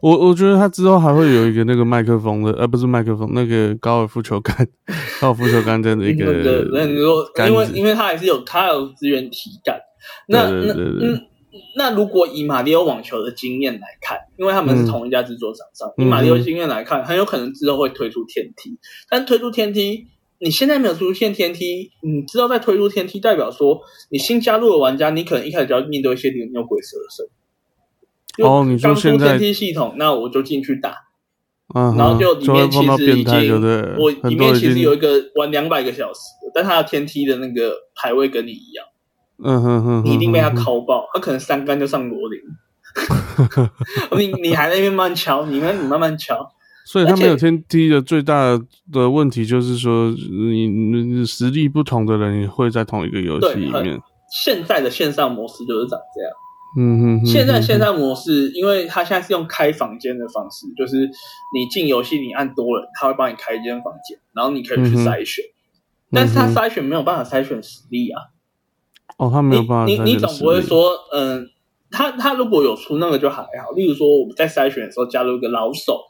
Speaker 1: 我我觉得他之后还会有一个那个麦克风的，呃，不是麦克风，那个高尔夫球杆， 高尔夫球杆这样的一
Speaker 2: 那
Speaker 1: 个
Speaker 2: 个，嗯那你说，
Speaker 1: 杆
Speaker 2: 因为
Speaker 1: 子
Speaker 2: 因为他还是有他有资源体感。那
Speaker 1: 对
Speaker 2: 那
Speaker 1: 对对对
Speaker 2: 嗯，那如果以马里奥网球的经验来看，因为他们是同一家制作厂商，
Speaker 1: 嗯
Speaker 2: 以马里奥经验来看，很有可能之后会推出天梯。但推出天梯，你现在没有出现天梯，你知道在推出天梯，代表说你新加入的玩家，你可能一开始就要面对一些牛牛鬼蛇神。
Speaker 1: 哦你说
Speaker 2: 刚出
Speaker 1: 现在
Speaker 2: 天梯系统，那我就进去打，
Speaker 1: 嗯哼，
Speaker 2: 然后就里
Speaker 1: 就会
Speaker 2: 面
Speaker 1: 碰
Speaker 2: 其
Speaker 1: 到
Speaker 2: 实已
Speaker 1: 变态，对
Speaker 2: 经
Speaker 1: 不对？
Speaker 2: 我里
Speaker 1: 很多
Speaker 2: 面
Speaker 1: 已
Speaker 2: 其
Speaker 1: 经
Speaker 2: 实有一个玩两百个小时的，但他的天梯的那个排位跟你一样。
Speaker 1: 嗯哼哼哼，
Speaker 2: 你一定被他
Speaker 1: 哼哼
Speaker 2: 敲爆，他可能三杆就上罗林， 你你还在那边慢慢敲，你们你慢慢敲，
Speaker 1: 所以他
Speaker 2: 而且
Speaker 1: 没有天梯的最大的问题就是说，你你你实力不同的人也会在同一个游戏里
Speaker 2: 对
Speaker 1: 面。
Speaker 2: 现在的线上模式就是长这样。
Speaker 1: 嗯哼哼
Speaker 2: 现在
Speaker 1: 哼
Speaker 2: 线上模式，因为它现在是用开房间的方式，就是你进游戏你按多人，他会帮你开一间房间，然后你可以去
Speaker 1: 嗯哼
Speaker 2: 筛选。但是他
Speaker 1: 嗯哼
Speaker 2: 筛选没有办法筛选实力啊，
Speaker 1: 哦，他没有办法
Speaker 2: 你
Speaker 1: 在
Speaker 2: 你你
Speaker 1: 这个
Speaker 2: 总
Speaker 1: 实
Speaker 2: 不会
Speaker 1: 力
Speaker 2: 说，嗯，他他如果有出那个就还好。例如说我们在筛选的时候加入一个老手，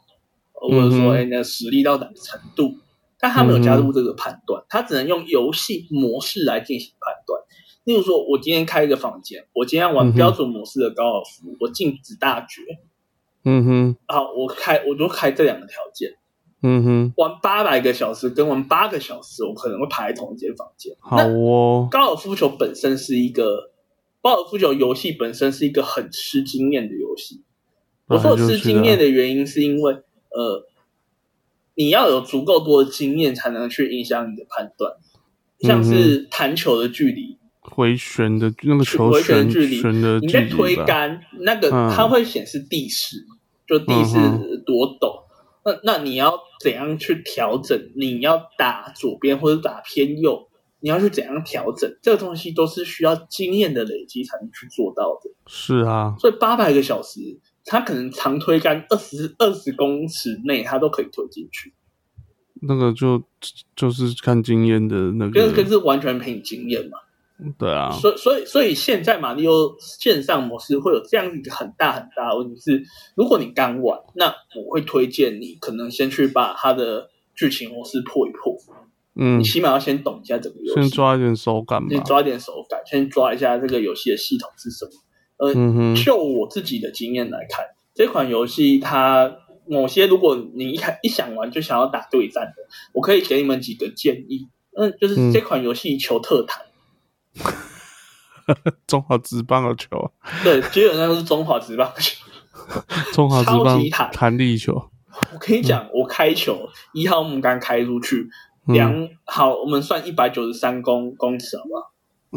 Speaker 2: 或者
Speaker 1: 嗯
Speaker 2: 说
Speaker 1: 哼嗯
Speaker 2: 哎、那实力到哪个程度，但他没有加入这个判断，他只能用游戏模式来进行判断。例如说，我今天开一个房间，我今天要
Speaker 1: 嗯
Speaker 2: 玩
Speaker 1: 哼
Speaker 2: 标准模式的高尔夫，我禁止大绝，
Speaker 1: 嗯哼
Speaker 2: 好，我开我就开这两个条件，
Speaker 1: 嗯哼，
Speaker 2: 玩八百个小时跟玩八个小时，我可能会排同一间房间。
Speaker 1: 好
Speaker 2: 那
Speaker 1: 哦，
Speaker 2: 高尔夫球本身是一个，高尔夫球游戏本身是一个很吃经验的游戏。我说
Speaker 1: 本来就
Speaker 2: 吃
Speaker 1: 是
Speaker 2: 经验
Speaker 1: 的，啊
Speaker 2: 的原因是因为，呃，你要有足够多的经验才能去影响你的判断，像是弹球的距离，
Speaker 1: 回旋的那个球
Speaker 2: 回旋
Speaker 1: 旋
Speaker 2: 的距离
Speaker 1: 旋的
Speaker 2: 你
Speaker 1: 距
Speaker 2: 在
Speaker 1: 离
Speaker 2: 推
Speaker 1: 吧
Speaker 2: 杆，那个
Speaker 1: 嗯
Speaker 2: 它会显示地势，就地势
Speaker 1: 嗯
Speaker 2: 多陡。那那你要怎样去调整？你要打左边或者打偏右，你要去怎样调整？这个东西都是需要经验的累积才能去做到的。
Speaker 1: 是啊，
Speaker 2: 所以八百个小时，它可能长推杆二十二十公尺内，它都可以推进去，
Speaker 1: 那个就就是看经验的那
Speaker 2: 跟跟
Speaker 1: 个，
Speaker 2: 是完全凭经验嘛。
Speaker 1: 对啊，
Speaker 2: 所以所以所以现在马里奥线上模式会有这样一个很大很大的问题是，如果你刚玩，那我会推荐你可能先去把它的剧情模式破一破，
Speaker 1: 嗯
Speaker 2: 你，起码要先懂一下整个游
Speaker 1: 先
Speaker 2: 戏，
Speaker 1: 抓一点手感吧
Speaker 2: 先，抓一点手感，先抓一下这个游戏的系统是什么。呃，
Speaker 1: 嗯哼，
Speaker 2: 就我自己的经验来看，这款游戏它某些，如果你一开一想玩就想要打对战的，我可以给你们几个建议。嗯，就是
Speaker 1: 嗯
Speaker 2: 这款游戏求特谈，
Speaker 1: 中华职棒的球，啊
Speaker 2: 对，基本上是中华职棒。
Speaker 1: 中华职
Speaker 2: 超
Speaker 1: 棒
Speaker 2: 级弹
Speaker 1: 弹力球，
Speaker 2: 我跟你讲，我开球一号木杆开出去，
Speaker 1: 嗯
Speaker 2: 量好，我们算一百九十三公公尺好不好？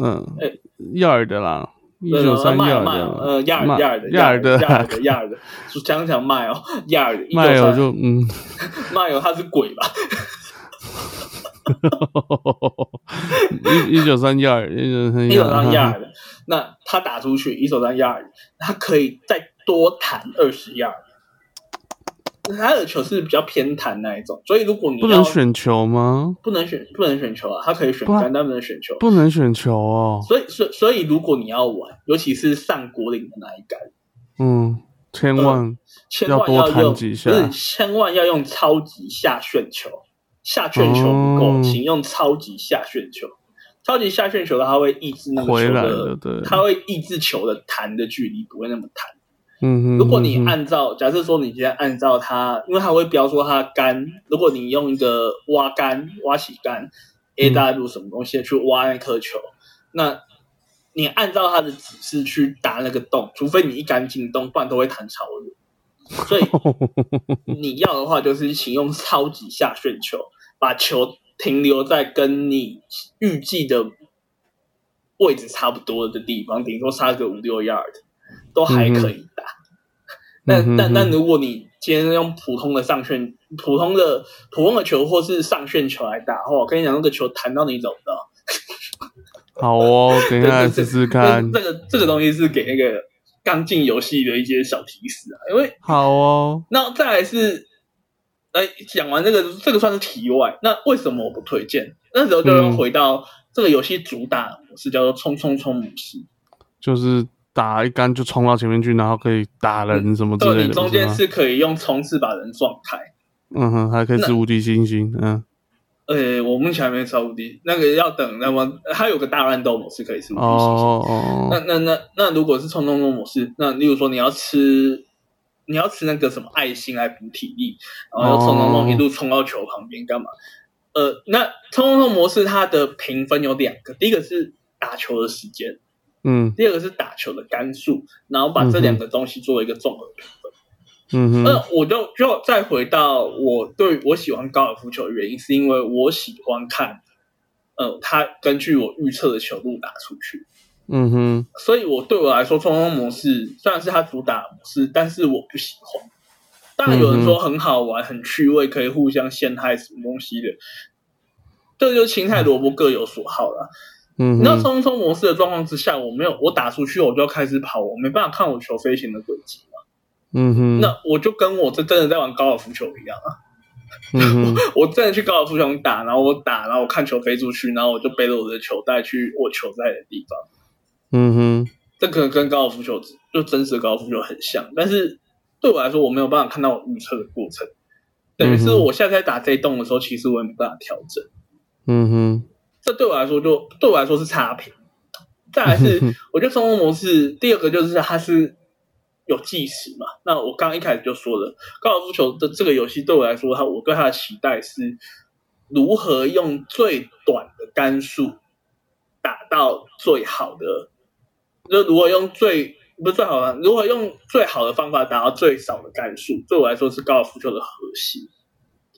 Speaker 1: 嗯
Speaker 2: 哎，
Speaker 1: 亚尔的啦，一九
Speaker 2: 呃
Speaker 1: 三
Speaker 2: 迈
Speaker 1: 亚
Speaker 2: 尔
Speaker 1: 尔
Speaker 2: 迈尔
Speaker 1: 的，
Speaker 2: 呃亚尔
Speaker 1: 迈
Speaker 2: 亚尔的
Speaker 1: 亚尔的
Speaker 2: 的
Speaker 1: 啊
Speaker 2: 亚尔的亚尔的，就讲讲迈哦，亚尔的
Speaker 1: 迈尔
Speaker 2: 1933
Speaker 1: 就嗯，
Speaker 2: 迈哦尔他是鬼吧？
Speaker 1: 一一 九三亚尔，一九三
Speaker 2: 一手上
Speaker 1: 亚
Speaker 2: 亚
Speaker 1: 尔，
Speaker 2: 尔的，那他打出去一手上亚尔，他可以再多弹二十亚尔。他的球是比较偏弹那一种，所以如果你
Speaker 1: 不
Speaker 2: 要
Speaker 1: 能选球吗？
Speaker 2: 不能选不能选球啊，他可以选
Speaker 1: 不然
Speaker 2: 杆，但不能选球。
Speaker 1: 不能选球哦，
Speaker 2: 所以所以所以如果你要玩，尤其是上果岭的那一杆，
Speaker 1: 嗯，千万
Speaker 2: 千
Speaker 1: 要
Speaker 2: 万
Speaker 1: 多弹
Speaker 2: 用
Speaker 1: 几下
Speaker 2: 不是千万要用超级下旋球，下旋球不够，
Speaker 1: 哦
Speaker 2: 请用超级下旋球。超级下旋球它会抑制那个
Speaker 1: 回
Speaker 2: 球
Speaker 1: 来
Speaker 2: 的
Speaker 1: 的，，对，
Speaker 2: 它会抑制球的弹的距离不会那么弹。
Speaker 1: 嗯哼，
Speaker 2: 呃如果你
Speaker 1: 嗯哼
Speaker 2: 按照，假设说你今天按照它，因为它会标说它杆，如果你用一个挖杆、挖起杆、A
Speaker 1: 嗯
Speaker 2: 大陆什么东西去挖那颗球，那你按照它的指示去打那个洞，除非你一杆进洞，不然都会弹超远。 所以你要的话，就是请用超级下旋球，把球停留在跟你预计的位置差不多的地方，顶多差个五六 yard，都
Speaker 1: 嗯
Speaker 2: 还可以打。但
Speaker 1: 嗯哼
Speaker 2: 但
Speaker 1: 嗯哼
Speaker 2: 但如果你今天用普通的上旋、普通的普通的球或是上旋球来打的话，我跟你讲，那个球弹到你走不到。
Speaker 1: 好 哦，等一下来
Speaker 2: 对对
Speaker 1: 试试
Speaker 2: 但是
Speaker 1: 看
Speaker 2: 这，个这个东西是给那个刚进游戏的一些小提示啊，因为
Speaker 1: 好哦，
Speaker 2: 那再来是，哎，讲完这个，这个算是题外。那为什么我不推荐？那时候就要
Speaker 1: 嗯
Speaker 2: 回到这个游戏主打的模式，叫做“冲冲冲”模式。
Speaker 1: 就是打一杆就冲到前面去，然后可以打人什么之
Speaker 2: 嗯对，
Speaker 1: 类
Speaker 2: 你
Speaker 1: 的，
Speaker 2: 中
Speaker 1: 不是
Speaker 2: 间
Speaker 1: 吗，
Speaker 2: 是可以用冲刺把人撞开。
Speaker 1: 嗯哼，还可以吃无敌星星，嗯，
Speaker 2: 呃，我目前还没超无敌，那个要等那么，它有个大乱斗模式可以是无敌
Speaker 1: 哦
Speaker 2: 星星。
Speaker 1: 哦
Speaker 2: 那
Speaker 1: 哦，
Speaker 2: 那那那如果是冲冲冲模式，那例如说你要吃，你要吃那个什么爱心来补体力，然后冲冲冲
Speaker 1: 哦
Speaker 2: 一路冲到球旁边干嘛？呃，那冲冲冲模式它的评分有两个，第一个是打球的时间，
Speaker 1: 嗯
Speaker 2: 第二个是打球的杆数，然后把这两个东西做一个综合评分。
Speaker 1: 嗯哼，
Speaker 2: 那我就就再回到我对我喜欢高尔夫球的原因，是因为我喜欢看，呃，它根据我预测的球路打出去。
Speaker 1: 嗯哼，
Speaker 2: 所以我对我来说，冲锋模式虽然是它主打模式，但是我不喜欢。当然有
Speaker 1: 嗯
Speaker 2: 人说很好玩、很趣味，可以互相陷害什么东西的，这就是青菜萝卜各有所好啦。
Speaker 1: 嗯
Speaker 2: 你知道
Speaker 1: 哼，
Speaker 2: 冲锋模式的状况之下，我没有我打出去，我就要开始跑，我没办法看我球飞行的轨迹嘛。
Speaker 1: 嗯哼，
Speaker 2: 那我就跟我这真的在玩高尔夫球一样啊，
Speaker 1: 嗯哼，
Speaker 2: 我真的去高尔夫球打，然后我打，然后我看球飞出去，然后我就背着我的球袋去我球在的地方。
Speaker 1: 嗯哼，
Speaker 2: 这可能跟高尔夫球就真实的高尔夫球很像，但是对我来说，我没有办法看到我预测的过程。等于是我现在在打这一洞的时候，其实我也没办法调整，
Speaker 1: 嗯哼，
Speaker 2: 这对我来说就对我来说是差评。再来是，我觉得生活模式第二个就是它是有计时嘛。那我刚刚一开始就说了，高尔夫球的这个游戏对我来说，它我对它的期待是如何用最短的杆数打到最好的，就如何用最不是最好的，如何用最好的方法打到最少的杆数，对我来说是高尔夫球的核心。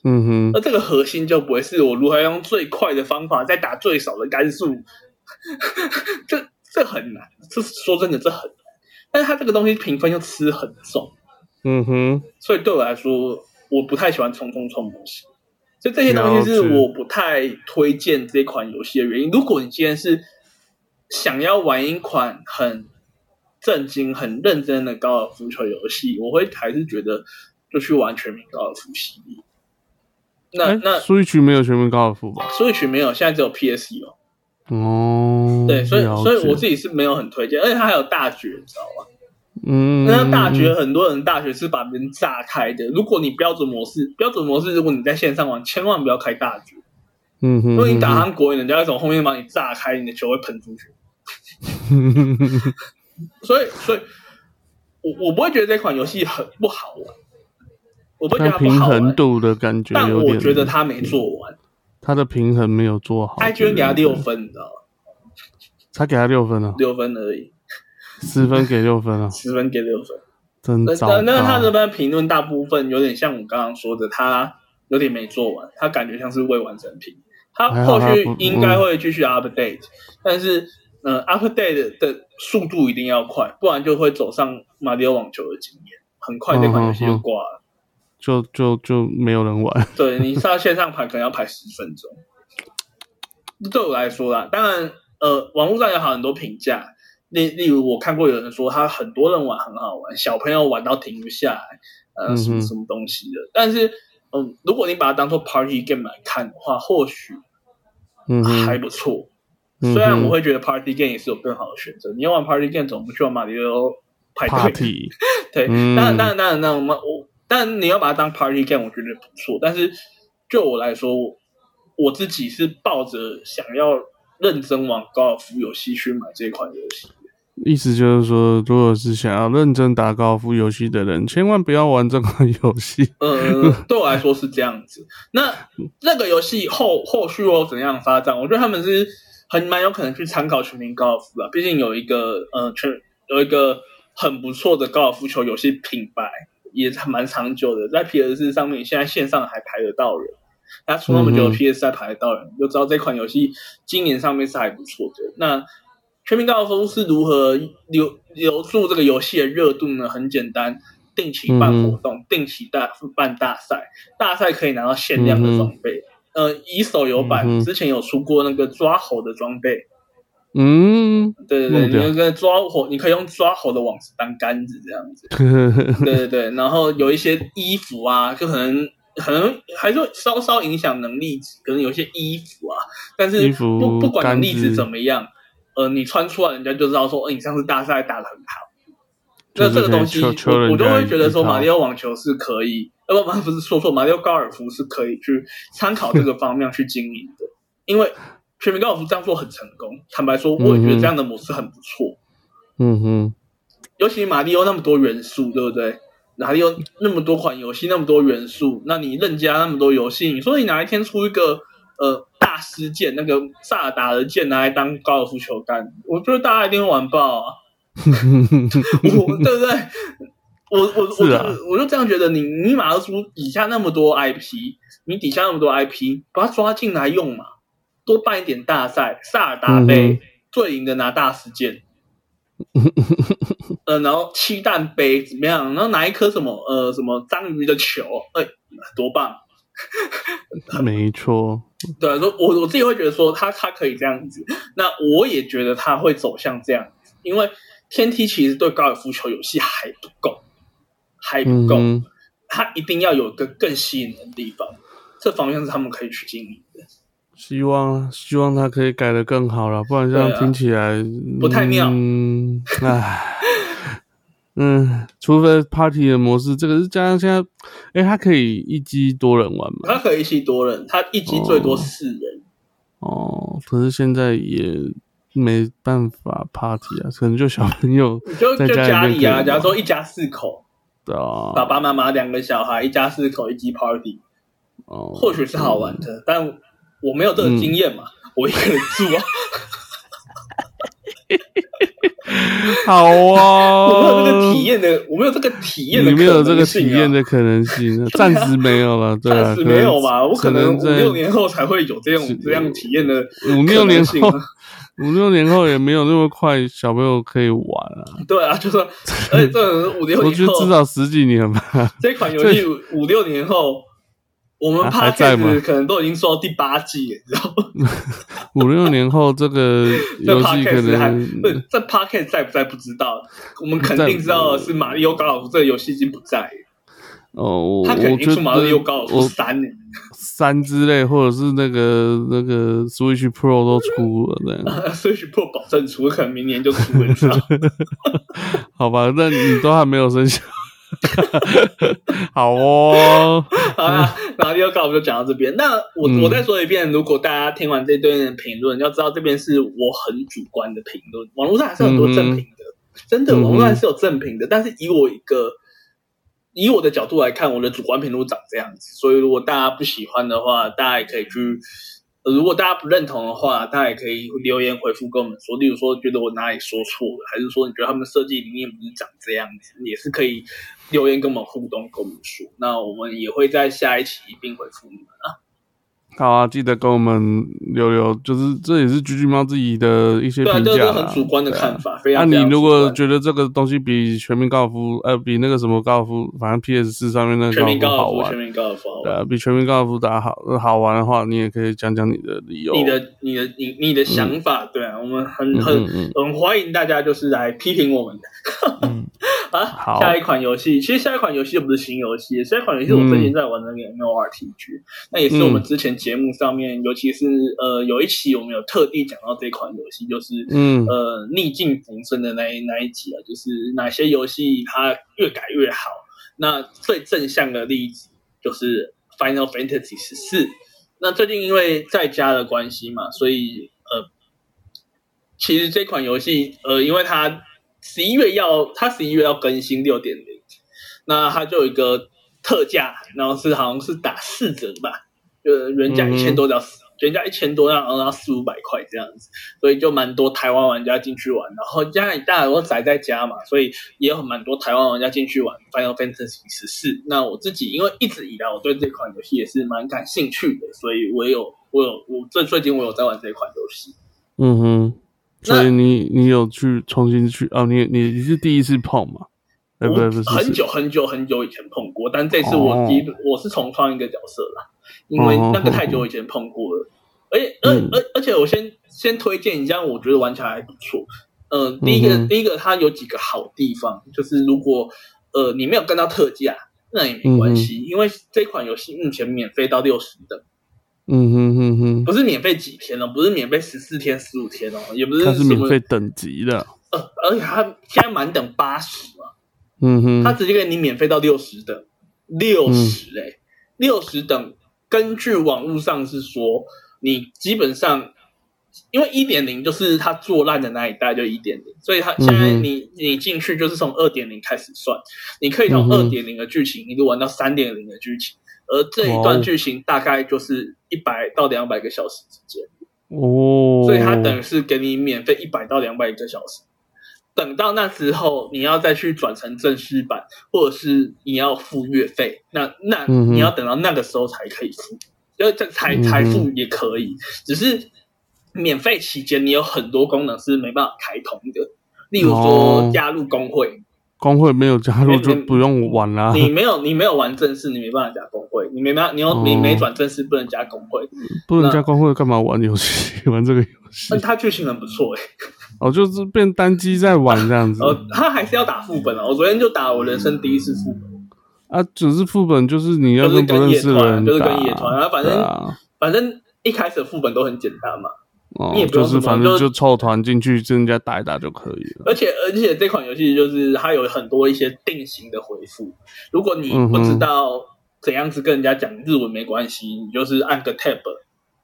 Speaker 1: 嗯哼，
Speaker 2: 那这个核心就不会是我如何用最快的方法再打最少的杆数，这这很难，这说真的这很难。但是它这个东西评分又吃很重，
Speaker 1: 嗯哼，
Speaker 2: 所以对我来说，我不太喜欢冲冲冲模式。所以这些东西是
Speaker 1: 了解
Speaker 2: 我不太推荐这款游戏的原因。如果你今天是想要玩一款很正经、很认真的高尔夫球游戏，我会还是觉得就去玩全民高尔夫系列。那
Speaker 1: 哎
Speaker 2: 那
Speaker 1: Switch 没有全民高尔夫吧？
Speaker 2: Switch 没有，现在只有 PS 有。
Speaker 1: 哦，
Speaker 2: 对，所以
Speaker 1: 了
Speaker 2: 所以我
Speaker 1: 解
Speaker 2: 自己是没有很推荐，而且它还有大学，你知道吗？
Speaker 1: 嗯，
Speaker 2: 那大学很多人大学是把人炸开的。如果你标准模式，标准模式，如果你在线上玩，千万不要开大局，
Speaker 1: 嗯哼，
Speaker 2: 因为你打韩国人，人家会从后面把你炸开，你的球会喷出去。
Speaker 1: 嗯
Speaker 2: 所以，所以我我不会觉得这款游戏很不好玩，我不会觉得
Speaker 1: 那
Speaker 2: 它不
Speaker 1: 平
Speaker 2: 好玩
Speaker 1: 衡，度的感觉
Speaker 2: 但
Speaker 1: 有
Speaker 2: 我
Speaker 1: 点，
Speaker 2: 觉得他没做完。
Speaker 1: 他的平衡没有做好，
Speaker 2: I G 给他六分，你知道吗？
Speaker 1: 才给他六分啊，
Speaker 2: 六分而已，
Speaker 1: 十分给六分啊，
Speaker 2: 十分给六分。
Speaker 1: 真
Speaker 2: 那
Speaker 1: 糟
Speaker 2: 那
Speaker 1: 糕。
Speaker 2: 呃那他这番评论大部分有点像我刚刚说的，他有点没做完，他感觉像是未完成品。他
Speaker 1: 还好
Speaker 2: 后
Speaker 1: 他
Speaker 2: 续
Speaker 1: 不嗯
Speaker 2: 应该会继续 update，、但是呃 update 的速度一定要快，不然就会走上马里奥网球的经验，很快这款游戏
Speaker 1: 嗯
Speaker 2: 就挂了。
Speaker 1: 就就就没有人 玩，
Speaker 2: 对你上线上排可能要排十分钟。对我来说啦，当然，呃，网络上有很多评价，例例如我看过有人说他很多人玩很好玩，小朋友玩到停不下来，
Speaker 1: 嗯
Speaker 2: 呃，
Speaker 1: 哼
Speaker 2: 什么什么东西的。但是，嗯，如果你把它当做 party game 来看的话，或许
Speaker 1: 嗯
Speaker 2: 还
Speaker 1: 哼，
Speaker 2: 不错。
Speaker 1: 嗯哼
Speaker 2: 虽然我会觉得 party game 也是有更好的选择，你要玩 party game 总不去玩马里奥 派对
Speaker 1: party，
Speaker 2: 对，
Speaker 1: 嗯
Speaker 2: 当然，当然，当然，当然，我我，但你要把它当 party game，我觉得不错。但是就我来说，我我自己是抱着想要认真玩高尔夫游戏去买这款游戏。
Speaker 1: 意思就是说，如果是想要认真打高尔夫游戏的人，千万不要玩这款游戏。
Speaker 2: 呃，对我来说是这样子。那那个游戏后后续会有怎样发展？我觉得他们是很蛮有可能去参考全民高尔夫吧，毕竟有一个呃全有一个很不错的高尔夫球游戏品牌，也蛮长久的，在 PS 上面现在线上还排得到人。他出那么久
Speaker 1: 嗯
Speaker 2: 的
Speaker 1: 哼
Speaker 2: PS 才排得到人，就知道这款游戏今年上面是还不错的。那全民高尔夫是如何留留住这个游戏的热度呢？很简单，定期办活
Speaker 1: 嗯
Speaker 2: 动，定期大办大赛，大赛可以拿到限量的装备。呃，以手游版、
Speaker 1: 嗯嗯哼
Speaker 2: 之前有出过那个抓猴的装备，
Speaker 1: 嗯，
Speaker 2: 对对
Speaker 1: 弄掉
Speaker 2: 对，你那个抓猴，你可以用抓猴的网子当杆子这样子。对对对，然后有一些衣服啊，就可能可能还是会稍稍影响能力值，可能有些衣服啊，但是
Speaker 1: 衣服
Speaker 2: 不不管能力
Speaker 1: 杆
Speaker 2: 值
Speaker 1: 子
Speaker 2: 怎么样，呃，你穿出来人家就知道说，哎、你上次大赛打的很好。
Speaker 1: 就
Speaker 2: 那
Speaker 1: 是
Speaker 2: 这个
Speaker 1: 可以
Speaker 2: 东西，
Speaker 1: 戳
Speaker 2: 我
Speaker 1: 戳人
Speaker 2: 我就
Speaker 1: 家
Speaker 2: 会
Speaker 1: 一
Speaker 2: 觉得说，
Speaker 1: 一
Speaker 2: 马
Speaker 1: 刀
Speaker 2: 里奥网球是可以，呃不不不是说错，马里奥高尔夫是可以去参考这个方面去经营的，因为全民高尔夫这样做很成功。坦白说，我也觉得这样的模式很不错。
Speaker 1: 嗯哼，
Speaker 2: 尤其马里奥那么多元素，对不对？马里奥那么多款游戏，那么多元素，那你任加那么多游戏，你说你哪一天出一个呃大师剑，那个萨尔达的剑拿来当高尔夫球杆，我觉得大家一定会玩爆 啊！我对不对？我我我
Speaker 1: 是
Speaker 2: 就、
Speaker 1: 啊
Speaker 2: 我就这样觉得你，你马尔出底下那么多 IP，你
Speaker 1: 嗯
Speaker 2: 底下那么多 IP，把它抓进来用嘛，多办一点大赛，萨尔达杯、最赢的拿大 师剑，呃，然后七蛋杯怎么样？然后拿一颗什么呃什么章鱼的球，哎、多棒！
Speaker 1: 没错，
Speaker 2: 对啊，说我我自己会觉得说他他可以这样子，那我也觉得他会走向这样子，因为天梯其实对高尔夫球游戏还不够，还不够，
Speaker 1: 嗯哼
Speaker 2: 他一定要有一个更吸引人的地方，这方面是他们可以去经营的。
Speaker 1: 希望希望它可以改得更好了，不然这样
Speaker 2: 对啊
Speaker 1: 听起来、
Speaker 2: 不太妙
Speaker 1: 嗯，唉， 嗯，除非 party 的模式，这个是加上现在，哎、它可以一机多人玩嘛？
Speaker 2: 他可以一起多人，他一集最多四人，
Speaker 1: 哦，可是现在也没办法 party 啊，可能就小朋 友
Speaker 2: 你就
Speaker 1: 哦在
Speaker 2: 就
Speaker 1: 家
Speaker 2: 家
Speaker 1: 里面
Speaker 2: 里啊，
Speaker 1: 可以
Speaker 2: 假如
Speaker 1: 玩
Speaker 2: 说一家四口，
Speaker 1: 的啊，
Speaker 2: 爸爸妈妈两个小孩，一家四口一集 party，
Speaker 1: 哦，嗯
Speaker 2: 或许是好玩的，但我没有这个经验嘛，我一个人住 啊。
Speaker 1: 好啊，
Speaker 2: 我没有这个体验的，我没有这个体验的、
Speaker 1: 哦你
Speaker 2: 可
Speaker 1: 没有这个
Speaker 2: 能性啊
Speaker 1: 体验，的可能性，暂时没有了，对啊，
Speaker 2: 暂时没有嘛。我可能五
Speaker 1: 在
Speaker 2: 六年后才会有这种这样体验的
Speaker 1: 五六年
Speaker 2: 可能
Speaker 1: 后
Speaker 2: 性啊，
Speaker 1: 五六年后也没有那么快，小朋友可以玩啊。
Speaker 2: 对啊，就是，而且这种五 六
Speaker 1: 我觉
Speaker 2: 年
Speaker 1: 得至
Speaker 2: 后
Speaker 1: 少十几年 吧。
Speaker 2: 这款游戏五五六年后，我们
Speaker 1: 啊
Speaker 2: p
Speaker 1: 还
Speaker 2: o
Speaker 1: 在
Speaker 2: d
Speaker 1: 吗
Speaker 2: c 可能都已经说到第八季了，你知道吗？
Speaker 1: 五六年后，这个
Speaker 2: 这
Speaker 1: 游戏可
Speaker 2: podcast 还
Speaker 1: 能嗯
Speaker 2: 不这 podcast 在不在不知道，我们肯
Speaker 1: 在
Speaker 2: 定知道的是马里奥高尔夫这个游戏已经不在了，
Speaker 1: 哦，我
Speaker 2: 它肯
Speaker 1: 我
Speaker 2: 定
Speaker 1: 觉
Speaker 2: 出马里奥高
Speaker 1: 得
Speaker 2: 尔夫
Speaker 1: 我
Speaker 2: 三了。
Speaker 1: 三之类，或者是那个那个 Switch Pro 都出了，这样
Speaker 2: 所以破保证出，可能明年就出 了，你知道吗？
Speaker 1: 好吧？那你都还没有生 效，好哦，
Speaker 2: 好啦，然后第二个我们就讲到这边。那我、
Speaker 1: 嗯
Speaker 2: 我再说一遍，如果大家听完这段的评论，要知道这边是我很主观的评论，网络上还是有很多
Speaker 1: 嗯
Speaker 2: 正评的，真的，
Speaker 1: 嗯哼
Speaker 2: 网络上还是有正评的。但是以我一个以我的角度来看，我的主观评论长这样子，所以如果大家不喜欢的话，大家也可以去。呃如果大家不认同的话，大家也可以留言回复跟我们说，例如说觉得我哪里说错了，还是说你觉得他们设计理念不是长这样子，也是可以留言跟我们互动，跟我们说。那我们也会在下一期一并回复你们。
Speaker 1: 好啊！记得跟我们留留，就是这也是橘橘猫自己的一些
Speaker 2: 对啊，
Speaker 1: 评
Speaker 2: 这
Speaker 1: 价
Speaker 2: 是
Speaker 1: 啦
Speaker 2: 很主观的
Speaker 1: 对啊
Speaker 2: 看法，非
Speaker 1: 那、
Speaker 2: 常。
Speaker 1: 你
Speaker 2: 非常
Speaker 1: 如
Speaker 2: 主
Speaker 1: 果
Speaker 2: 观
Speaker 1: 觉得这个东西比全民高尔夫，呃，比那个什么高尔夫，反正 PS 四上面那
Speaker 2: 全民
Speaker 1: 个
Speaker 2: 高
Speaker 1: 好
Speaker 2: 尔夫，
Speaker 1: 玩
Speaker 2: 全，民高尔夫好玩，
Speaker 1: 呃，比全民高尔夫打好呃好玩的话，你也可以讲讲你的理由。
Speaker 2: 你的你的你你的想法，对啊，我们很
Speaker 1: 嗯
Speaker 2: 很
Speaker 1: 嗯
Speaker 2: 很欢迎大家就是来批评我们的。
Speaker 1: 嗯
Speaker 2: 啊，
Speaker 1: 好
Speaker 2: 下一款游戏，其实下一款游戏又不是新游戏，下一款游戏
Speaker 1: 嗯
Speaker 2: 我最近在玩的那个 MORTG，、那也是我们之前节目上面，尤其是呃有一期我们有特地讲到这款游戏，就是
Speaker 1: 嗯
Speaker 2: 呃逆境逢生的那一那一集啊，就是哪些游戏它越改越好。那最正向的例子就是 Final Fantasy 十四。那最近因为在家的关系嘛，所以呃，其实这款游戏呃，因为它十一月要它十一月要更新六点零，那它就有一个特价，然后是好像是打四折吧，就是原价
Speaker 1: 嗯
Speaker 2: 一千多到四、原价一千多，然后要四五百块这样子，所以就蛮多台湾玩家进去玩，然后加拿大我宅在家嘛，所以也有蛮多台湾玩家进去玩 Final Fantasy 十四。那我自己因为一直以来我对这款游戏也是蛮感兴趣的，所以我有我有我最最近我有在玩这款游戏，
Speaker 1: 嗯哼，
Speaker 2: 那
Speaker 1: 所以你你有去重新去哦，你你你是第一次碰嘛？呃，
Speaker 2: 我
Speaker 1: 不对，不是哦
Speaker 2: 很，久
Speaker 1: 是
Speaker 2: 很久很久以前碰过，但这次我第一、我是重创一个角色啦，因
Speaker 1: 哦
Speaker 2: 为那个太久以前碰过了，而且而
Speaker 1: 嗯
Speaker 2: 而而且我先先推荐一下，我觉得玩起来还不错。呃，第一个、
Speaker 1: 嗯哼
Speaker 2: 第一个它有几个好地方，就是如果呃你没有跟到特价，那也没
Speaker 1: 嗯
Speaker 2: 关系，因为这款游戏目前免费到六十等，
Speaker 1: 嗯哼哼哼，
Speaker 2: 不是免费几天哦，不是免费十四天十五天哦，也不是
Speaker 1: 它是
Speaker 2: 什
Speaker 1: 免
Speaker 2: 么
Speaker 1: 费等级的，
Speaker 2: 呃，而且它现在满等八十啊。
Speaker 1: 嗯
Speaker 2: 他
Speaker 1: 哼，
Speaker 2: 直接给你免费到六十等，六十哎，六十等。根据网络上是说，你基本上因为一点零就是他做烂的那一代就一点零，所以他现在
Speaker 1: 嗯哼
Speaker 2: 你、你进去就是从二点零开始算，你可以从
Speaker 1: 嗯
Speaker 2: 二
Speaker 1: 哼
Speaker 2: 点零的剧情一路玩到三点零的剧情，而这一
Speaker 1: 哇
Speaker 2: 段
Speaker 1: 哦
Speaker 2: 剧情大概就是一百到两百个小时之间。
Speaker 1: 哦，
Speaker 2: 所以它等于是给你免费一百到两百个小时。等到那时候，你要再去转成正式版，或者是你要付月费，那那
Speaker 1: 嗯哼
Speaker 2: 你要等到那个时候才可以付，要这才
Speaker 1: 嗯哼
Speaker 2: 才付也可以，只是免费期间，你有很多功能是没办法开通的，例如说
Speaker 1: 哦
Speaker 2: 加入工会，
Speaker 1: 工会没有加入
Speaker 2: 没
Speaker 1: 就
Speaker 2: 没
Speaker 1: 不用玩啦、
Speaker 2: 你没有你没有玩正式，你没办法加工会，你没办法，你有你
Speaker 1: 哦
Speaker 2: 没转正式不能加工会，
Speaker 1: 不能
Speaker 2: 那
Speaker 1: 加工会干嘛玩游戏？ 玩这个游戏
Speaker 2: 但它剧情很不错哎、
Speaker 1: 哦，就是变单机在玩这样子
Speaker 2: 然后它还是要打副本啊，我昨天就打我人生第一次副本，
Speaker 1: 啊。只是副本就是你要
Speaker 2: 就是
Speaker 1: 跟不
Speaker 2: 跟
Speaker 1: 认
Speaker 2: 野
Speaker 1: 识的人
Speaker 2: 团，
Speaker 1: 打，
Speaker 2: 就是跟野团，然后反
Speaker 1: 对
Speaker 2: 正、
Speaker 1: 啊，
Speaker 2: 反正一开始的副本都很简单嘛，
Speaker 1: 哦
Speaker 2: 你也，不
Speaker 1: 就
Speaker 2: 用
Speaker 1: 是
Speaker 2: 什么
Speaker 1: 反正
Speaker 2: 就
Speaker 1: 就凑团进去跟人家打一打就可以了。
Speaker 2: 而且而且这款游戏就是它有很多一些定型的回复，如果你
Speaker 1: 嗯哼
Speaker 2: 不知道怎样子跟人家讲日文没关系，你就是按个 tab，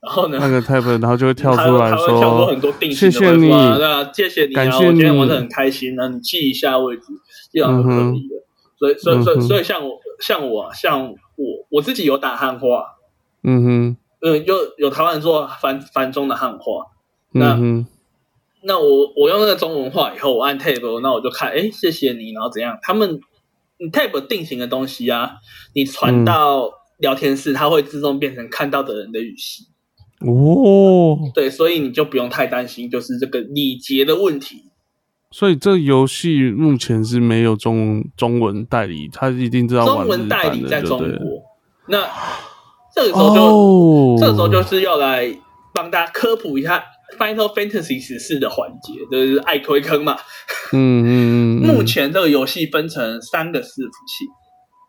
Speaker 2: 然后呢，
Speaker 1: 那个 tab 然后就会跳
Speaker 2: 它
Speaker 1: 出来
Speaker 2: 它会跳出
Speaker 1: 说
Speaker 2: 很多定型的回
Speaker 1: 谢
Speaker 2: 复
Speaker 1: 谢
Speaker 2: 啊，
Speaker 1: 你
Speaker 2: 对啊，谢谢你
Speaker 1: 感
Speaker 2: 啊，
Speaker 1: 谢
Speaker 2: 我今天玩的
Speaker 1: 你
Speaker 2: 很开心啊，你记一下位置，这样就可以了。所以所以所
Speaker 1: 嗯哼
Speaker 2: 以所以像我像我啊像我我自己有打汉化，
Speaker 1: 嗯哼，
Speaker 2: 嗯，有有台湾人说繁繁中的汉化，那
Speaker 1: 嗯哼，
Speaker 2: 那我我用那个中文化以后，我按 tab，那我就看，哎，谢谢你，然后怎样？他们你 tab 定型的东西啊，你
Speaker 1: 嗯
Speaker 2: 传到聊天室，它会自动变成看到的人的语系。
Speaker 1: 哦，
Speaker 2: 对，所以你就不用太担心，就是这个礼节的问题。
Speaker 1: 所以这游戏目前是没有中中文代理，他一定知道玩
Speaker 2: 中
Speaker 1: 日
Speaker 2: 文代
Speaker 1: 版
Speaker 2: 理
Speaker 1: 的
Speaker 2: 在
Speaker 1: 就
Speaker 2: 中
Speaker 1: 对了
Speaker 2: 国，那这个时候就、
Speaker 1: 哦，
Speaker 2: 这个时候就是要来帮大家科普一下。Final Fantasy 十四的环节就是爱推坑嘛。
Speaker 1: 嗯嗯嗯，
Speaker 2: 目前这个游戏分成三个伺服器，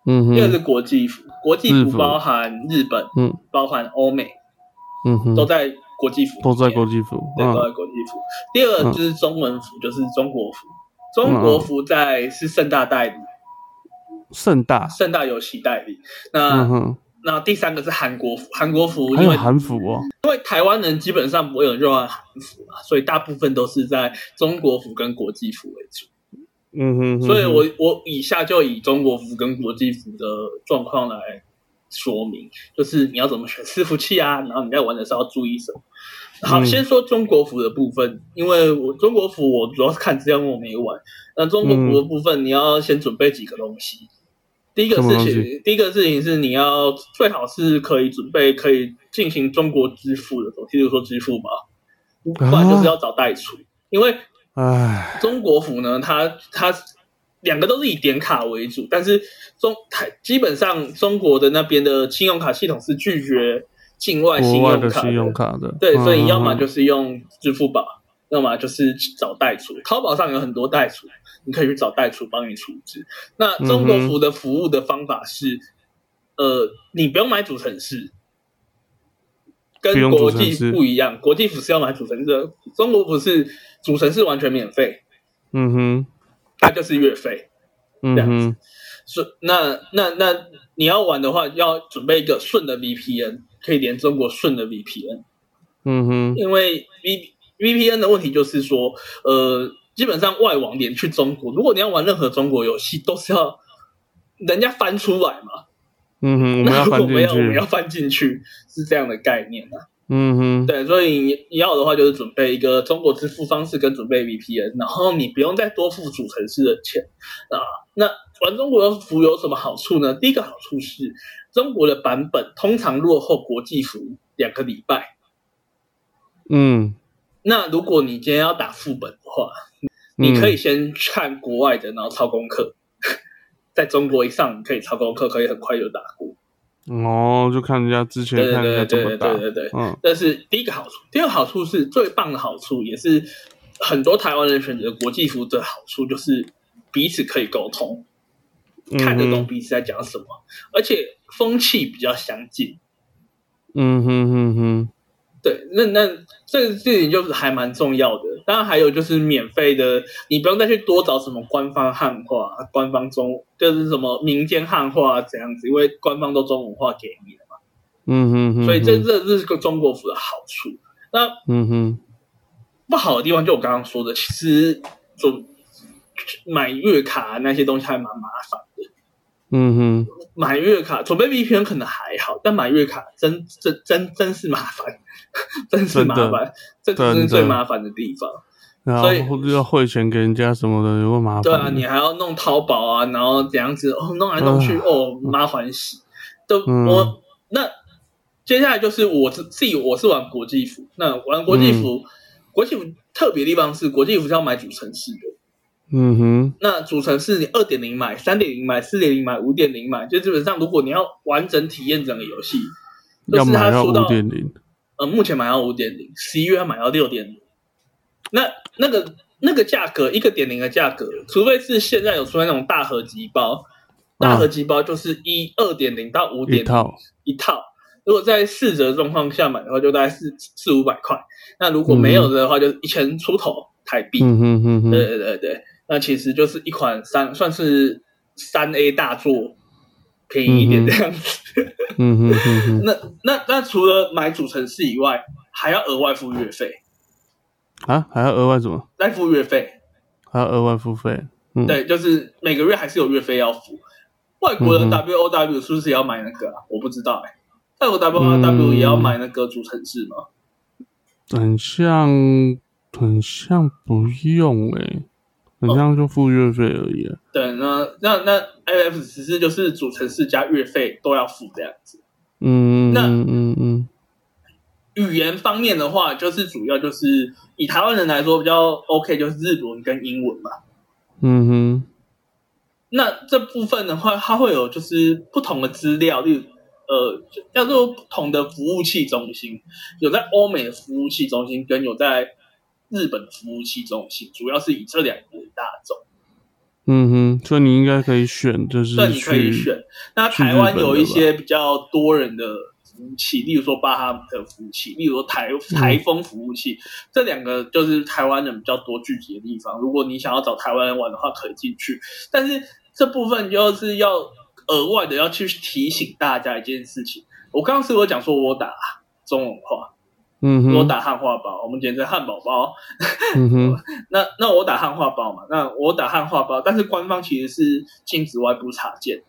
Speaker 1: 嗯
Speaker 2: 一个
Speaker 1: 哼
Speaker 2: 是国际服，国际
Speaker 1: 日
Speaker 2: 服
Speaker 1: 服
Speaker 2: 包含日本，
Speaker 1: 嗯
Speaker 2: 包含欧美，
Speaker 1: 嗯哼，
Speaker 2: 都在国际服里面，
Speaker 1: 都在国际服，
Speaker 2: 对，都
Speaker 1: 嗯
Speaker 2: 在国际服。第二个就是中文服，就是中国
Speaker 1: 嗯
Speaker 2: 服。中国服在是盛大代理，
Speaker 1: 盛大，
Speaker 2: 盛大游戏代理。那
Speaker 1: 嗯哼，
Speaker 2: 那第三个是韩国服，韩国服
Speaker 1: 还
Speaker 2: 因
Speaker 1: 有
Speaker 2: 为
Speaker 1: 韩服哦，
Speaker 2: 因为台湾人基本上不会有人热爱韩服嘛，所以大部分都是在中国服跟国际服为主。
Speaker 1: 嗯哼，
Speaker 2: 所以
Speaker 1: 嗯哼
Speaker 2: 我我以下就以中国服跟国际服的状况来说明，就是你要怎么选伺服器啊，然后你在玩的时候要注意什么。好，
Speaker 1: 嗯
Speaker 2: 先说中国服的部分，因为我中国服我主要是看资料，因为我没玩。那中国服的部分，你要先准备几个东西。第一个
Speaker 1: 什么
Speaker 2: 事
Speaker 1: 东西
Speaker 2: 情，第一个事情是你要最好是可以准备可以进行中国支付的东西，比如说支付宝，不然
Speaker 1: 啊
Speaker 2: 就是要找代储，因为
Speaker 1: 唉，
Speaker 2: 中国服呢，它它两个都是以点卡为主，但是中台基本上中国的那边的信用卡系统是拒绝境外信
Speaker 1: 国外
Speaker 2: 用
Speaker 1: 的
Speaker 2: 卡
Speaker 1: 信用卡的，
Speaker 2: 对，
Speaker 1: 嗯
Speaker 2: 所以要么
Speaker 1: 嗯
Speaker 2: 就是用支付宝，要么就是找代储。淘宝上有很多代储，你可以去找代储帮你处置。那中国服的服务的方法是，呃，你不用买主城市，
Speaker 1: 不
Speaker 2: 跟
Speaker 1: 用
Speaker 2: 国
Speaker 1: 主城
Speaker 2: 际
Speaker 1: 市
Speaker 2: 不一样。国际服是要买主城市的，中国服是主城市完全免费，
Speaker 1: 嗯哼，
Speaker 2: 它就是月费。
Speaker 1: 嗯
Speaker 2: 这样
Speaker 1: 哼，
Speaker 2: 是那那那你要玩的话，要准备一个顺的 VPN，可以连中国顺的 VPN。
Speaker 1: 嗯哼，
Speaker 2: 因为 V VPN 的问题就是说，呃，基本上外网连去中国，如果你要玩任何中国游戏，都是要人家翻出来嘛。
Speaker 1: 嗯哼，我们
Speaker 2: 那
Speaker 1: 要
Speaker 2: 如
Speaker 1: 翻
Speaker 2: 果我们
Speaker 1: 进
Speaker 2: 要我们要
Speaker 1: 去，
Speaker 2: 翻进去，是这样的概念啊。
Speaker 1: 嗯哼，
Speaker 2: 对，所以你你要的话就是准备一个中国支付方式跟准备 VPN，然后你不用再多付主城市的钱啊。那玩中国服有什么好处呢？第一个好处是，中国的版本通常落后国际服两个礼拜。
Speaker 1: 嗯，
Speaker 2: 那如果你今天要打副本的话，你可以先看国外的，然后抄功课。在中国一上，你可以抄功课，可以很快就打过。
Speaker 1: 嗯哦，就看人家之前
Speaker 2: 对
Speaker 1: 看人
Speaker 2: 对对
Speaker 1: 家怎么
Speaker 2: 对对
Speaker 1: 打，
Speaker 2: 对对对。
Speaker 1: 嗯
Speaker 2: 这是第一个好处。第二个好处是最棒的好处，也是很多台湾人选择国际服的好处，就是彼此可以沟通，看得懂
Speaker 1: 嗯
Speaker 2: 彼此在讲什么，而且风气比较相近。
Speaker 1: 嗯哼哼哼，
Speaker 2: 对，那那这个事情就是还蛮重要的。当然还有就是免费的，你不用再去多找什么官方汉化、官方中就是什么民间汉化这样子，因为官方都中文化给你了，
Speaker 1: 嗯哼哼，
Speaker 2: 所以这这这是个中国服的好处。那
Speaker 1: 嗯哼，
Speaker 2: 不好的地方，就我刚刚说的，其实就买月卡那些东西还蛮麻烦。
Speaker 1: 嗯哼，
Speaker 2: 买月卡准备 VPN 可能还好，但买月卡真真真真是麻烦， 真是麻烦，这
Speaker 1: 的
Speaker 2: 这是
Speaker 1: 真
Speaker 2: 最
Speaker 1: 的
Speaker 2: 麻烦的地方。
Speaker 1: 然
Speaker 2: 所以
Speaker 1: 后要汇钱给人家什么的，有个麻烦，
Speaker 2: 对啊，你还要弄淘宝啊，然
Speaker 1: 嗯
Speaker 2: 后怎样子哦，弄来弄去、
Speaker 1: 啊
Speaker 2: 哦，麻烦死。都、
Speaker 1: 嗯
Speaker 2: 我那接下来就是我自自己我是玩国际服，那玩国际服，
Speaker 1: 嗯
Speaker 2: 国际服特别地方是国际服是要买主城市的，
Speaker 1: 嗯哼，
Speaker 2: 那组成是你二点零买、三点零买、四点零买、五点零买，就基本上如果你要完整体验整个游戏，就
Speaker 1: 要
Speaker 2: 是
Speaker 1: 买
Speaker 2: 他
Speaker 1: 到
Speaker 2: 说
Speaker 1: 五
Speaker 2: 到
Speaker 1: 点零，
Speaker 2: 呃，目前买到五点零，十一月要买到六点零，那那个那个价格一个点零的价格，除非是现在有出现那种大合集包，大合集包就是一二点零到五
Speaker 1: 一
Speaker 2: 点
Speaker 1: 套，
Speaker 2: 一套。如果在四折状况下买的话，就大概四四五百块。那如果没有的话，就是一千出头台币。
Speaker 1: 嗯哼哼
Speaker 2: 对
Speaker 1: 哼，
Speaker 2: 对对对，那其实就是一款三算是三 A 大作，便宜一
Speaker 1: 嗯
Speaker 2: 点
Speaker 1: 哼
Speaker 2: 这样子。
Speaker 1: 嗯哼哼哼，
Speaker 2: 那那那除了买主城市以外，还要额外付月费，
Speaker 1: 啊，还要额外什么？
Speaker 2: 再付月费，
Speaker 1: 还要额外付费？嗯，
Speaker 2: 对，就是每个月还是有月费要付。外国的
Speaker 1: 嗯哼
Speaker 2: WOW 是不是也要买那个、啊？我不知道哎、欸，外国 WOW
Speaker 1: 嗯
Speaker 2: 也要买那个主城市吗？
Speaker 1: 很像，很像不用诶、很像就付月费而已、啊。
Speaker 2: 对，那那那 AF 十四就是主城市加月费都要付这样子。
Speaker 1: 嗯
Speaker 2: 那
Speaker 1: 嗯嗯嗯
Speaker 2: 语言方面的话，就是主要就是以台湾人来说比较 OK，就是日文跟英文嘛。
Speaker 1: 嗯哼，
Speaker 2: 那这部分的话，它会有就是不同的资料，例如呃，就叫做不同的服务器中心，有在欧美的服务器中心，跟有在日本的服务器中心，主要是以这两个为大众。
Speaker 1: 嗯哼，所以你应该可以选，就是
Speaker 2: 对，你可以
Speaker 1: 去，
Speaker 2: 选。那
Speaker 1: 去
Speaker 2: 台
Speaker 1: 日
Speaker 2: 湾
Speaker 1: 本
Speaker 2: 有
Speaker 1: 的
Speaker 2: 一
Speaker 1: 吧
Speaker 2: 些比较多人的服务器，例如说巴哈姆特服务器，例如说台
Speaker 1: 嗯
Speaker 2: 台风服务器，这两个就是台湾人比较多聚集的地方。如果你想要找台湾人玩的话，可以进去。但是这部分就是要额外的要去提醒大家一件事情。我刚刚是有讲说我打中文化，
Speaker 1: 嗯
Speaker 2: 我
Speaker 1: 哼，
Speaker 2: 打汉化包，我们简称汉堡包。
Speaker 1: 嗯哼，
Speaker 2: 那那我打汉化包嘛，那我打汉化包，但是官方其实是禁止外部插件。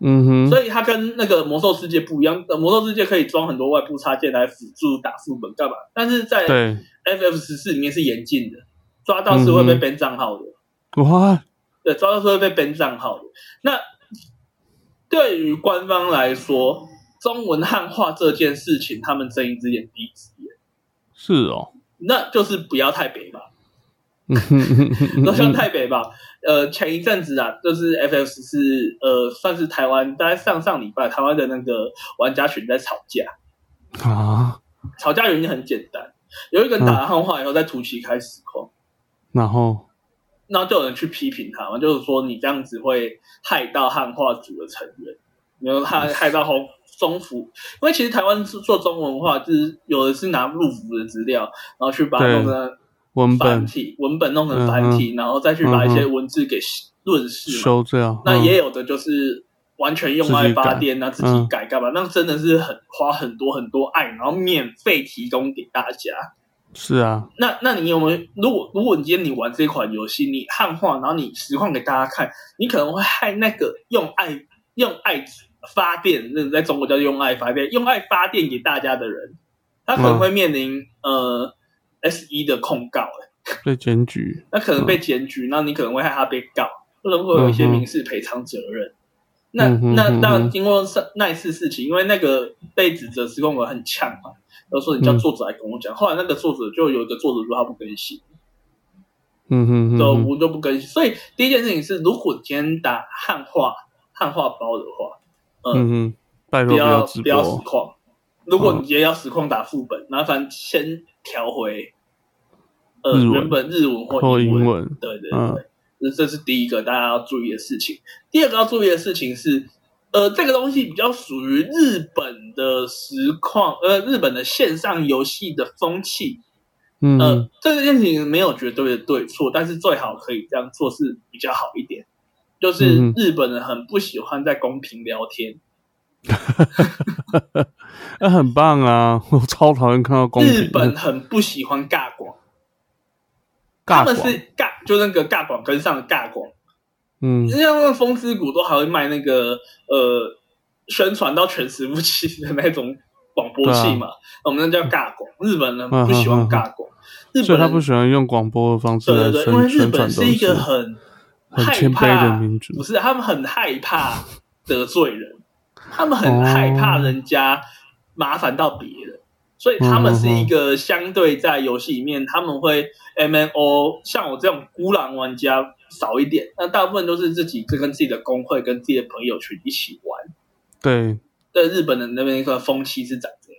Speaker 1: 嗯哼，
Speaker 2: 所以它跟那个魔兽世界不一样，呃魔兽世界可以装很多外部插件来辅助打副本干嘛，但是在
Speaker 1: 对，
Speaker 2: FF 十四里面是严禁的，抓到是会被
Speaker 1: 嗯哼
Speaker 2: ban 账号的，
Speaker 1: 哇，
Speaker 2: 对，抓到是会被 ban 账号的。那对于官方来说，中文汉化这件事情，他们睁一只眼闭一只眼，
Speaker 1: 是哦，
Speaker 2: 那就是不要太北吧。
Speaker 1: 嗯哼嗯哼嗯
Speaker 2: 都像
Speaker 1: 哼，
Speaker 2: 台北吧。呃，前一阵子啊，就是 FF 十四，呃，算是台湾大概上上礼拜，台湾的那个玩家群在吵架，
Speaker 1: 啊，
Speaker 2: 吵架原因很简单，有一个人打了汉化以后在图奇开实况，
Speaker 1: 然后，
Speaker 2: 然后就有人去批评他嘛，就是说你这样子会害到汉化组的成员，然 后害害到红中服，因为其实台湾是做中文化，就是有的是拿陆服的资料，然后去把它
Speaker 1: 对
Speaker 2: 弄成
Speaker 1: 文
Speaker 2: 繁
Speaker 1: 本
Speaker 2: 体文本弄成繁体，然后再去把一些文字给润饰嘛。
Speaker 1: 修掉，
Speaker 2: 那也
Speaker 1: 嗯
Speaker 2: 有的就是完全用爱发电，那自己改干嘛？那真的是很花很多很多爱，然后免费提供给大家。
Speaker 1: 是啊，
Speaker 2: 那那你有没有？如果如果你今天你玩这款游戏，你汉化，然后你实况给大家看，你可能会害那个用爱用爱发电，那在中国叫用爱发电，用爱发电给大家的人，他
Speaker 1: 嗯
Speaker 2: 可能会面临、呃 S 一的控告、欸
Speaker 1: 被检举，
Speaker 2: 那可能被检举，那你可能会害他被告，或者会有一些民事赔偿责任。那
Speaker 1: 嗯哼
Speaker 2: 那
Speaker 1: 嗯哼
Speaker 2: 当然，经过上那一次事情，因为那个被指责施工人很呛嘛，然后说你叫
Speaker 1: 嗯
Speaker 2: 作者来跟我讲。后来那个作者就有一个作者说他不更新，
Speaker 1: 嗯哼哼
Speaker 2: 就
Speaker 1: 哼，
Speaker 2: 我就不更新。所以第一件事情是，如果你今天打汉化汉化包的话，
Speaker 1: 嗯哼，拜托
Speaker 2: 不要
Speaker 1: 直
Speaker 2: 不要实
Speaker 1: 播，嗯
Speaker 2: 况。如果你今天要实况打副本，麻烦先调回呃
Speaker 1: 日文
Speaker 2: 原本日文
Speaker 1: 或
Speaker 2: 或
Speaker 1: 英文，
Speaker 2: 对对
Speaker 1: 嗯
Speaker 2: 对，这、这是第一个大家要注意的事情。第二个要注意的事情是，呃，这个东西比较属于日本的实况，呃，日本的线上游戏的风气。
Speaker 1: 嗯
Speaker 2: 呃，
Speaker 1: 哼
Speaker 2: 这件事情没有绝对的对错，但是最好可以这样做是比较好一点。就是
Speaker 1: 嗯
Speaker 2: 日本人很不喜欢在公屏聊天，
Speaker 1: 那很棒啊！我超讨厌看到公
Speaker 2: 日
Speaker 1: 屏
Speaker 2: 本很不喜欢尬广，他
Speaker 1: 尬
Speaker 2: 们
Speaker 1: 广，
Speaker 2: 是尬，就那个尬广跟上的尬广。
Speaker 1: 嗯
Speaker 2: 像那个风之谷都还会卖那个呃宣传到全服务器的那种广播
Speaker 1: 啊
Speaker 2: 器嘛，我们那叫尬广。日本人不喜欢
Speaker 1: 嗯
Speaker 2: 尬广，日
Speaker 1: 所
Speaker 2: 本
Speaker 1: 以他不
Speaker 2: 人
Speaker 1: 喜欢用广播的方式
Speaker 2: 对
Speaker 1: 来
Speaker 2: 对对，因为
Speaker 1: 宣
Speaker 2: 日
Speaker 1: 宣传
Speaker 2: 本
Speaker 1: 东
Speaker 2: 是一
Speaker 1: 西
Speaker 2: 个，很
Speaker 1: 很
Speaker 2: 害
Speaker 1: 谦卑
Speaker 2: 怕
Speaker 1: 的民族
Speaker 2: 不是
Speaker 1: 哦
Speaker 2: 他们很害怕得罪人，他们很害怕人家麻烦到别人，所以他
Speaker 1: 嗯
Speaker 2: 们是一个相对在游戏里面他们会 M N O，像我这种孤狼玩家少一点，那大部分都是自己跟跟自己的工会跟自己的朋友群一起玩。
Speaker 1: 对，
Speaker 2: 对日本的那边一个风气是长这样。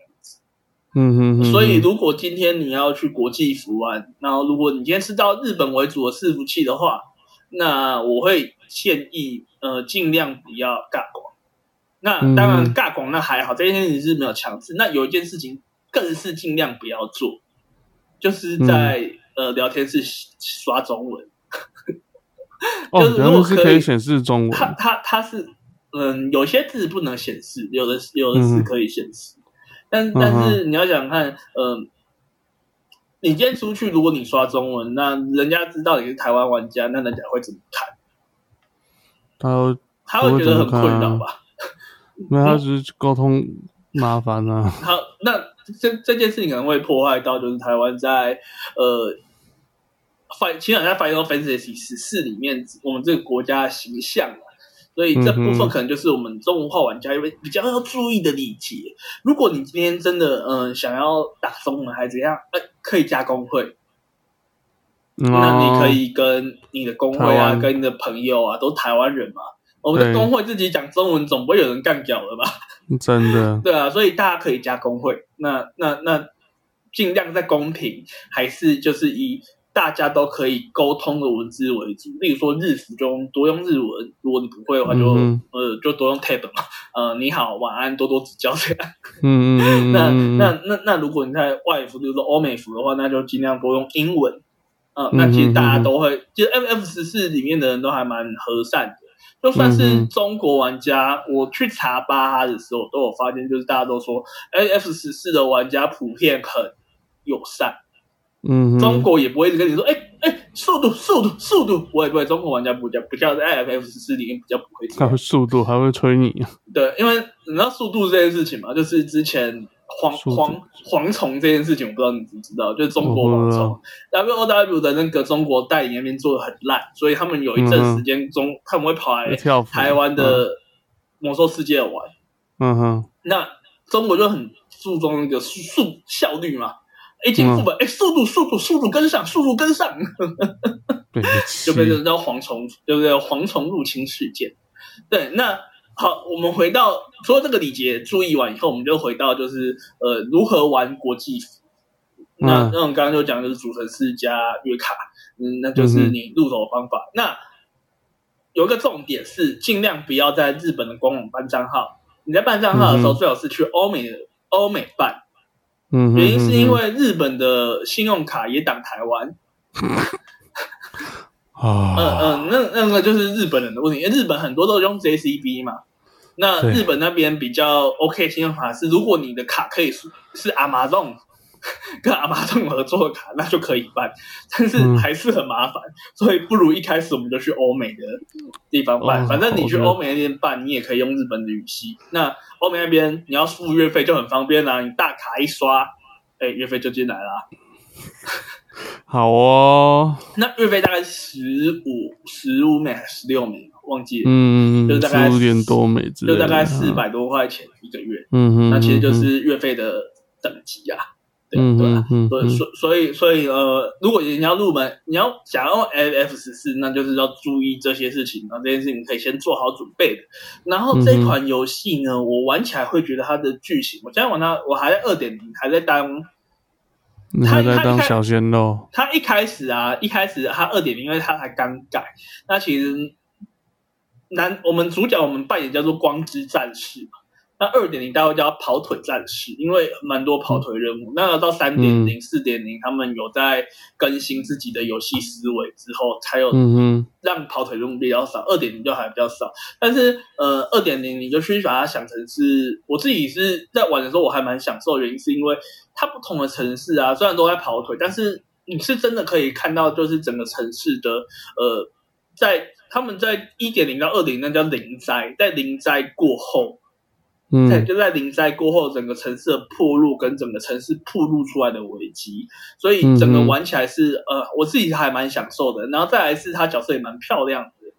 Speaker 1: 嗯哼哼，
Speaker 2: 所以，
Speaker 1: 哼
Speaker 2: 如果今天你要去国际服玩，然后如果你今天是到日本为主的伺服器的话，那我会建议呃尽量不要尬广。那
Speaker 1: 嗯
Speaker 2: 当然尬广那还好，这件事情是没有强制。那有一件事情更是尽量不要做，就是在、
Speaker 1: 嗯
Speaker 2: 呃聊天室刷中文。
Speaker 1: 哦，
Speaker 2: 就是如
Speaker 1: 然
Speaker 2: 果
Speaker 1: 后是
Speaker 2: 可
Speaker 1: 可
Speaker 2: 以
Speaker 1: 以显示中
Speaker 2: 它
Speaker 1: 文，
Speaker 2: 它它是嗯，有些字不能显示，有的是有的是
Speaker 1: 嗯
Speaker 2: 可以显示，但
Speaker 1: 嗯哼
Speaker 2: 但是你要想看，嗯，你今天出去，如果你刷中文，那人家知道你是台湾玩家，那人家会怎么看？
Speaker 1: 他
Speaker 2: 他会觉得很
Speaker 1: 他会怎么看啊
Speaker 2: 困扰吧？
Speaker 1: 没
Speaker 2: 嗯
Speaker 1: 有，他只是沟通麻烦啊。
Speaker 2: 好，那这这件事情可能会破坏到，就是台湾在呃，反其实在 Final Fantasy 十四里面，我们这个国家的形象啊，所以这部
Speaker 1: 嗯哼
Speaker 2: 分可能就是我们中文化玩家会比较要注意的礼节。如果你今天真的嗯、呃想要打中文还是怎样，呃，可以加工会，那你可
Speaker 1: 哦
Speaker 2: 以跟你的工会
Speaker 1: 台
Speaker 2: 啊，
Speaker 1: 湾
Speaker 2: 跟你的朋友啊，都台湾人嘛。我们的
Speaker 1: 对
Speaker 2: 工会自己讲中文，总不会有人干掉了吧？
Speaker 1: 真的，
Speaker 2: 对啊，所以大家可以加工会，那那那尽量在公平，还是就是以大家都可以沟通的文字为主。例如说日服就用多用日文，如果你不会的话就，
Speaker 1: 嗯
Speaker 2: 呃就多用 tab 嘛，呃你好晚安多多指教这样。
Speaker 1: 嗯嗯嗯嗯
Speaker 2: 那
Speaker 1: 嗯，
Speaker 2: 那那那如果你在外服，比如说欧美服的话，那就尽量多用英文。嗯、那其实大家都会，其实 M F 十四里面的人都还蛮和善的，就算
Speaker 1: 嗯
Speaker 2: 是
Speaker 1: 哼
Speaker 2: 中国玩家，我去查巴哈的时候，都有发现，就是大家都说 M F 十四的玩家普遍很友善，
Speaker 1: 嗯哼
Speaker 2: 中国也不会一直跟你说，哎、哎、速度速度速度，我也不会，中国玩家不叫不叫在 M F 十四里面比较不会这
Speaker 1: 还
Speaker 2: 样
Speaker 1: 会，速度，还会催你，啊
Speaker 2: 对，因为你知道速度这件事情嘛，就是之前蝗
Speaker 1: 速度
Speaker 2: 蝗蝗虫这件事情，我不知道你知不知道，就是中
Speaker 1: 我
Speaker 2: 国
Speaker 1: 不
Speaker 2: 蝗
Speaker 1: 知
Speaker 2: 虫
Speaker 1: 道
Speaker 2: W O W 的那个中国代理那边做的很烂，所以他们有一
Speaker 1: 嗯
Speaker 2: 阵时间中，他们会跑来
Speaker 1: 跳舞啊
Speaker 2: 台湾，的魔兽世界玩。
Speaker 1: 嗯哼，
Speaker 2: 那中国就很注重那个速速效率嘛，一进
Speaker 1: 嗯
Speaker 2: 副本，哎、速度速度速度跟上，速度跟上，
Speaker 1: 对，
Speaker 2: 就被人叫蝗虫，对不对？蝗虫入侵事件。对，那好，我们回到除了这个礼节注意完以后，我们就回到就是呃，如何玩国际服。那
Speaker 1: 嗯
Speaker 2: 那我们刚刚就讲就是组成式加月卡，嗯，那就是
Speaker 1: 嗯哼
Speaker 2: 你入手的方法。那有一个重点是，尽量不要在日本的官网办账号。你在办账号的时候，
Speaker 1: 嗯哼
Speaker 2: 最好是去欧美的欧美办，
Speaker 1: 嗯哼，
Speaker 2: 原因是因为日本的信用卡也挡台湾，嗯
Speaker 1: 啊，
Speaker 2: 嗯，那那个就是日本人的问题，因为日本很多都用 JCB 嘛。那
Speaker 1: 对
Speaker 2: 日本那边比较 OK 信用卡是，如果你的卡可以是是 Amazon 跟 Amazon 合作的卡，那就可以办，但是
Speaker 1: 嗯
Speaker 2: 还是很麻烦，所以不如一开始我们就去欧美的地方办。
Speaker 1: 哦
Speaker 2: 反正你去
Speaker 1: 好的
Speaker 2: 欧美那边办，你也可以用日本的语系。那欧美那边你要付月费就很方便啦、啊你大卡一刷，哎，月费就进来啦。
Speaker 1: 好哦，
Speaker 2: 那月费大概十五十五美还是十六美，忘记了，
Speaker 1: 嗯，
Speaker 2: 就大概
Speaker 1: 五点多美之类
Speaker 2: 就
Speaker 1: 的，啊
Speaker 2: 大概四，百多块钱一个月，
Speaker 1: 嗯哼，
Speaker 2: 那其实就是月费的等级啊，对啊
Speaker 1: 嗯
Speaker 2: 对啊。
Speaker 1: 嗯
Speaker 2: 所以所以所以所以呃，如果你要入门，你要想要 F F 十四，那就是要注意这些事情，然后这件事情可以先做好准备的。然后这
Speaker 1: 嗯哼
Speaker 2: 款游戏呢，我玩起来会觉得它的剧情，我现在玩它，我还在二点零，还在当
Speaker 1: 嗯你还在当小鲜肉，
Speaker 2: 它一开始啊，一开始它二点零，因为它才刚改。那其实男我们主角我们扮演叫做光之战士嘛，那二点零大家会叫跑腿战士，因为蛮多跑腿任务。那到三点零、四点零，他们有在更新自己的游戏思维之后，才有
Speaker 1: 嗯哼，
Speaker 2: 让跑腿任务比较少，二点零就还比较少。但是呃，二点零你就去把它想成是，我自己是在玩的时候我还蛮享受，的原因是因为它不同的城市啊，虽然都在跑腿，但是你是真的可以看到，就是整个城市的呃，在他们在一点零到二点那叫零灾，在零灾过后，在
Speaker 1: 嗯
Speaker 2: 就在零灾过后，整个城市的破路跟整个城市铺露出来的危机，所以整个
Speaker 1: 嗯哼
Speaker 2: 玩起来是、呃，我自己还蛮享受的。然后再来是它角色也蛮漂亮的，所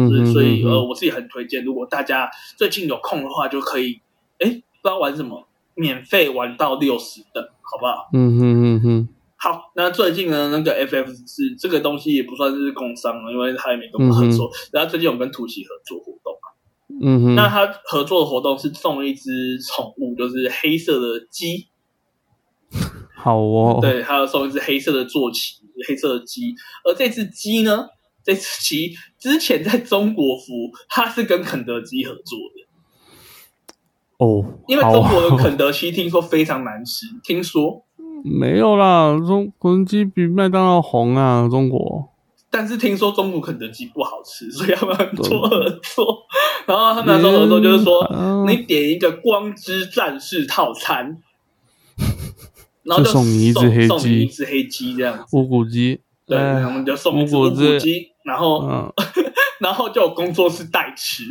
Speaker 1: 嗯，
Speaker 2: 以所哦以呃，我自己很推荐，如果大家最近有空的话，就可以，哎，不知道玩什么，免费玩到六十等，好不好？
Speaker 1: 嗯哼哼哼，
Speaker 2: 好，那最近呢，那个 FF 是这个东西也不算是工商了，因为它也没跟我们合作。然后最近我们跟突袭合作活动嘛，
Speaker 1: 嗯哼，
Speaker 2: 那他合作的活动是送一只宠物，就是黑色的鸡，
Speaker 1: 好哦，，
Speaker 2: 对，还有送一只黑色的坐骑，黑色的鸡。而这只鸡呢，这只鸡之前在中国服，它是跟肯德基合作的，
Speaker 1: 哦，
Speaker 2: 因为
Speaker 1: 好
Speaker 2: 中
Speaker 1: 哦
Speaker 2: 国的肯德基听说非常难吃，听说，
Speaker 1: 没有啦，中肯德基比麦当劳红啊，中国。
Speaker 2: 但是听说中国肯德基不好吃，所以他们做合作。然后他们说合作就是说，
Speaker 1: 嗯
Speaker 2: 你点一个光之战士套餐，然后
Speaker 1: 就送你一只黑鸡
Speaker 2: 送你一只黑鸡这样子。
Speaker 1: 乌骨鸡，
Speaker 2: 对，
Speaker 1: 哎
Speaker 2: 然后我们就送一只
Speaker 1: 乌
Speaker 2: 乌
Speaker 1: 骨鸡
Speaker 2: 骨鸡，然后、
Speaker 1: 嗯，
Speaker 2: 然后就有工作室代吃。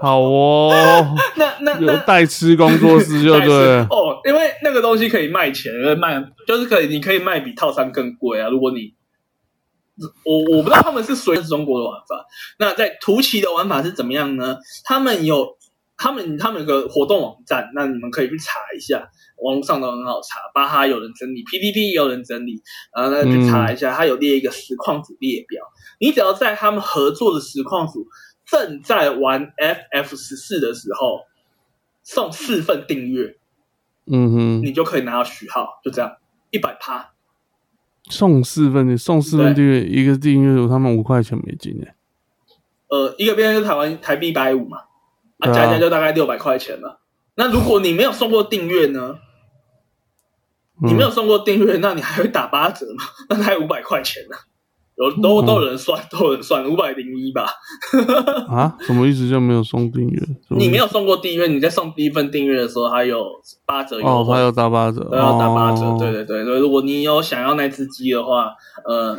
Speaker 1: 好 哦，
Speaker 2: 那那
Speaker 1: 有
Speaker 2: 那。
Speaker 1: 代吃工作室就
Speaker 2: 代吃
Speaker 1: 对了，
Speaker 2: 哦，因为那个东西可以卖钱，因为卖就是可以，你可以卖比套餐更贵啊。如果你我我不知道他们是谁中国的玩法，那在图奇的玩法是怎么样呢？他们有他们他们有个活动网站，那你们可以去查一下，网络上都很好查，巴哈有人整理，PDD 也有人整理，然后再去查一下，他有列一个实况组列表，你只要在他们合作的实况组正在玩 FF 十四的时候，送四份订阅，
Speaker 1: 嗯哼，
Speaker 2: 你就可以拿到序号，就这样，一百趴。
Speaker 1: 送四份，你送四份订阅，一个订阅他们五块钱美金诶，
Speaker 2: 呃，一个便当就台湾台币一百五嘛，
Speaker 1: 对
Speaker 2: 啊，
Speaker 1: 啊
Speaker 2: 加一加就大概六百块钱了。那如果你没有送过订阅呢？
Speaker 1: 嗯
Speaker 2: 你没有送过订阅，那你还会打八折吗？ 那才五百块钱呢、有都
Speaker 1: 嗯
Speaker 2: 都有人算，都有人算五百零一吧。
Speaker 1: 啊？什么意思？就没有送订阅？什么意
Speaker 2: 你
Speaker 1: 思
Speaker 2: 没有送过订阅，你在送第一份订阅的时候，还有八折优
Speaker 1: 哦，
Speaker 2: 惠，
Speaker 1: 他要打八折，
Speaker 2: 都要打八折。
Speaker 1: 哦
Speaker 2: 对对对，所以如果你有想要那只鸡的话，呃，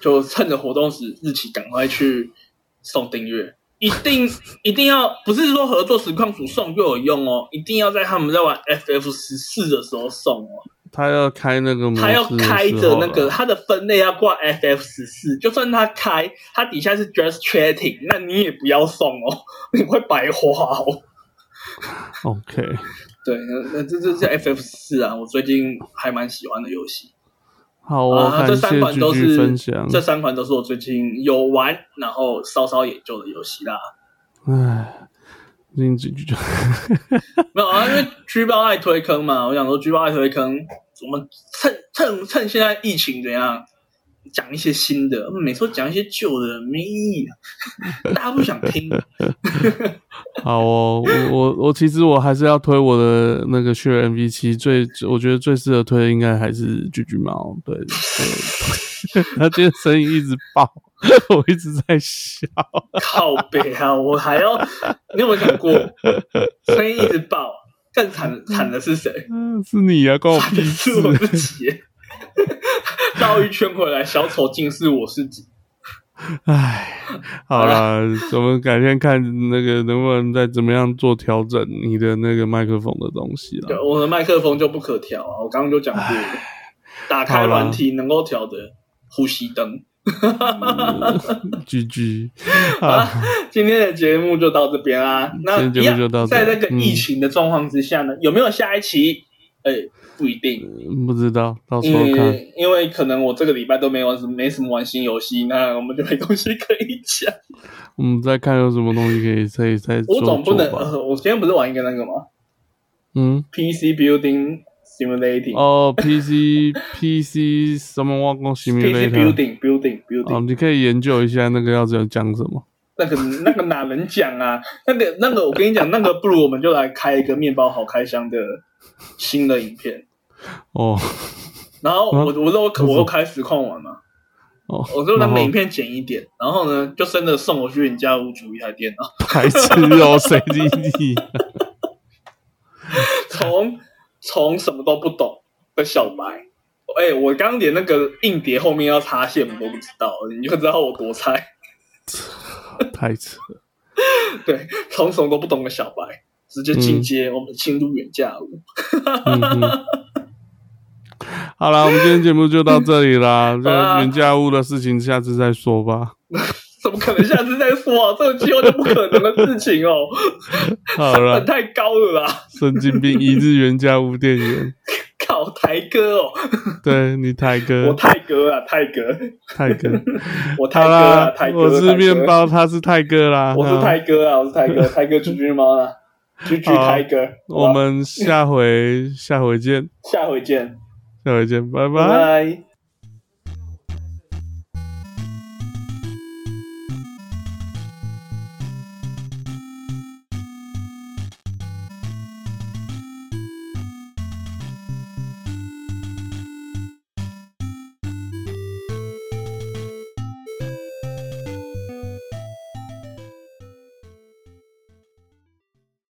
Speaker 2: 就趁着活动时日期赶快去送订阅。一定 一定要不是说合作实况组送就有用哦，一定要在他们在玩 FF 十四的时候送哦。
Speaker 1: 他要开那个模式
Speaker 2: 他
Speaker 1: 的时
Speaker 2: 要
Speaker 1: 候啦，
Speaker 2: 开着那个，它的分类要挂 FF 十四，就算他开，它底下是 Just Chatting，那你也不要送哦， 你会白花哦。
Speaker 1: OK，
Speaker 2: 啊对，那那这这是 FF 四啊，我最近还蛮喜欢的游戏。
Speaker 1: 好哦，
Speaker 2: 啊，
Speaker 1: 感
Speaker 2: 这
Speaker 1: 谢
Speaker 2: 三款都
Speaker 1: 居居
Speaker 2: 是
Speaker 1: 分享，
Speaker 2: 这三款都是我最近有玩，然后稍稍研究的游戏啦。
Speaker 1: 唉，林居居就
Speaker 2: 没有啊，因为 G 包爱推坑嘛，我想说 G 包爱推坑，我们趁趁趁现在疫情怎样，讲一些新的，每次都讲一些旧的没意义，啊 大家不想听。
Speaker 1: 好哦，我我我其实我还是要推我的那个血 MV 七，最我觉得最适合推的应该还是橘橘猫，对，对 他今天声音一直爆， 我一直在笑，
Speaker 2: 靠北啊！我 还要，你有没有想过，声音一直爆，更惨惨的是谁？
Speaker 1: 嗯是你啊，关我
Speaker 2: 惨
Speaker 1: 屁
Speaker 2: 的
Speaker 1: 事
Speaker 2: 是，我自己。绕一圈回来，小丑竟是我自己。
Speaker 1: 唉，好啦，我们改天看那个 能不能再怎么样做调整你的那个麦克风的东西
Speaker 2: 对，
Speaker 1: 了。
Speaker 2: 我的麦克风就不可调啊，我刚刚就讲过了，打开软体能够调的呼吸灯。
Speaker 1: 居居，
Speaker 2: 啊
Speaker 1: 啊，
Speaker 2: 今天的节目就到这边啦。那
Speaker 1: 今天节目
Speaker 2: 一样
Speaker 1: 就到这
Speaker 2: 在这个
Speaker 1: 嗯
Speaker 2: 疫情的状况之下呢，有没有下一期？哎，不一定。
Speaker 1: 不知道，到时候看。
Speaker 2: 嗯，因为可能我这个礼拜都没玩什么，没什么玩新游戏，那我们就没东西可以讲。
Speaker 1: 我们再看有什么东西可以再再做
Speaker 2: 我总不能，
Speaker 1: 做吧
Speaker 2: 呃，我今天不是玩一个那个吗
Speaker 1: 嗯，
Speaker 2: ？PC Building Simulating，、
Speaker 1: 哦，PC PC 什么挖工
Speaker 2: PC
Speaker 1: simulator，
Speaker 2: Building Building Building，、
Speaker 1: 哦，你可以研究一下那个要讲讲什么。
Speaker 2: 那个那个哪能讲啊？那个那个，我跟你讲，那个不如我们就来开一个面包好开箱的新的影片。
Speaker 1: 哦，
Speaker 2: 然后我、
Speaker 1: 啊
Speaker 2: 我都我都开实况玩嘛，
Speaker 1: 哦
Speaker 2: 我就
Speaker 1: 然
Speaker 2: 把
Speaker 1: 后
Speaker 2: 每影片剪一点，然后呢，就真的送我去你家屋主一台电脑。
Speaker 1: 白痴哦，谁理你？啊
Speaker 2: 从从什么都不懂的小白，哎、我刚连那个硬碟后面要插线我都不知道，你就知道我多菜。
Speaker 1: 太扯！
Speaker 2: 对，从什么都不懂的小白，直接进阶我们轻度远嫁舞。
Speaker 1: 嗯哼。 好 啦，我们今天节目就到这里啦。这
Speaker 2: 啊
Speaker 1: 原价物的事情下次再说吧。
Speaker 2: 怎么可能下次再说啊？这个几乎就不可能的 事情哦，
Speaker 1: 好
Speaker 2: 本
Speaker 1: 了，
Speaker 2: 太高了啦！
Speaker 1: 神经病，一日元加五店 员，
Speaker 2: 靠台哥哦，
Speaker 1: 对你泰
Speaker 2: 我
Speaker 1: 哥，
Speaker 2: 泰哥啊，泰哥，
Speaker 1: 泰 哥，
Speaker 2: 我泰
Speaker 1: 好
Speaker 2: 哥啊，
Speaker 1: 啦
Speaker 2: 泰，哥，
Speaker 1: 我是
Speaker 2: 泰哥
Speaker 1: 面，包，他是泰哥啦，
Speaker 2: 我是
Speaker 1: 啊
Speaker 2: 泰哥啊，我是泰 哥，泰哥居居猫啊，居居
Speaker 1: 好啊
Speaker 2: 泰哥，
Speaker 1: 我们下回下回见，
Speaker 2: 下回见，
Speaker 1: 下回见，拜
Speaker 2: 拜
Speaker 1: 拜。
Speaker 2: 拜。